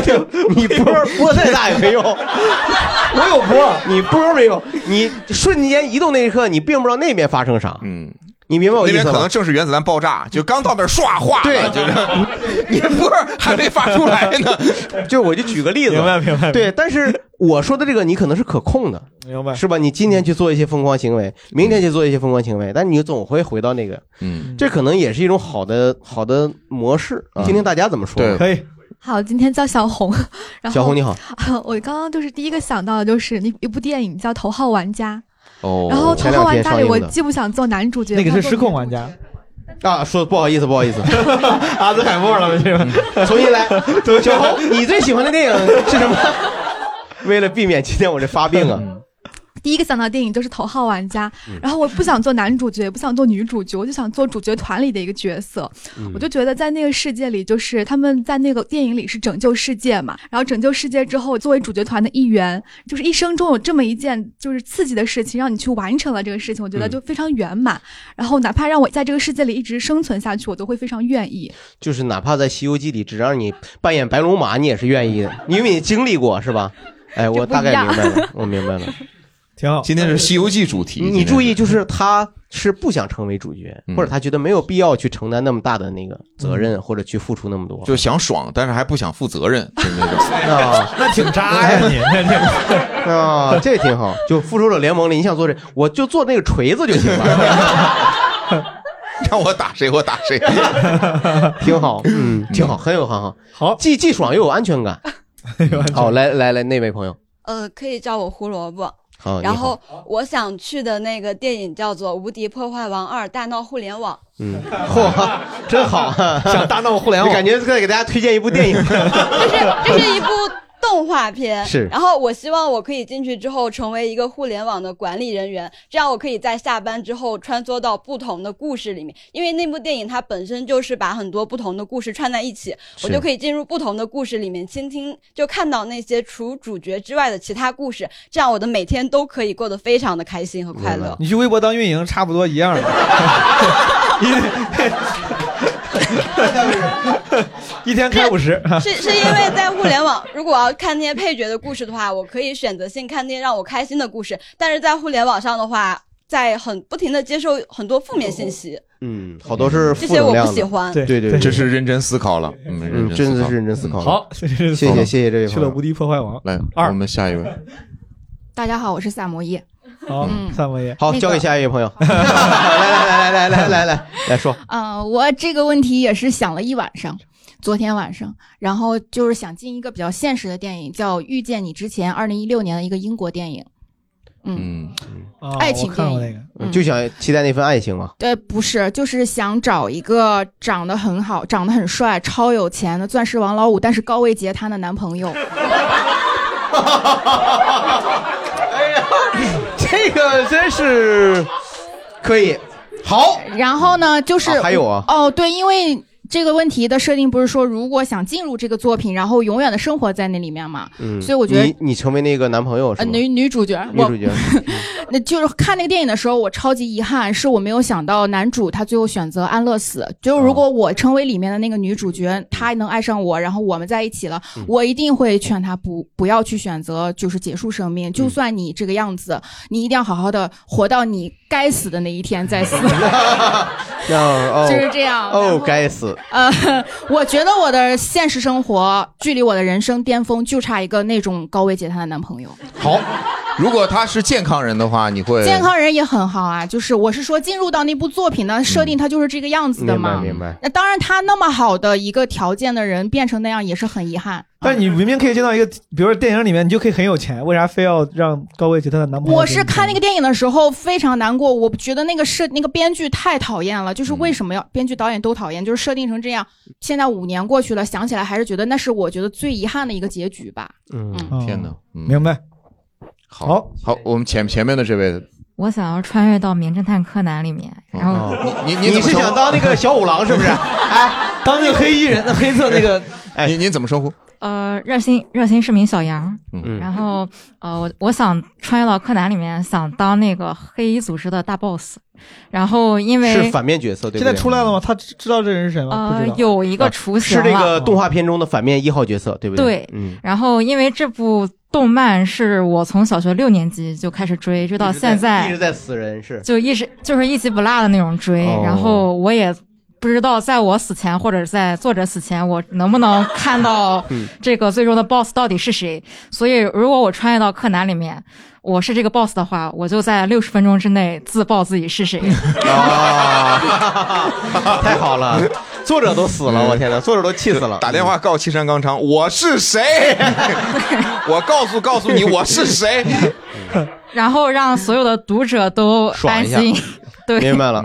S4: 你波波再大也没用，我
S3: 有波，
S4: 你波没用，你瞬间移动那一刻，你并不知道那边发生啥，
S2: 嗯，
S4: 你明白我
S2: 那
S4: 意思
S2: 边
S4: 吗？
S2: 可能正是原子弹爆炸，就刚到那儿唰化
S4: 对
S2: 了，就是 你波儿还没发出来呢。
S4: 就我就举个例子，
S2: 明白明白
S4: 对，但是我说的这个你可能是可控的，
S3: 明白
S4: 是吧？你今天去做一些疯狂行为，明天去做一些疯狂行为，但你总会回到那个，
S2: 嗯，
S4: 这可能也是一种好的好的模式。啊听听大家怎么说，
S2: 可
S4: 以。
S17: 好，今天叫小 红，然后
S4: 小红你好，
S17: 我刚刚就是第一个想到的就是那一部电影叫《头号玩家》，
S4: 哦
S17: 然后《头
S4: 前
S17: 号
S4: 两
S17: 玩
S4: 天
S17: 家》
S4: 上
S17: 里我
S4: 映的
S17: 既不想做男主角，
S4: 那个
S17: 不想
S4: 是
S17: 做
S4: 失控
S3: 玩家
S4: 啊，说不好意思，不好意思，
S3: 阿兹海默了没事，
S4: 重新来。 小红，你最喜欢的电影是什么？ 为了避免今天我这发病啊，
S17: 第一个想到的电影就是《头号玩家》
S4: 嗯
S17: 然后我不想做男主角，也不想做女主角，我就想做主角团里的一个角色。
S18: 嗯
S17: 我就觉得在那个世界里，就是他们在那个电影里是拯救世界嘛，然后拯救世界之后，作为主角团的一员，就是一生中有这么一件就是刺激的事情，让你去完成了这个事情，我觉得
S4: 嗯
S17: 就非常圆满。然后哪怕让我在这个世界里一直生存下去，我都会非常愿意。
S4: 就是哪怕在《西游记》里只让你扮演白龙马，你也是愿意的，因为你经历过是吧？哎，我
S17: 这不
S4: 大概
S17: 一样
S4: 明 白了，我明白了。
S3: 挺好。
S2: 今天是《西游记》主题，
S4: 你注意，就是他是不想成为主角，
S2: 嗯
S4: 或者他觉得没有必要去承担那么大的那个责任，或者去付出那么多。
S2: 就想爽，但是还不想负责任，就那种。
S4: 啊，
S3: 那挺渣呀你，
S4: 哎 啊，这挺好。就复仇者联盟里，你想做这，我就做那个锤子就行了，
S2: 让我打谁我打谁。
S4: 挺好，嗯，挺好，很有很好，好，既既爽又有安全 感。好，来来来，那位朋友，
S19: 呃，可以叫我胡萝卜。
S4: 好，
S19: 然
S4: 哦你好
S19: 后我想去的那个电影叫做《无敌破坏王二：大闹互联网》。
S4: 嗯，嚯，真好， 想大闹互联网，感觉在给大家推荐一部 电影。
S19: 这是一部动画片，
S4: 是
S19: 然后我希望我可以进去之后成为一个互联网的管理人员，这样我可以在下班之后穿梭到不同的故事里面，因为那部电影它本身就是把很多不同的故事串在一起，我
S20: 是
S19: 就可以进入不同的故事里面，倾听就看到那些除主角之外的其他故事，这样我的每天都可以过得非常的开心和快乐。
S3: 你去微博当运营差不多一样 的，一天开五十。
S19: 是是因为在互联网，如果我要看那些配角的故事的话，我可以选择性看那些让我开心的故事；但是在互联网上的话，在很不停的接受很多负面信息。
S4: 嗯，好多是
S19: 这
S4: 负
S19: 些我不
S4: 能量的。
S19: 喜欢
S4: 对对对，
S2: 这是认真思考了，嗯
S4: 嗯，真的是认真思考了。
S3: 好，谢谢
S4: 谢谢谢谢这位
S3: 去
S4: 朋
S3: 了
S4: 友。
S3: 无敌破坏王。
S2: 来，我们下一位，
S9: 大家好，我是萨摩耶。
S3: 好，
S6: 嗯
S3: 三位爷。
S4: 好，交给下一位 朋友。 来来来来来来来来来说，
S6: 呃
S9: 嗯、我这个问题也是想了一晚上，昨天晚上，然后就是想进一个比较现实的电影，叫《遇见你之前》，二零一六年的一个英国电影，
S4: 嗯，
S9: 爱情电影。嗯
S4: 就想期待那份爱情嘛。
S9: 对，呃不是，就是想找一个长得很好、长得很帅、超有钱的钻石王老五，但是高位截瘫的男朋
S4: 哎
S9: 友。
S4: 这个真是可以，好。
S9: 然后呢，就是、
S4: 啊还有啊
S9: 哦，对，因为这个问题的设定不是说，如果想进入这个作品，然后永远的生活在那里面嘛，
S4: 嗯，
S9: 所以我觉得
S4: 你。你成为那个男朋友是
S9: 呃，
S4: 吗？
S9: 女女主角，
S4: 女
S9: 我
S4: 主角，
S9: 那就是看那个电影的时候，我超级遗憾，是我没有想到男主他最后选择安乐死。就是
S4: 哦
S9: 如果我成为里面的那个女主角，她能爱上我，然后我们在一起了，
S11: 嗯
S9: 我一定会劝她不不要去选择，就是结束生命。
S4: 嗯
S9: 就算你这个样子，你一定要好好的活到你该死的那一天 再死。
S4: 让哦，
S9: 就是这样然
S4: 哦
S9: 后，
S4: 该死，
S9: 呃，我觉得我的现实生活距离我的人生巅峰就差一个那种高位截瘫的男朋友。
S2: 好，如果他是健康人的话，你会
S9: 健康人也很好啊，就是我是说进入到那部作品的设定，它就是这个样子的嘛。
S4: 嗯明白明白
S9: 那当然，他那么好的一个条件的人变成那样也是很遗憾。
S3: 但你明明可以见到一个，比如说电影里面你就可以很有钱，为啥非要让高位截瘫的男朋友？
S9: 我是看那个电影的时候非常难过，我觉得那个设那个编剧太讨厌了，就是为什么要编剧导演都讨厌，就是设定成这样。现在五年过去了，想起来还是觉得那是我觉得最遗憾的一个结局吧。
S2: 嗯，天哪，嗯，
S3: 明白。
S2: 好，好，我们前前面的这位，嗯
S18: 我想要穿越到《名侦探柯南》里面，然后、
S2: 哦你
S4: 你
S2: 怎么
S4: 是
S2: 称呼
S4: 想当那个小五郎是 不是？哎，
S3: 当那个黑衣人，那黑色那个，
S2: 哎，您您怎么称呼？
S18: 呃热心热心市民小杨，
S2: 嗯
S18: 然后呃我我想穿越到柯南里面，想当那个黑衣组织的大 boss，然后因为
S4: 是反面角色对不对？
S3: 现在出来了吗？
S2: 嗯
S3: 他知知道这人是谁吗？
S18: 呃
S4: 不知道啊
S18: 有一个雏形
S4: 是这个
S18: 了
S4: 动画片中的反面一号角色，对不
S18: 对
S4: 嗯，
S18: 然后因为这部动漫是我从小学六年级就开始追，追到
S4: 一直
S18: 现
S4: 一直在死人是，
S18: 就一直就是一集不落的那种追，
S4: 哦
S18: 然后我也不知道在我死前或者在作者死前，我能不能看到
S4: 嗯
S18: 这个最终的 BOSS 到底是谁。所以如果我穿越到柯南里面，我是这个 BOSS 的话，我就在六十分钟之内自曝自己是 谁。
S4: 太好了，作者都死了，我天哪，作者都气死了，
S2: 嗯打电话告七山刚昌，我是谁？我告诉告诉你我是谁。
S18: 然后让所有的读者都
S2: 爽
S18: 安
S2: 一下
S18: 心。 对，
S2: 明白
S4: 了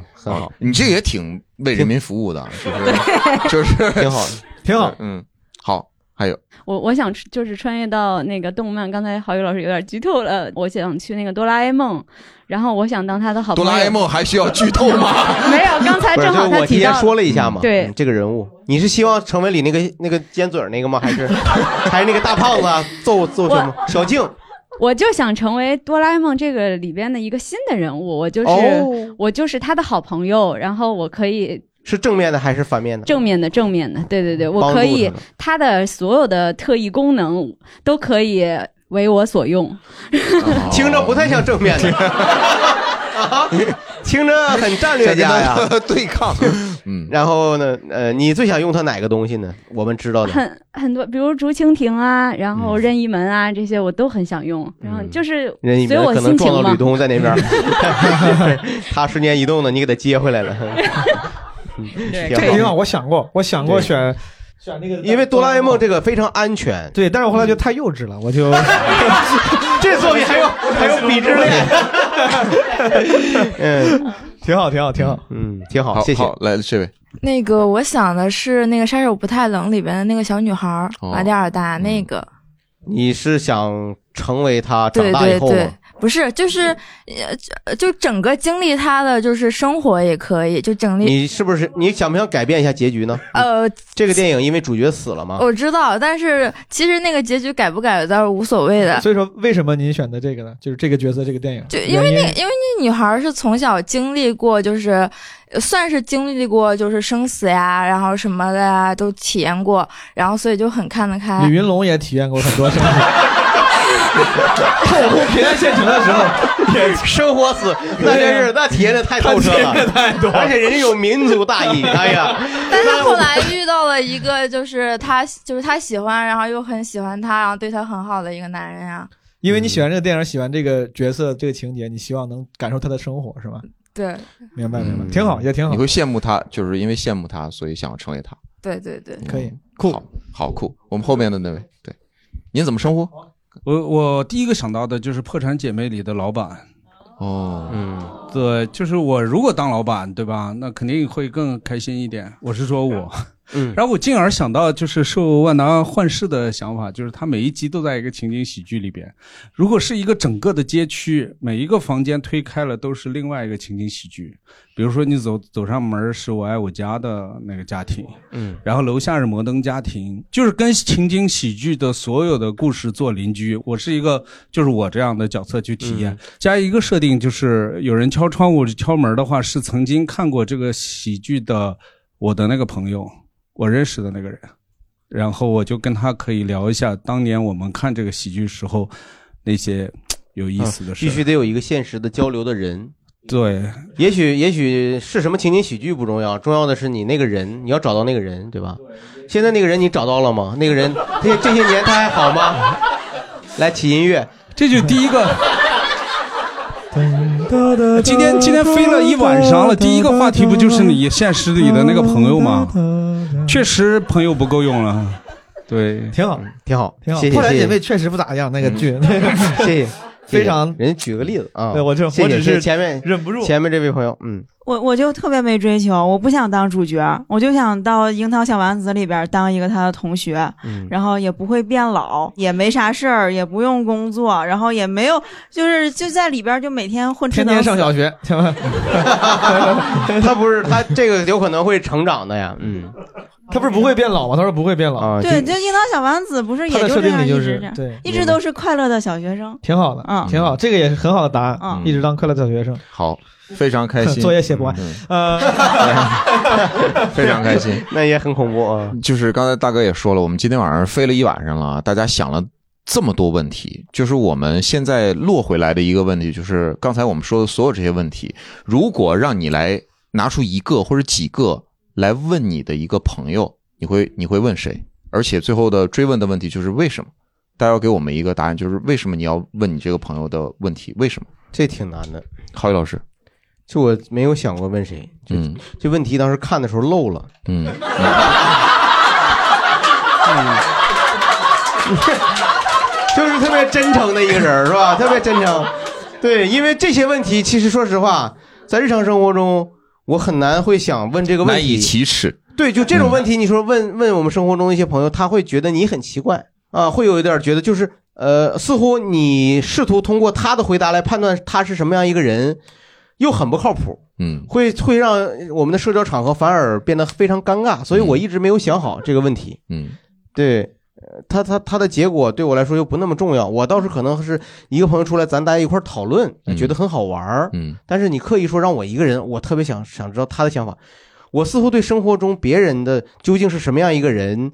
S2: 啊，很好，你这个也挺为人民服务的，是不是？ 就是挺好，
S3: 挺好，
S2: 嗯，好，还有
S12: 我我想就是穿越到那个动漫，刚才郝宇老师有点剧透了，我想去那个哆啦 A 梦，然后我想当他的好朋
S2: 哆
S12: 友。
S2: 啦 A 梦还需要剧透吗？
S12: 没有，刚才
S4: 不是，
S12: 正
S4: 就
S12: 好
S4: 是
S12: 他
S4: 我提
S12: 提到
S4: 前说了一下嘛，
S12: 对
S4: 嗯，这个人物，你是希望成为里那个那个尖嘴儿那个吗？还 是还是那个大胖子啊揍揍什么？小静，
S12: 我就想成为哆啦 A 梦这个里边的一个新的人物，我就是、
S4: 哦
S12: 我就是他的好朋友，然后我可以
S4: 是正面的还是反面的？
S12: 正面的正面的，对对对，我
S4: 帮助
S12: 可以他
S4: 他们
S12: 的所有的特异功能都可以为我所用。
S2: 哦
S4: 听着不太像 正面的，啊听着很战略家呀
S2: 想跟，他 对抗。嗯，
S4: 然后呢，呃，你最想用它哪个东西呢？我们知 道的，嗯
S12: 很很多，比如竹蜻蜓啊，然后任意门啊，这些我都很想用。然后就是
S4: 任意
S12: 随
S4: 门
S12: 我
S4: 可能
S12: 心情
S4: 撞到
S12: 嘛
S4: 吕。东在那 边儿， 他瞬间移动的，你给他接回来了。嗯
S3: 这
S4: 挺
S3: 个地
S4: 好
S3: 方我想过，我想过选选那个，
S4: 因为哆啦 A 梦这个非常安全，嗯
S3: 对，但是我后来觉得太幼稚了，我 就
S4: 这作 品还有还有鄙视链，嗯，
S3: 挺好，挺好，挺好，
S4: 嗯，挺好
S2: 好，
S4: 谢谢
S2: 好来这位，
S20: 那个我想的是那个杀手不太冷里边的那个小女孩儿
S4: 哦
S20: 瓦蒂尔达那个，
S4: 你是想成为他长
S20: 对
S4: 大以
S20: 对
S4: 后
S20: 对
S4: 吗？，
S20: 不是就是呃就就整个经历她的就是生活也可以，就整理
S4: 你是不是你想不想改变一下结局呢？
S20: 呃
S4: 这个电影因为主角死了
S12: 哦
S4: 嘛，嗯
S20: 我知道，但是其实那个结局改不改倒是无所谓的，
S3: 所以说，为什么您选的这个呢？就是这个角色，这个电影，
S20: 就因为那
S3: 原
S20: 因为那女孩是从小经历过，就是呃算是经历过，就是生死呀，然后什么的呀都体验过，然后所以就很看得开。
S3: 李云龙也体验过很多 生活，痛哭平安县城的时候，
S4: 也生活死，那真是那体验的太透彻了，太多，而且人家有民族大义，哎呀，
S20: 但他后来遇到了一个，就是他就是他喜欢，然后又很喜欢他，然后对他很好的一个男人啊。
S3: 因为你喜欢这个电影，喜欢这个角色，这个情节，你希望能感受他的生活，是吗？
S20: 对，
S3: 嗯
S4: 嗯
S3: 明白明白，挺好，也挺好。
S2: 你会羡慕他，就是因为羡慕他，所以想要成为他。
S20: 对对对，
S3: 可以
S2: 酷，好好酷。我们后面的那位，对，您 怎么称呼？
S21: 我我第一个想到的就是《破产姐妹》里的老板。
S2: 哦，
S21: 嗯，对，就是我如果当老板，对吧？那肯定会更开心一点。我是说我，
S4: 嗯，
S21: 然后我进而想到就是受万达幻视的想法，就是它每一集都在一个情景喜剧里边。如果是一个整个的街区，每一个房间推开了都是另外一个情景喜剧。比如说你走走上门儿是我爱我家的那个家庭，
S4: 嗯，
S21: 然后楼下是摩登家庭，就是跟情景喜剧的所有的故事做邻居。我是一个就是我这样的角色去体验。
S4: 嗯
S21: 加一个设定就是有人敲窗户敲门的话，是曾经看过这个喜剧的我的那个朋友，我认识的那个人，然后我就跟他可以聊一下当年我们看这个喜剧时候那些有意思的事儿。
S4: 啊必须得有一个现实的交流的人。
S21: 对，
S4: 也许也许是什么情景喜剧不重要，重要的是你那个人，你要找到那个人，对吧？现在那个人你找到了吗？那个人这这些年他还好吗？ 来起音乐，
S21: 这就第一 个。今天今天飞了一晚上了，第一个话题不就是你现实里的那个朋友吗？确实朋友不够用了，对，
S3: 挺好，
S4: 挺好，
S3: 挺好。
S21: 谢谢
S3: 破产
S21: 谢谢
S3: 姐妹确实不咋样，那个剧，
S4: 谢谢，
S3: 非常。
S4: 人家举个例子啊。
S3: 对我这
S4: 谢谢
S3: 我只
S4: 谢谢
S3: 是
S4: 前面
S3: 忍不住
S4: 前面这位朋友，嗯，
S10: 我我就特别没追求，我不想当主角，我就想到《樱桃小丸子》里边当一个他的同学，
S4: 嗯
S10: 然后也不会变老，也没啥事儿，也不用工作，然后也没有，就是就在里边就每天混吃
S4: 天
S10: 等
S4: 天
S10: 死
S4: 上小
S3: 学，
S4: 他不是他这个有可能会成长的呀，嗯，啊
S3: 他不是不会变老吗？他说不会变
S4: 老，
S10: 对，就樱桃小丸子不是
S3: 他
S10: 也
S3: 的
S10: 就
S3: 设
S10: 这
S3: 定
S10: 样，
S3: 里就
S10: 一直
S3: 是
S10: 这样
S3: 对
S10: 一直都是快乐的小学 生。
S3: 挺好的，
S10: 嗯
S3: 挺好，这个也是很好的答案，
S10: 嗯
S3: 一直当快乐小学生，
S2: 好，非常开心，嗯
S3: 作业写不完，
S4: 嗯
S3: 呃，
S2: 非常开心，
S4: 那也很恐怖啊。
S2: 就是刚才大哥也说了，我们今天晚上飞了一晚上了，大家想了这么多问题，就是我们现在落回来的一个问题，就是刚才我们说的所有这些问题，如果让你来拿出一个或者几个来问你的一个朋友，你会你会问谁？而且最后的追问的问题就是为什么？大家要给我们一个答案，就是为什么你要问你这个朋友的问题？为什么？
S4: 这挺难的。
S2: 浩宇老师，
S4: 就我没有想过问谁，
S2: 嗯
S4: 这问题当时看的时候漏了，
S2: 嗯，
S4: 嗯 就是特别真诚的一个人儿是吧？特别真诚，对，因为这些问题其实说实话，在日常生活中我很难会想问这个问
S2: 难以
S4: 题，
S2: 启齿。
S4: 对，就这种问题，你说问问我们生活中的一些朋友，他会觉得你很奇怪啊，会有一点觉得就是呃，似乎你试图通过他的回答来判断他是什么样一个人，又很不靠谱。
S2: 嗯，
S4: 会会让我们的社交场合反而变得非常尴尬，所以我一直没有想好这个问题。
S2: 嗯，
S4: 对，呃他他他的结果对我来说又不那么重要，我倒是可能是一个朋友出来，咱大家一块儿讨论，觉得很好玩儿。
S2: 嗯，
S4: 但是你刻意说让我一个人，我特别想想知道他的想法。我似乎对生活中别人的究竟是什么样一个人，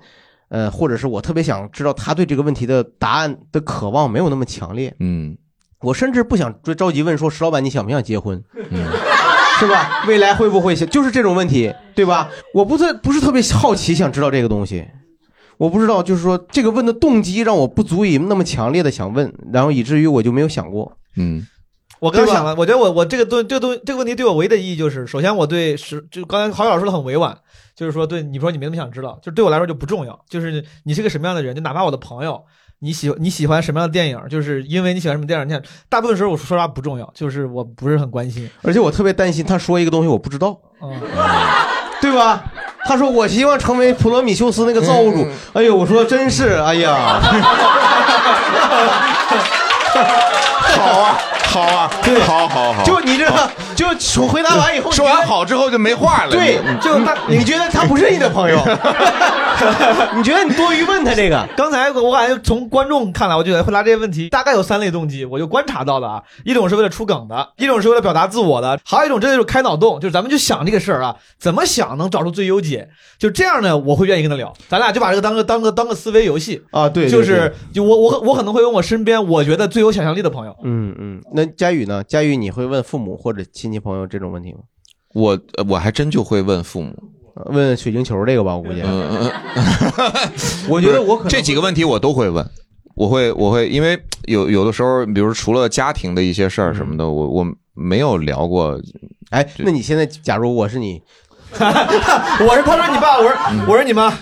S4: 呃，或者是我特别想知道他对这个问题的答案的渴望没有那么强烈。
S2: 嗯，
S4: 我甚至不想追着急问说石老板你想不想结婚，
S2: 嗯
S4: 是吧？未来会不会想，就是这种问题，对吧？我不是不是特别好奇，想知道这个东西。我不知道，就是说这个问的动机让我不足以那么强烈的想问，然后以至于我就没有想过。
S2: 嗯，
S3: 我刚想了，我觉得我我这个东这个东这个问题对我唯一的意义就是，首先我对是就刚才郝宇老师说的很委婉，就是说对你说你没那么想知道，就是对我来说就不重要，就是你是个什么样的人，就哪怕我的朋友，你喜你喜欢什么样的电影，就是因为你喜欢什么电影，你想大部分时候我说实话不重要，就是我不是很关心。
S4: 而且我特别担心他说一个东西我不知道，对吧？他说我希望成为普罗米修斯那个造物主，哎呦，我说真是，哎呀，好啊，
S2: 好啊，
S4: 对，
S2: 好好好
S4: 就你这个，就回答完以后，
S2: 说完好之后就没话了
S4: 对
S2: 嗯，
S4: 就他，你觉得 他不是你的朋友， 你觉得你多余问他这个？
S3: 刚才我感觉从观众看来，我就觉得回答这些问题大概有三类动机，我就观察到了啊。一种是为了出梗的，一种是为了表达自我的，还有一种真的就是开脑洞，就是咱们就想这个事儿啊，怎么想能找出最优解？就这样呢，我会愿意跟他聊。咱俩就把这个当个当个当个思维游戏
S4: 啊，对对
S3: 就是就我我我可能会问我身边我觉得最有想象力的朋友，
S4: 嗯嗯，那佳宇呢？佳宇，你会问父母或者亲戚朋友这种问题吗？
S2: 我呃我还真就会问父母，
S4: 问水晶球这个吧，我估计。
S2: 嗯嗯，
S4: 我觉得我可
S2: 这几个问题我都会问，我会我会因为有有的时候，比如除了家庭的一
S4: 嗯
S2: 些事儿什么的，我我没有聊过。
S4: 哎，那你现在假如我是你，
S3: 我是碰上你爸，我是我是你妈。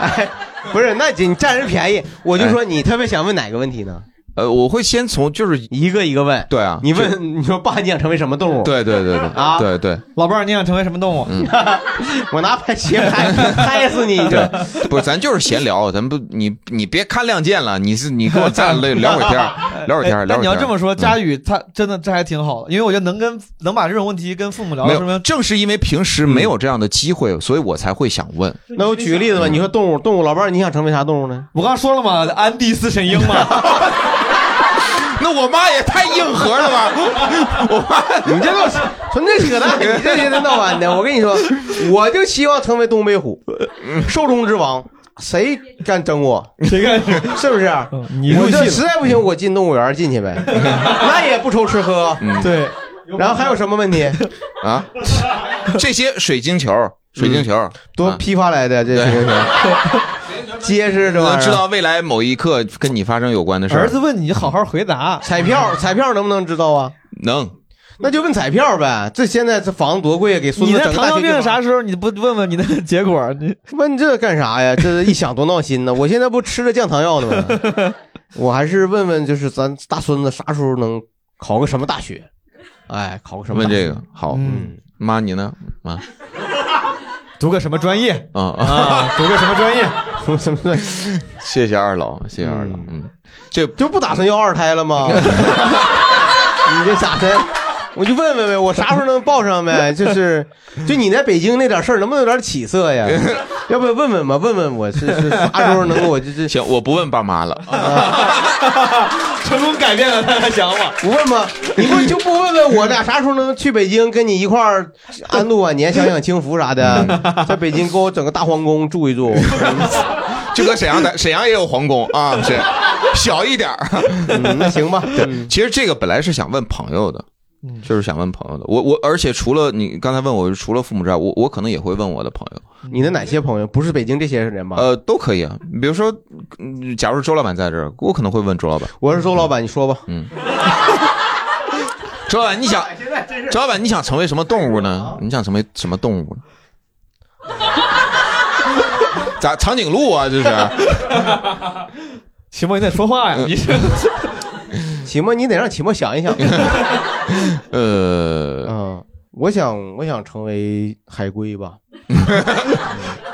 S4: 哎，不是，那你占人便宜，我就说你特别想问哪个问题呢？
S2: 呃，我会先从就是
S4: 一个一个问。
S2: 对啊，
S4: 你问你说爸，你想成为什么动物？
S2: 对对对对
S4: 啊
S2: 对嗯对，
S3: 老伴儿，你想成为什么动物？
S4: 我拿拍鞋拍拍死你！
S2: 对， 不是，咱就是闲聊，咱不，你你别看《亮剑》了，你是你跟我站聊聊会儿天 儿，聊会儿天
S3: 哎但
S2: 儿，聊会儿天儿。嗯
S3: 你要这么说，佳宇他真的这还挺好的，因为我觉得能跟能把这种问题跟父母聊
S2: 没
S3: 说明
S2: 有，正是因为平时没有这样的机会，所以我才会想问。
S4: 那我举个例子吧，你说动物，动物老伴儿，你想成为啥动物呢？
S3: 我刚说了嘛，安第斯神鹰 嘛。
S2: 那我妈也太硬核了吧！我妈，
S4: 你这都是纯粹扯淡，你这一天到晚的。我跟你说，我就希望成为东北虎，兽中之王。谁敢整我？
S3: 谁敢？嗯
S4: 是不是？啊
S3: 你入
S4: 我这
S3: 戏了
S4: 实在不行，我进动物园进 去呗，那也不愁吃喝。
S2: 嗯
S3: 对。
S4: 然后还有什么问题？
S2: 啊，这些水晶球，水晶球、
S4: 多批发来的这水晶 球，结实这玩
S2: 能
S4: 意儿
S2: 知道未来某一刻跟你发生有关的事儿。
S4: 儿子
S3: 问你，好好回答。
S4: 彩票，彩票能不能知道啊？
S2: 能，
S4: 那就问彩票呗。这现在这房子多贵，啊给孙
S3: 你
S4: 子
S3: 那
S4: 整个
S3: 糖
S4: 大
S3: 尿
S4: 学区
S3: 病
S4: 房
S3: 啥时候你不问问你的 结果？你
S4: 问这干啥呀？这一想多闹心呢！我现在不吃着降糖药呢吗？ 我还是问问，就是咱大孙子啥时候能考个什么大学？哎，考个什么
S2: 问
S4: 大学？
S2: 这个好，嗯，妈你呢？妈，
S3: 读个什么专业？
S2: 啊
S3: 啊，读个什么专业？
S4: 读什么专业？
S2: 谢谢二老，谢谢二老，嗯，这
S4: 就不打算要二胎了 吗？你这咋的？我就问问呗，我啥时候能报上呗？就是，就你在北京那点事儿，能不能有点起色 呀？要不问问吧，问问我是是啥时候能给 我就 是
S2: 行，我不问爸妈了。
S3: 成功改变了他的想法。
S4: 不问吗？你不就不问问我俩啥时候能去北京跟你一块儿安度晚年，享享清福 啥的？在北京给我整个大皇宫住一住，
S2: 就搁沈阳的，沈阳也有皇宫啊，是小一点儿、
S4: 嗯那行吧。嗯
S2: 对，其实这个本来是想问朋友的，就是想问朋友的。我我而且除了你刚才问我，除了父母之外，我我可能也会问我的朋友。
S4: 你的哪些朋友？不是北京这些人吧？
S2: 呃，都可以啊。比如说，嗯假如周老板在这儿，我可能会问周老板。
S4: 我是周老板，你说吧。
S2: 嗯。周老板，你 想，周老板，你想成为什么动物
S4: 啊
S2: 呢？你想成为什么动物呢？ 咋长颈鹿啊？这是。
S3: 秦墨，你得说话呀！你是
S4: 秦墨，你得让秦墨想一 想。
S2: 呃，
S4: 嗯，我想，我想成为海归吧。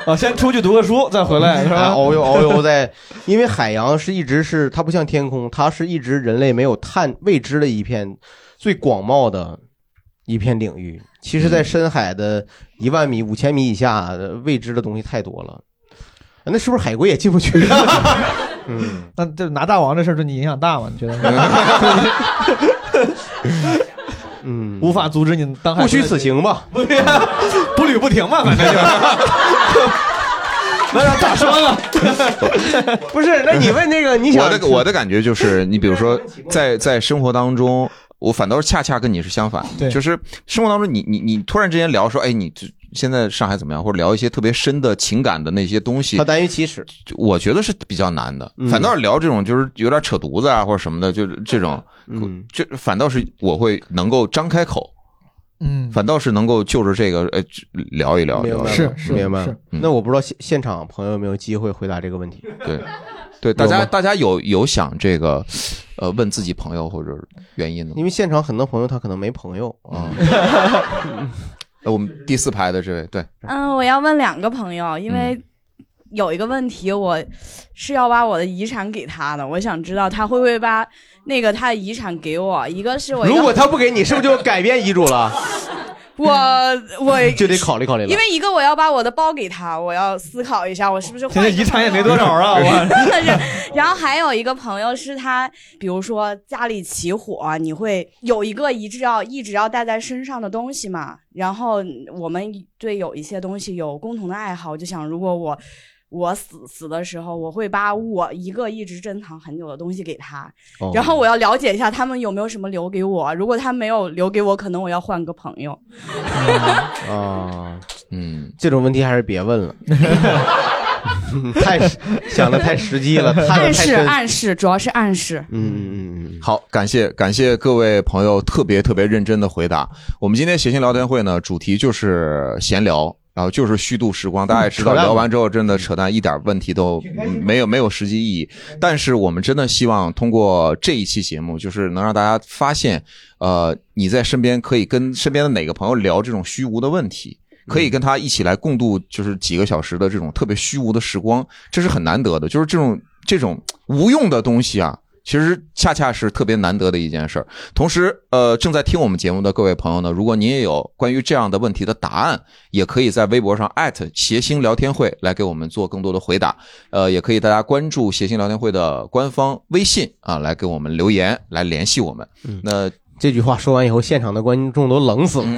S3: 啊，先出去读个书，再回来是
S4: 哎
S3: 吧？
S4: 遨游遨游在，因为海洋是一直是它不像天空，它是一直人类没有探未知的一片最广袤的一片领域。其实，
S3: 嗯
S4: 在深海的一万米、五千米以下，呃未知的东西太多了。啊那是不是海龟也进不去？ 嗯，
S3: 那这拿大王这事儿对你影响 大吗？ 你觉得？
S4: 嗯，
S3: 无法阻止你当海
S4: 不
S3: 龟
S4: 虚此行吧。
S3: 不履不停嘛，反正就是。那让咋说呢？
S4: 不是，那你问那个，你想
S2: 我的我的感觉就是，你比如说在在生活当中，我反倒恰恰跟你是相反，
S3: 对
S2: 就是生活当中你你你突然之间聊说，哎，你这现在上海怎么样，或者聊一些特别深的情感的那些东西，
S4: 他单于启齿，
S2: 我觉得是比较难的
S4: 嗯，
S2: 反倒是聊这种就是有点扯犊子啊或者什么的，就是这种，
S4: 嗯
S2: 这反倒是我会能够张开口。
S3: 嗯，
S2: 反倒是能够就着这个呃聊一聊，
S4: 明白
S2: 聊
S4: 了
S2: 一聊
S4: 明白了。
S2: 嗯
S4: 那我不知道现现场朋友有没有机会回答这个问题。
S2: 对，对，大家大家有有想这个，呃，问自己朋友或者原因的吗？
S4: 因为现场很多朋友他可能没朋友啊。
S2: 呃我们第四排的这位，对，
S1: 嗯，我要问两个朋友，因为
S4: 嗯
S1: 有一个问题，我是要把我的遗产给他的，我想知道他会不会把那个他的遗产给我。一个是我一个，
S4: 如果他不给你，是不是就改变遗嘱 了？
S1: 我我
S4: 就得考虑考虑了。
S1: 因为一个我要把我的包给他，我要思考一下，我是不是
S3: 现在
S1: 换一个
S3: 遗产也没多少啊， 我
S1: 然后还有一个朋友是他，比如说家里起火，你会有一个一直要一直要带在身上的东西嘛。然后我们对有一些东西有共同的爱好，我就想如果我我死死的时候，我会把我一个一直珍藏很久的东西给他，
S4: 哦
S1: 然后我要了解一下他们有没有什么留给我。如果他没有留给我，可能我要换个朋友。
S4: 啊，
S2: 嗯，
S4: 嗯 这种问题还是别问了。太实想的太实际了，太
S1: 暗示
S4: 太深
S1: 暗示，主要是暗示。
S4: 嗯嗯嗯，
S2: 好，感谢感谢各位朋友特别特别认真的回答。我们今天谐星聊天会呢，主题就是闲聊，然后就是虚度时光。大家也知道，
S4: 嗯扯淡
S2: 聊完之后真的扯淡，一点问题都嗯没有，没有实际意义。但是我们真的希望通过这一期节目，就是能让大家发现，呃，你在身边可以跟 身边的哪个朋友聊这种虚无的问题。
S4: 嗯
S2: 可以跟他一起来共度，就是几个小时的这种特别虚无的时光，这是很难得的。就是这种这种无用的东西啊，其实恰恰是特别难得的一件事儿。同时，呃，正在听我们节目的各位朋友呢，如果您也有关于这样的问题的答案，也可以在微博上艾特谐星聊天会来给我们做更多的回答。呃，也可以大家关注谐星聊天会的官方微信啊，来给我们留言，来联系我们。
S4: 嗯
S2: 那
S4: 这句话说完以后，现场的观众都冷死了。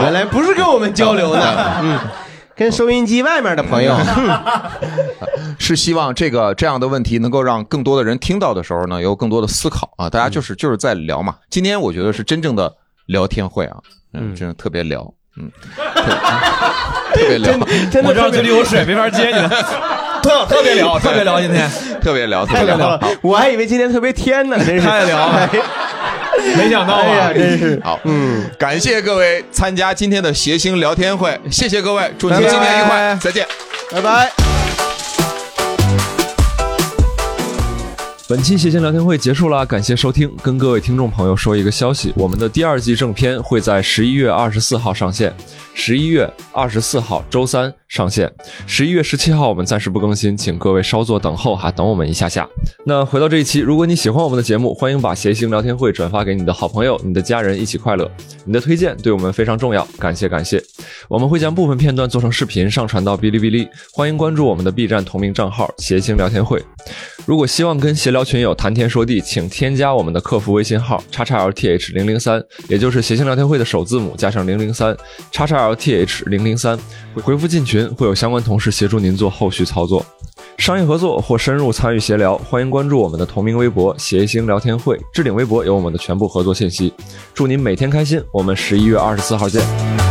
S4: 原来不是跟我们交流的，嗯，跟收音机外面的朋友。
S2: 是希望这个这样的问题能够让更多的人听到的时候呢，有更多的思考啊。大家就是就是在聊嘛。今天我觉得是真正的聊天会啊，嗯，真的特别聊，嗯，特别特别聊，
S4: 真的我这样特别嘴里有水没法接你 了特特别聊特别聊今天
S2: 特别聊，特
S4: 太
S2: 别
S4: 聊
S2: 聊
S4: 了，，我还以为今天特别天呢，真是
S2: 太聊了
S4: 哎
S2: 没想
S4: 到啊哎呀真
S2: 是好，嗯， 感谢各位参加今天的谐星聊天会，谢谢各位，祝您今天愉快，再见，
S4: 拜拜。
S7: 本期谐星聊天会结束啦，感谢收听。跟各位听众朋友说一个消息，我们的第二季正片会在十一月二十四号上线，十一月二十四号周三上线，十一月十七号我们暂时不更新，请各位稍作等候哈，等我们一下下。那回到这一期，如果你喜欢我们的节目，欢迎把谐星聊天会转发给你的好朋友、你的家人一起快乐。你的推荐对我们非常重要，感谢感谢。我们会将部分片段做成视频上传到哔哩哔哩，欢迎关注我们的 B 站同名账号“谐星聊天会”。如果希望跟闲聊群友谈天说地，请添加我们的客服微信号叉叉 LTH 零零三，也就是谐星聊天会的首字母加上零零三叉叉 LTH 零零三，回复进群会有相关同事协助您做后续操作。商业合作或深入参与协聊，欢迎关注我们的同名微博“谐星聊天会”，置顶微博有我们的全部合作信息。祝您每天开心，我们十一月二十四号见。